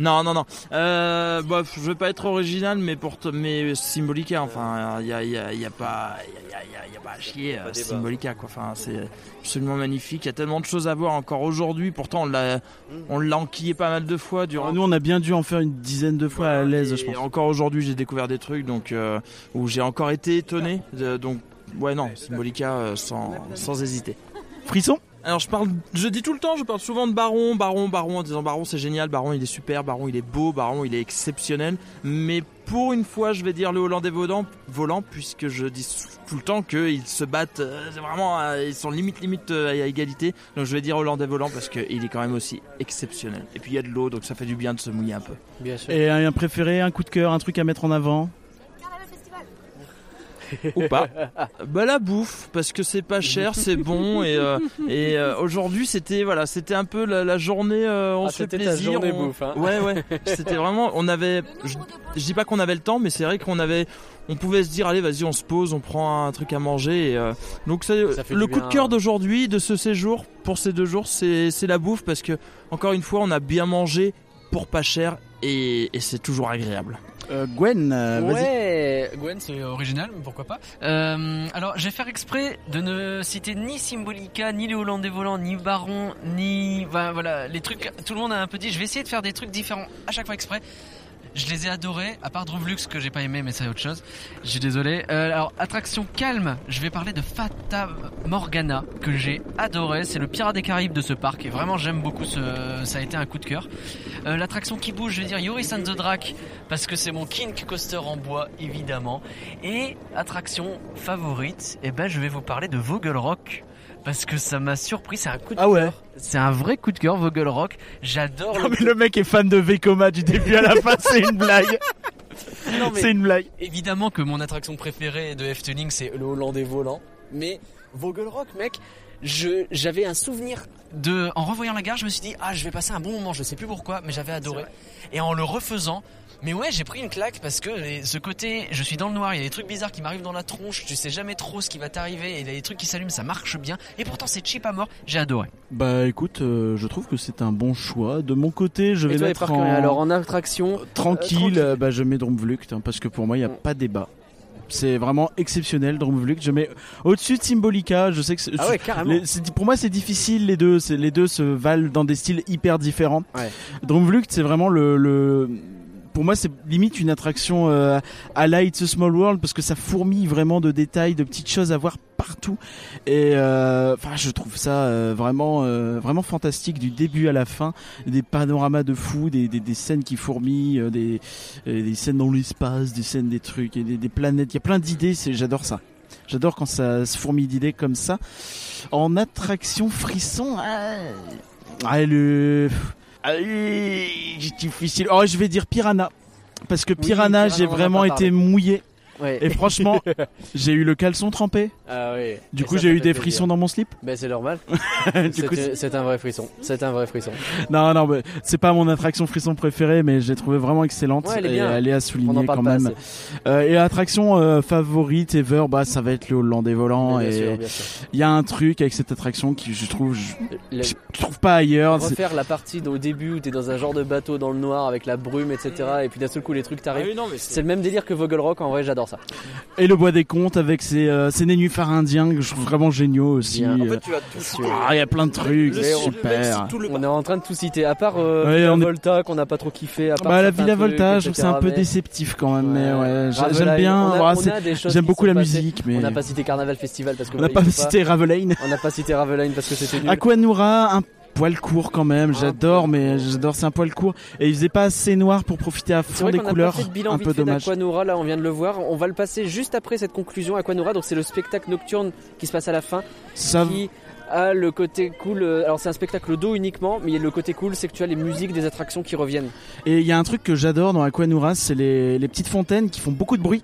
non, non, non. Euh, bah, je vais pas être original, mais pour te- mais Symbolica, enfin, il y a, y a- y a pas, y a, y a- y a pas à chier. euh, Symbolica, quoi. Enfin, c'est absolument magnifique. Il y a tellement de choses à voir encore aujourd'hui. Pourtant, on l'a, Mm. on l'a enquillé pas mal de fois Ah durant. Nous, on a bien dû en faire une dizaine de fois à l'aise, je Et pense. encore aujourd'hui, j'ai découvert des trucs donc euh, où j'ai encore été étonné. Euh, donc, ouais, non, Symbolica euh, sans, sans hésiter. Frisson Alors, je parle, je dis tout le temps, je parle souvent de Baron, Baron, Baron, en disant Baron c'est génial, Baron il est super, Baron il est beau, Baron il est exceptionnel. Mais pour une fois, je vais dire le Hollandais volant, volant puisque je dis tout le temps qu'ils se battent, euh, c'est vraiment, euh, ils sont limite, limite euh, à égalité. Donc, je vais dire Hollandais volant parce qu'il est quand même aussi exceptionnel. Et puis, il y a de l'eau, donc ça fait du bien de se mouiller un peu. Bien Et un un préféré, un coup de cœur, un truc à mettre en avant ou pas. Bah la bouffe parce que c'est pas cher, c'est bon et euh, et euh, aujourd'hui c'était voilà c'était un peu la, la journée euh, on Ah, se fait c'était ta plaisir. journée on- bouffe, hein. Ouais ouais c'était vraiment on avait je, je dis pas qu'on avait le temps mais c'est vrai qu'on avait on pouvait se dire allez vas-y on se pose on prend un truc à manger et, euh, donc ça, fait le du coup bien. de cœur d'aujourd'hui de ce séjour pour ces deux jours c'est c'est la bouffe parce que encore une fois on a bien mangé pour pas cher et, et c'est toujours agréable. Euh, Gwen, euh, *laughs* vas-y. Ouais, Gwen, c'est original, mais pourquoi pas. Euh, alors, je vais faire exprès de ne citer ni Symbolica, ni les Hollandais volants, ni Baron, ni. Bah, voilà, les trucs. Tout le monde a un peu dit. Je vais essayer de faire des trucs différents à chaque fois exprès. Je les ai adorés, à part Droomlux que j'ai pas aimé, mais c'est autre chose. Je suis désolé. Euh, alors, attraction calme, je vais parler de Fata Morgana, que j'ai adoré. C'est le pirate des Caraïbes de ce parc, et vraiment j'aime beaucoup ce. Ça a été un coup de cœur. Euh, L'attraction qui bouge, je vais dire Yoris and the Drac, parce que c'est mon kink coaster en bois, évidemment. Et attraction favorite, eh ben, je vais vous parler de Vogel Rock. Parce que ça m'a surpris, c'est un coup de Ah ouais. cœur. C'est un vrai coup de cœur, Vogel Rock. J'adore Non, Oh, mais le mec est fan de Vekoma du début à la fin, c'est une *laughs* blague. Non, mais C'est une blague. Évidemment que mon attraction préférée de Efteling, c'est le Hollandais volant. Mais Vogel Rock, mec, je j'avais un souvenir. De, en revoyant la gare, je me suis dit, ah, je vais passer un bon moment, je sais plus pourquoi, mais j'avais adoré. Et en le refaisant, mais ouais, j'ai pris une claque parce que les- ce côté, je suis dans le noir, il y a des trucs bizarres qui m'arrivent dans la tronche, tu sais jamais trop ce qui va t'arriver, et il y a des trucs qui s'allument, ça marche bien, et pourtant c'est cheap à mort, j'ai adoré. Bah écoute, euh, je trouve que c'est un bon choix. De mon côté, je Et vais toi, mettre Parker, en... alors, en attraction tranquille, euh, bah, je mets Dromvlucht hein, parce que pour moi, il n'y a pas débat. C'est vraiment exceptionnel, Dromvlucht. Je mets au-dessus de Symbolica. Je sais que c'est- Ah ouais, carrément. les- c'est- pour moi, c'est difficile les deux. C'est- Les deux se valent dans des styles hyper différents. Ouais. Dromvlucht, c'est vraiment le, le- pour moi, c'est limite une attraction euh, à Light the Small World parce que ça fourmille vraiment de détails, de petites choses à voir partout. Et euh, enfin, je trouve ça euh, vraiment, euh, vraiment fantastique du début à la fin. Des panoramas de fou, des, des, des scènes qui fourmillent, euh, des, euh, des scènes dans l'espace, des scènes des trucs, et des, des planètes. Il y a plein d'idées. c'est- J'adore ça. J'adore quand ça se fourmille d'idées comme ça. En attraction frisson, ah, ah, le... ah, oui, difficile. Oh, je vais dire Piranha. Parce que Piranha, Piranha, j'ai on en a vraiment pas été parlé. mouillé. Ouais. *laughs* Et franchement, j'ai eu le caleçon trempé. Ah oui. Du Et coup, ça, j'ai ça eu fait des plaisir. frissons dans mon slip. Ben c'est normal. *laughs* Du coup, C'est c'est un vrai frisson. C'est un vrai frisson. Non, non, mais c'est pas mon attraction frisson préférée, mais je l'ai trouvée vraiment excellente. Ouais, elle est et bien. elle est à On souligner en parle quand pas même. Euh, et l'attraction euh, favorite ever, bah, ça va être le Hollandais volant. Mais bien et sûr, bien *laughs* sûr. il y a un truc avec cette attraction qui, je trouve, je, Le- je trouve pas ailleurs. C'est- Refaire la partie au début où t'es dans un genre de bateau dans le noir avec la brume, etc. Et puis d'un seul coup les trucs Ah t'arrivent. c'est le même délire que Vogel Rock. En vrai, j'adore ça. Et le bois des contes avec ses, euh, ses nénuphars indiens que je trouve vraiment géniaux aussi. Bien. En fait, Euh, ah, Il y a plein de trucs, Le- c'est le- même super. si tout le- On est en train de tout citer. À part euh, Ouais, Villa on est- Volta qu'on n'a pas trop kiffé. À part Bah, la certains Villa trucs, Volta, je trouve que c'est etc., un peu mais- déceptif quand même, mais ouais, j'a- Ravel j'aime Line, bien. on a- Ouah, on c'est- a des choses J'aime qui beaucoup sont la passées. musique, mais. On n'a pas cité Carnaval Festival parce que. On vous n'a pas l'aviez cité Raveline. On n'a pas cité Raveline parce que c'était nul. Aquanura, un poil court quand même, j'adore, mais j'adore, c'est un poil court. Et il faisait pas assez noir pour profiter à C'est fond vrai des qu'on a pas couleurs, fait de bilan un vite peu fait dommage. d'Aquanora, là on vient de le voir. On va le passer juste après cette conclusion Aquanora. Donc c'est le spectacle nocturne qui se passe à la fin. Ça- Qui a le côté cool. euh, Alors c'est un spectacle d'eau uniquement, mais le côté cool c'est que tu as les musiques des attractions qui reviennent. Et il y a un truc que j'adore dans Aquanura, c'est les, les petites fontaines qui font beaucoup de bruit.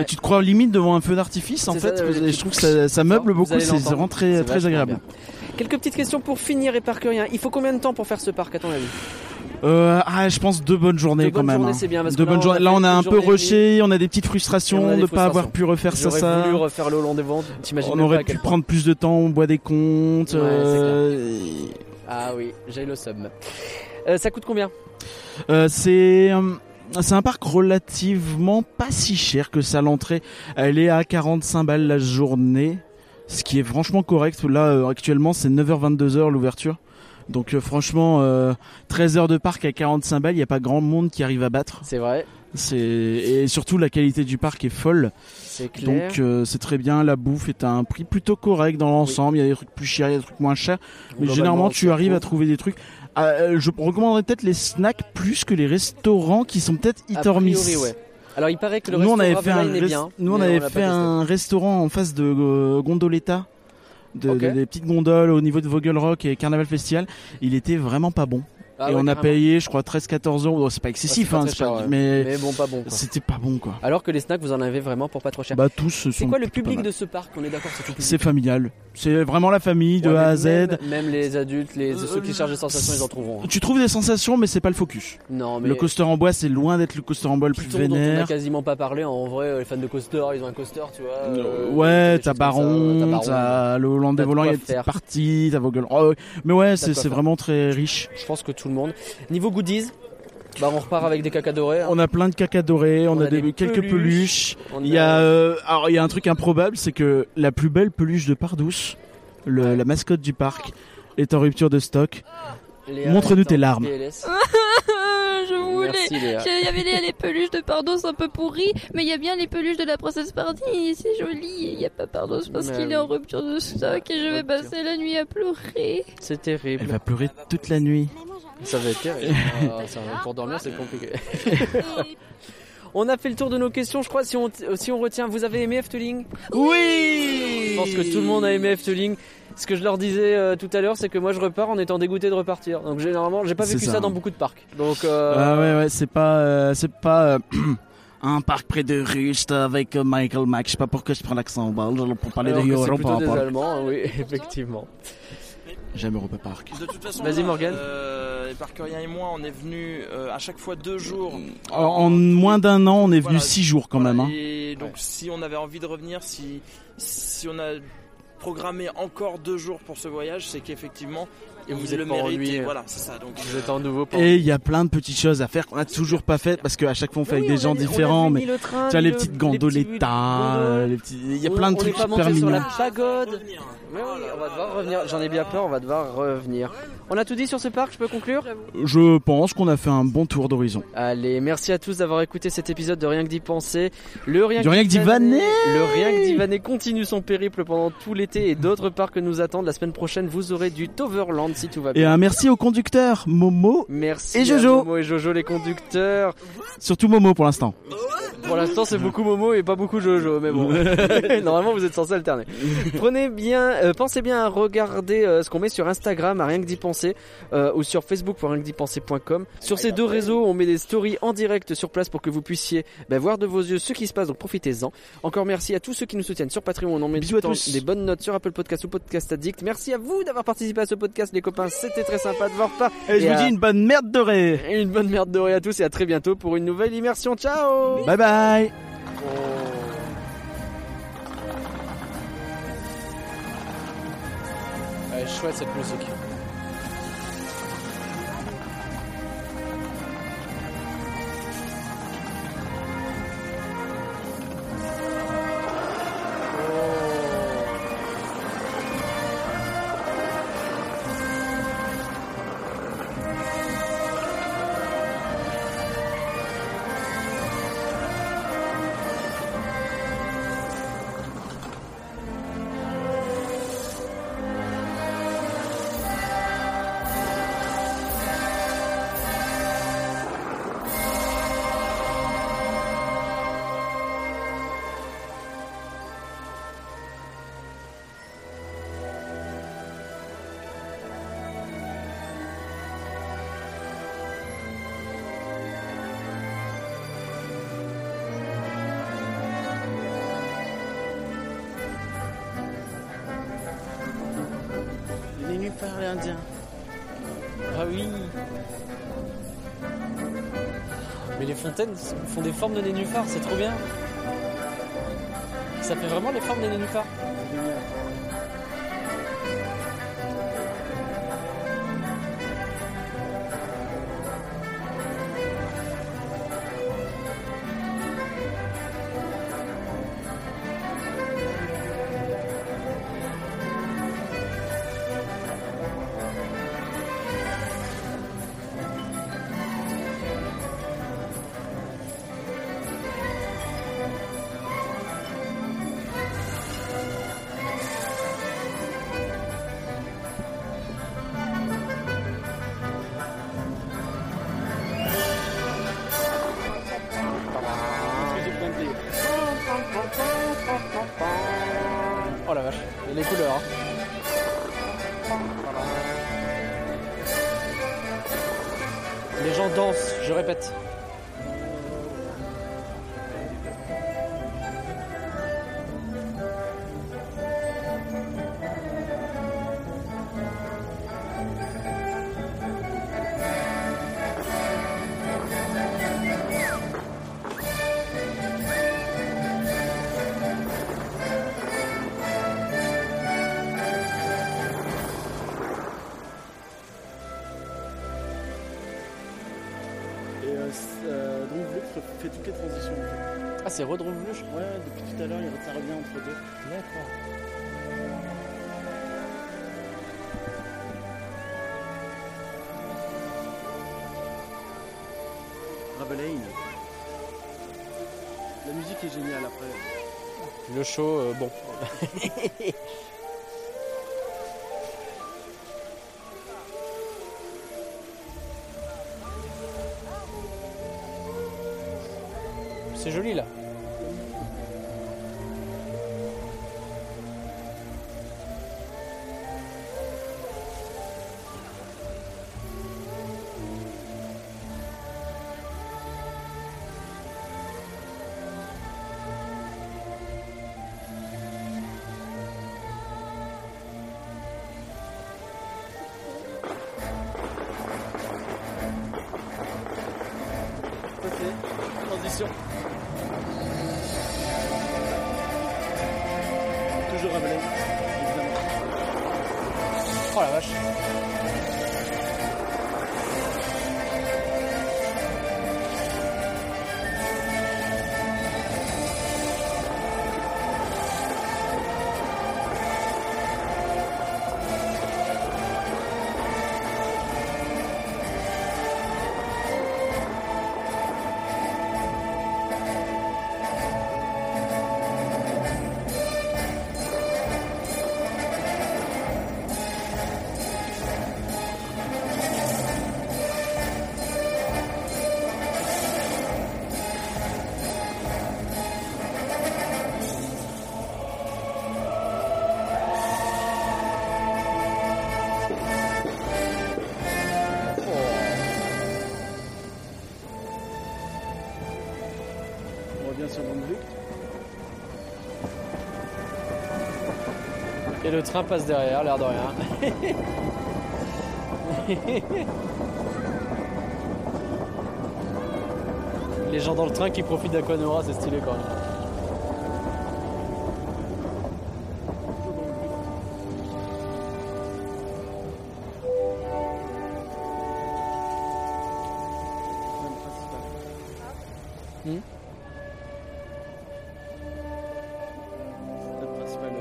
Et tu te crois limite devant un feu d'artifice en C'est fait, ça, euh, et je trouve que ça, ça meuble Vous beaucoup, allez c'est l'entendre. vraiment très, C'est très vachement agréable. bien. Quelques petites questions pour finir et par rien. Il faut combien de temps pour faire ce parc à ton avis Euh, ah, je pense deux bonnes journées Deux quand bonnes même. journées, hein. c'est bien, parce Deux que là, bonnes on journées. a là, fait on a une un peu journée et rushé, on a des petites Et on frustrations a de des ne pas avoir frustrations. pu refaire ça. J'aurais ça. voulu refaire le long des ventes. T'imagines On même pas aurait à pu quel point. prendre plus de temps, on boit des comptes. Ouais, c'est euh, Ah oui, j'ai le somme. ça coûte combien euh, c'est euh, c'est un parc relativement pas si cher que ça. L'entrée, elle est à 45 balles la journée, ce qui est franchement correct. Là, euh, actuellement, c'est 9h-22h l'ouverture. Donc euh, franchement, euh, 13 heures de parc à 45 balles, il n'y a pas grand monde qui arrive à battre. C'est vrai. Et surtout, la qualité du parc est folle. C'est clair. Donc euh, c'est très bien. La bouffe est à un prix plutôt correct dans l'ensemble. Il y a des trucs plus chers, il y a des trucs moins chers. Mais Globalement, généralement, on s'y tu arrives à retrouve. trouver des trucs. Euh, je recommanderais peut-être les snacks plus que les restaurants qui sont peut-être hit A or miss. priori, ouais. Alors il paraît que le Nous on resto avait fait un, Ravelin est res- bien, nous on mais avait l'a pas fait testé. un restaurant en face de euh, Gondoletta, de, Ok. de- des petites gondoles au niveau de Vogel Rock et Carnaval Festival. Il était vraiment pas bon. Ah et ouais, on a carrément. payé, je crois, 13-14 euros. C'est pas excessif, pas hein, très c'est pas- cher, ouais. mais, Mais bon, pas bon, quoi. C'était pas bon, quoi. Alors que les snacks, vous en avez vraiment pour pas trop cher. Bah, tous, ce C'est sont quoi le plutôt pas public mal. de ce parc On est d'accord, c'est tout public. C'est familial. C'est vraiment la famille de Ouais, A à mais Z. Euh, Même, même les adultes, les, ceux qui cherchent des sensations, ils en trouveront. hein. Tu trouves des sensations, mais c'est pas le focus. Non, mais- Le coaster en bois, c'est loin d'être le coaster en bois le plus Python, dont on a vénère. quasiment pas parlé, en vrai, euh, les fans de coaster, ils ont un coaster, tu vois. euh, Ouais, t'as t'as Baron, Baron, t'as le t'as Hollandais de volant, il quoi y a des petites faire. parties, t'as Vogel. Oh, ouais. mais ouais, c'est quoi c'est faire. vraiment très riche. Je pense que tout le monde. Niveau goodies, bah on repart avec des caca dorés. hein. On a plein de caca dorés, on, a, des, des quelques peluches, peluches. on Il y a, euh, alors il y a un truc improbable, c'est que la plus belle peluche de Pardouce, le, la mascotte du parc, est en rupture de stock. Léa Montre-nous est tes en larmes. PLS. *laughs* je voulais. Merci, Ah. Léa. Il y avait les, les peluches de Pardos un peu pourries, mais il y a bien les peluches de la princesse Pardi, c'est joli. Il n'y a pas Pardos parce Mais qu'il est en rupture de stock et je vais passer la nuit à pleurer. C'est terrible. Elle va pleurer toute la nuit. Eh, Ça va être terrible. *laughs* Ah, ça, pour dormir, c'est compliqué. on a fait le tour de nos questions, je crois. Si on, si on retient, vous avez aimé Efteling Oui Je pense que tout le monde a aimé Efteling. Ce que je leur disais euh, tout à l'heure, c'est que moi je repars en étant dégoûté de repartir. Donc généralement, j'ai pas C'est vécu ça. hein. ça. ça dans beaucoup de parcs. Donc euh, Ah ouais, ouais, c'est pas, euh, c'est pas euh, *clears throat* un parc près de Rust avec euh, Michael Mack. Je sais pas pourquoi je prends l'accent belge pour parler alors de que Euro, c'est par plutôt des rapport. Allemands, hein, oui, effectivement. J'aime Europa Park. De toute façon, Vas-y, là, Morgane. euh, les parkeriens et moi, on est venus euh, à chaque fois deux jours. En, en moins d'un an, on est venu six jours quand même. hein. Et donc, si on avait envie de revenir, si, si on a programmé encore deux jours pour ce voyage, c'est qu'effectivement, Et vous il êtes le pas mérite, ennuyé. et Voilà, c'est ça. Donc, Vous êtes en nouveau pour Et il y a plein de petites choses à faire qu'on a toujours pas faites parce qu'à chaque fois Bah on fait avec des gens différents. Mais tu as les petites gondoletas, les petits. Il y a plein de on est trucs pas super monté sur la mignons. pagode. Mais oui, on va devoir revenir. J'en ai bien peur, on va devoir revenir. On a tout dit sur ce parc, je peux conclure Je pense qu'on a fait un bon tour d'horizon. Allez, merci à tous d'avoir écouté cet épisode de Rien que d'y penser. Le Rien, Du Rien que d'y vanner Le Rien que d'y vanner continue son périple pendant tout l'été et d'autres parcs nous attendent. La semaine prochaine, vous aurez du Toverland si tout va bien. Et un merci aux conducteurs, Momo Merci et à Jojo. Momo et Jojo les conducteurs. Surtout Momo pour l'instant. Pour l'instant, c'est beaucoup Momo et pas beaucoup Jojo, mais *laughs* bon. *laughs* Normalement, vous êtes censé alterner. Prenez bien, euh, pensez bien à regarder euh, ce qu'on met sur Instagram, à rien que d'y penser, euh, ou sur Facebook pour rien que d'y penser.com. Sur ces deux réseaux, on met des stories en direct sur place pour que vous puissiez bah, voir de vos yeux ce qui se passe, donc profitez-en. Encore merci à tous ceux qui nous soutiennent sur Patreon. On en met tout le temps tous. des bonnes notes sur Apple Podcast ou Podcast Addict. Merci à vous d'avoir participé à ce podcast, les copains. C'était très sympa de voir pas. Et je vous dis à- une bonne merde dorée. une bonne merde dorée à tous et à très bientôt pour une nouvelle immersion. Ciao Bye bye. Ouais, chouette cette musique. Les nénuphars, les indiens. Ah oui. Mais les fontaines font des formes de nénuphars, c'est trop bien. Ça fait vraiment les formes des nénuphars. Oh la vache, les couleurs. Les gens dansent, je répète. Et euh, c'est- euh, donc Bleu fait toutes les transitions. En fait. Ah, c'est Redrone Bleu, je crois. Ouais, depuis tout à l'heure, il ça revient entre deux. D'accord. Rabelaine. La musique est géniale après. Le show, euh, bon. *laughs* c'est joli là. Ok, transition. Toujours Rabelais, évidemment. Oh la vache. On revient sur Brunswick. Et le train passe derrière, l'air de rien. Les gens dans le train qui profitent d'Aquanora, c'est stylé quand même. Hmm Le principal, le-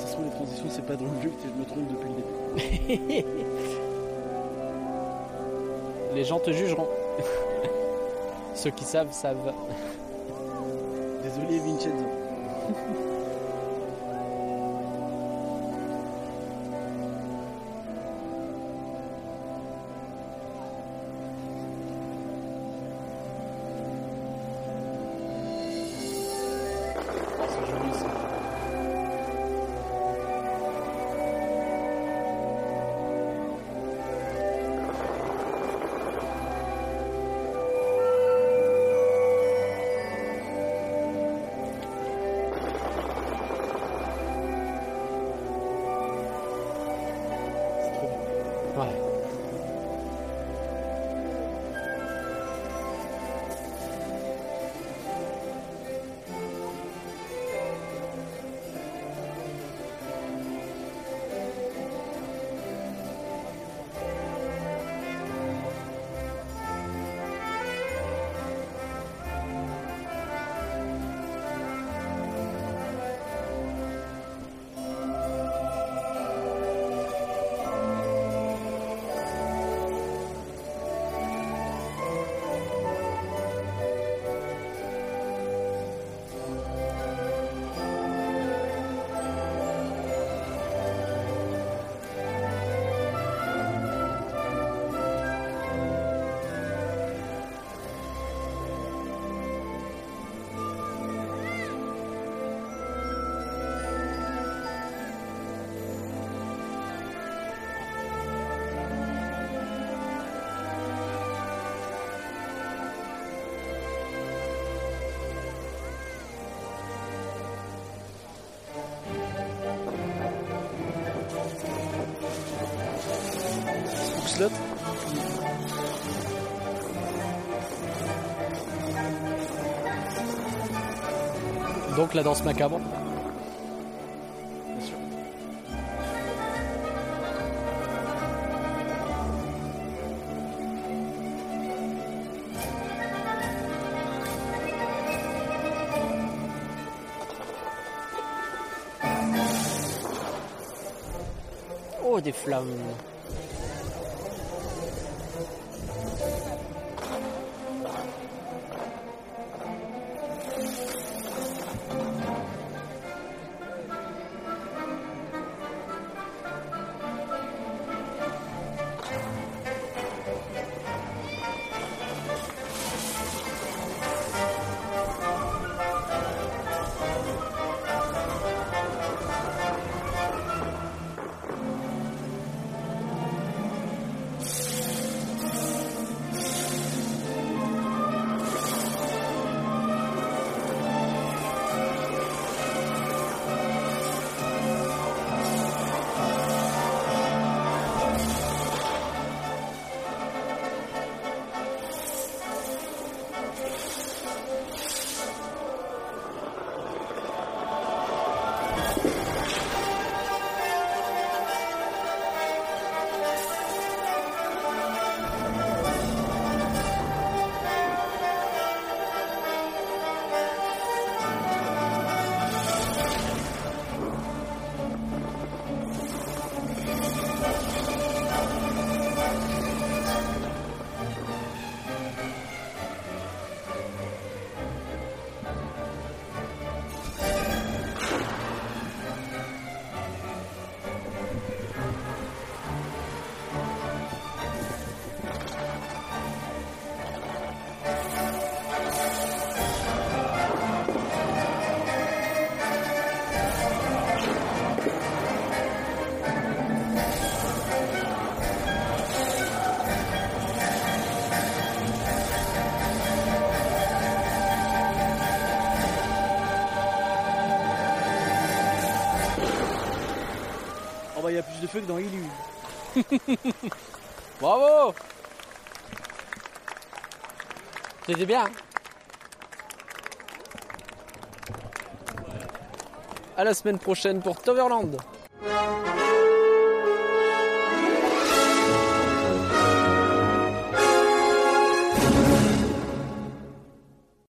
Ça se trouve, les transitions, c'est pas drôle, vu que je me trompe depuis le début. Les gens te *laughs* jugeront. Ceux qui savent, savent. Désolé, Vincenzo. Ouais. Slot Donc la danse macabre. Oh, des flammes. bah, il y a plus de feu que dans Illu. Bravo C'était bien. À la semaine prochaine pour Toverland.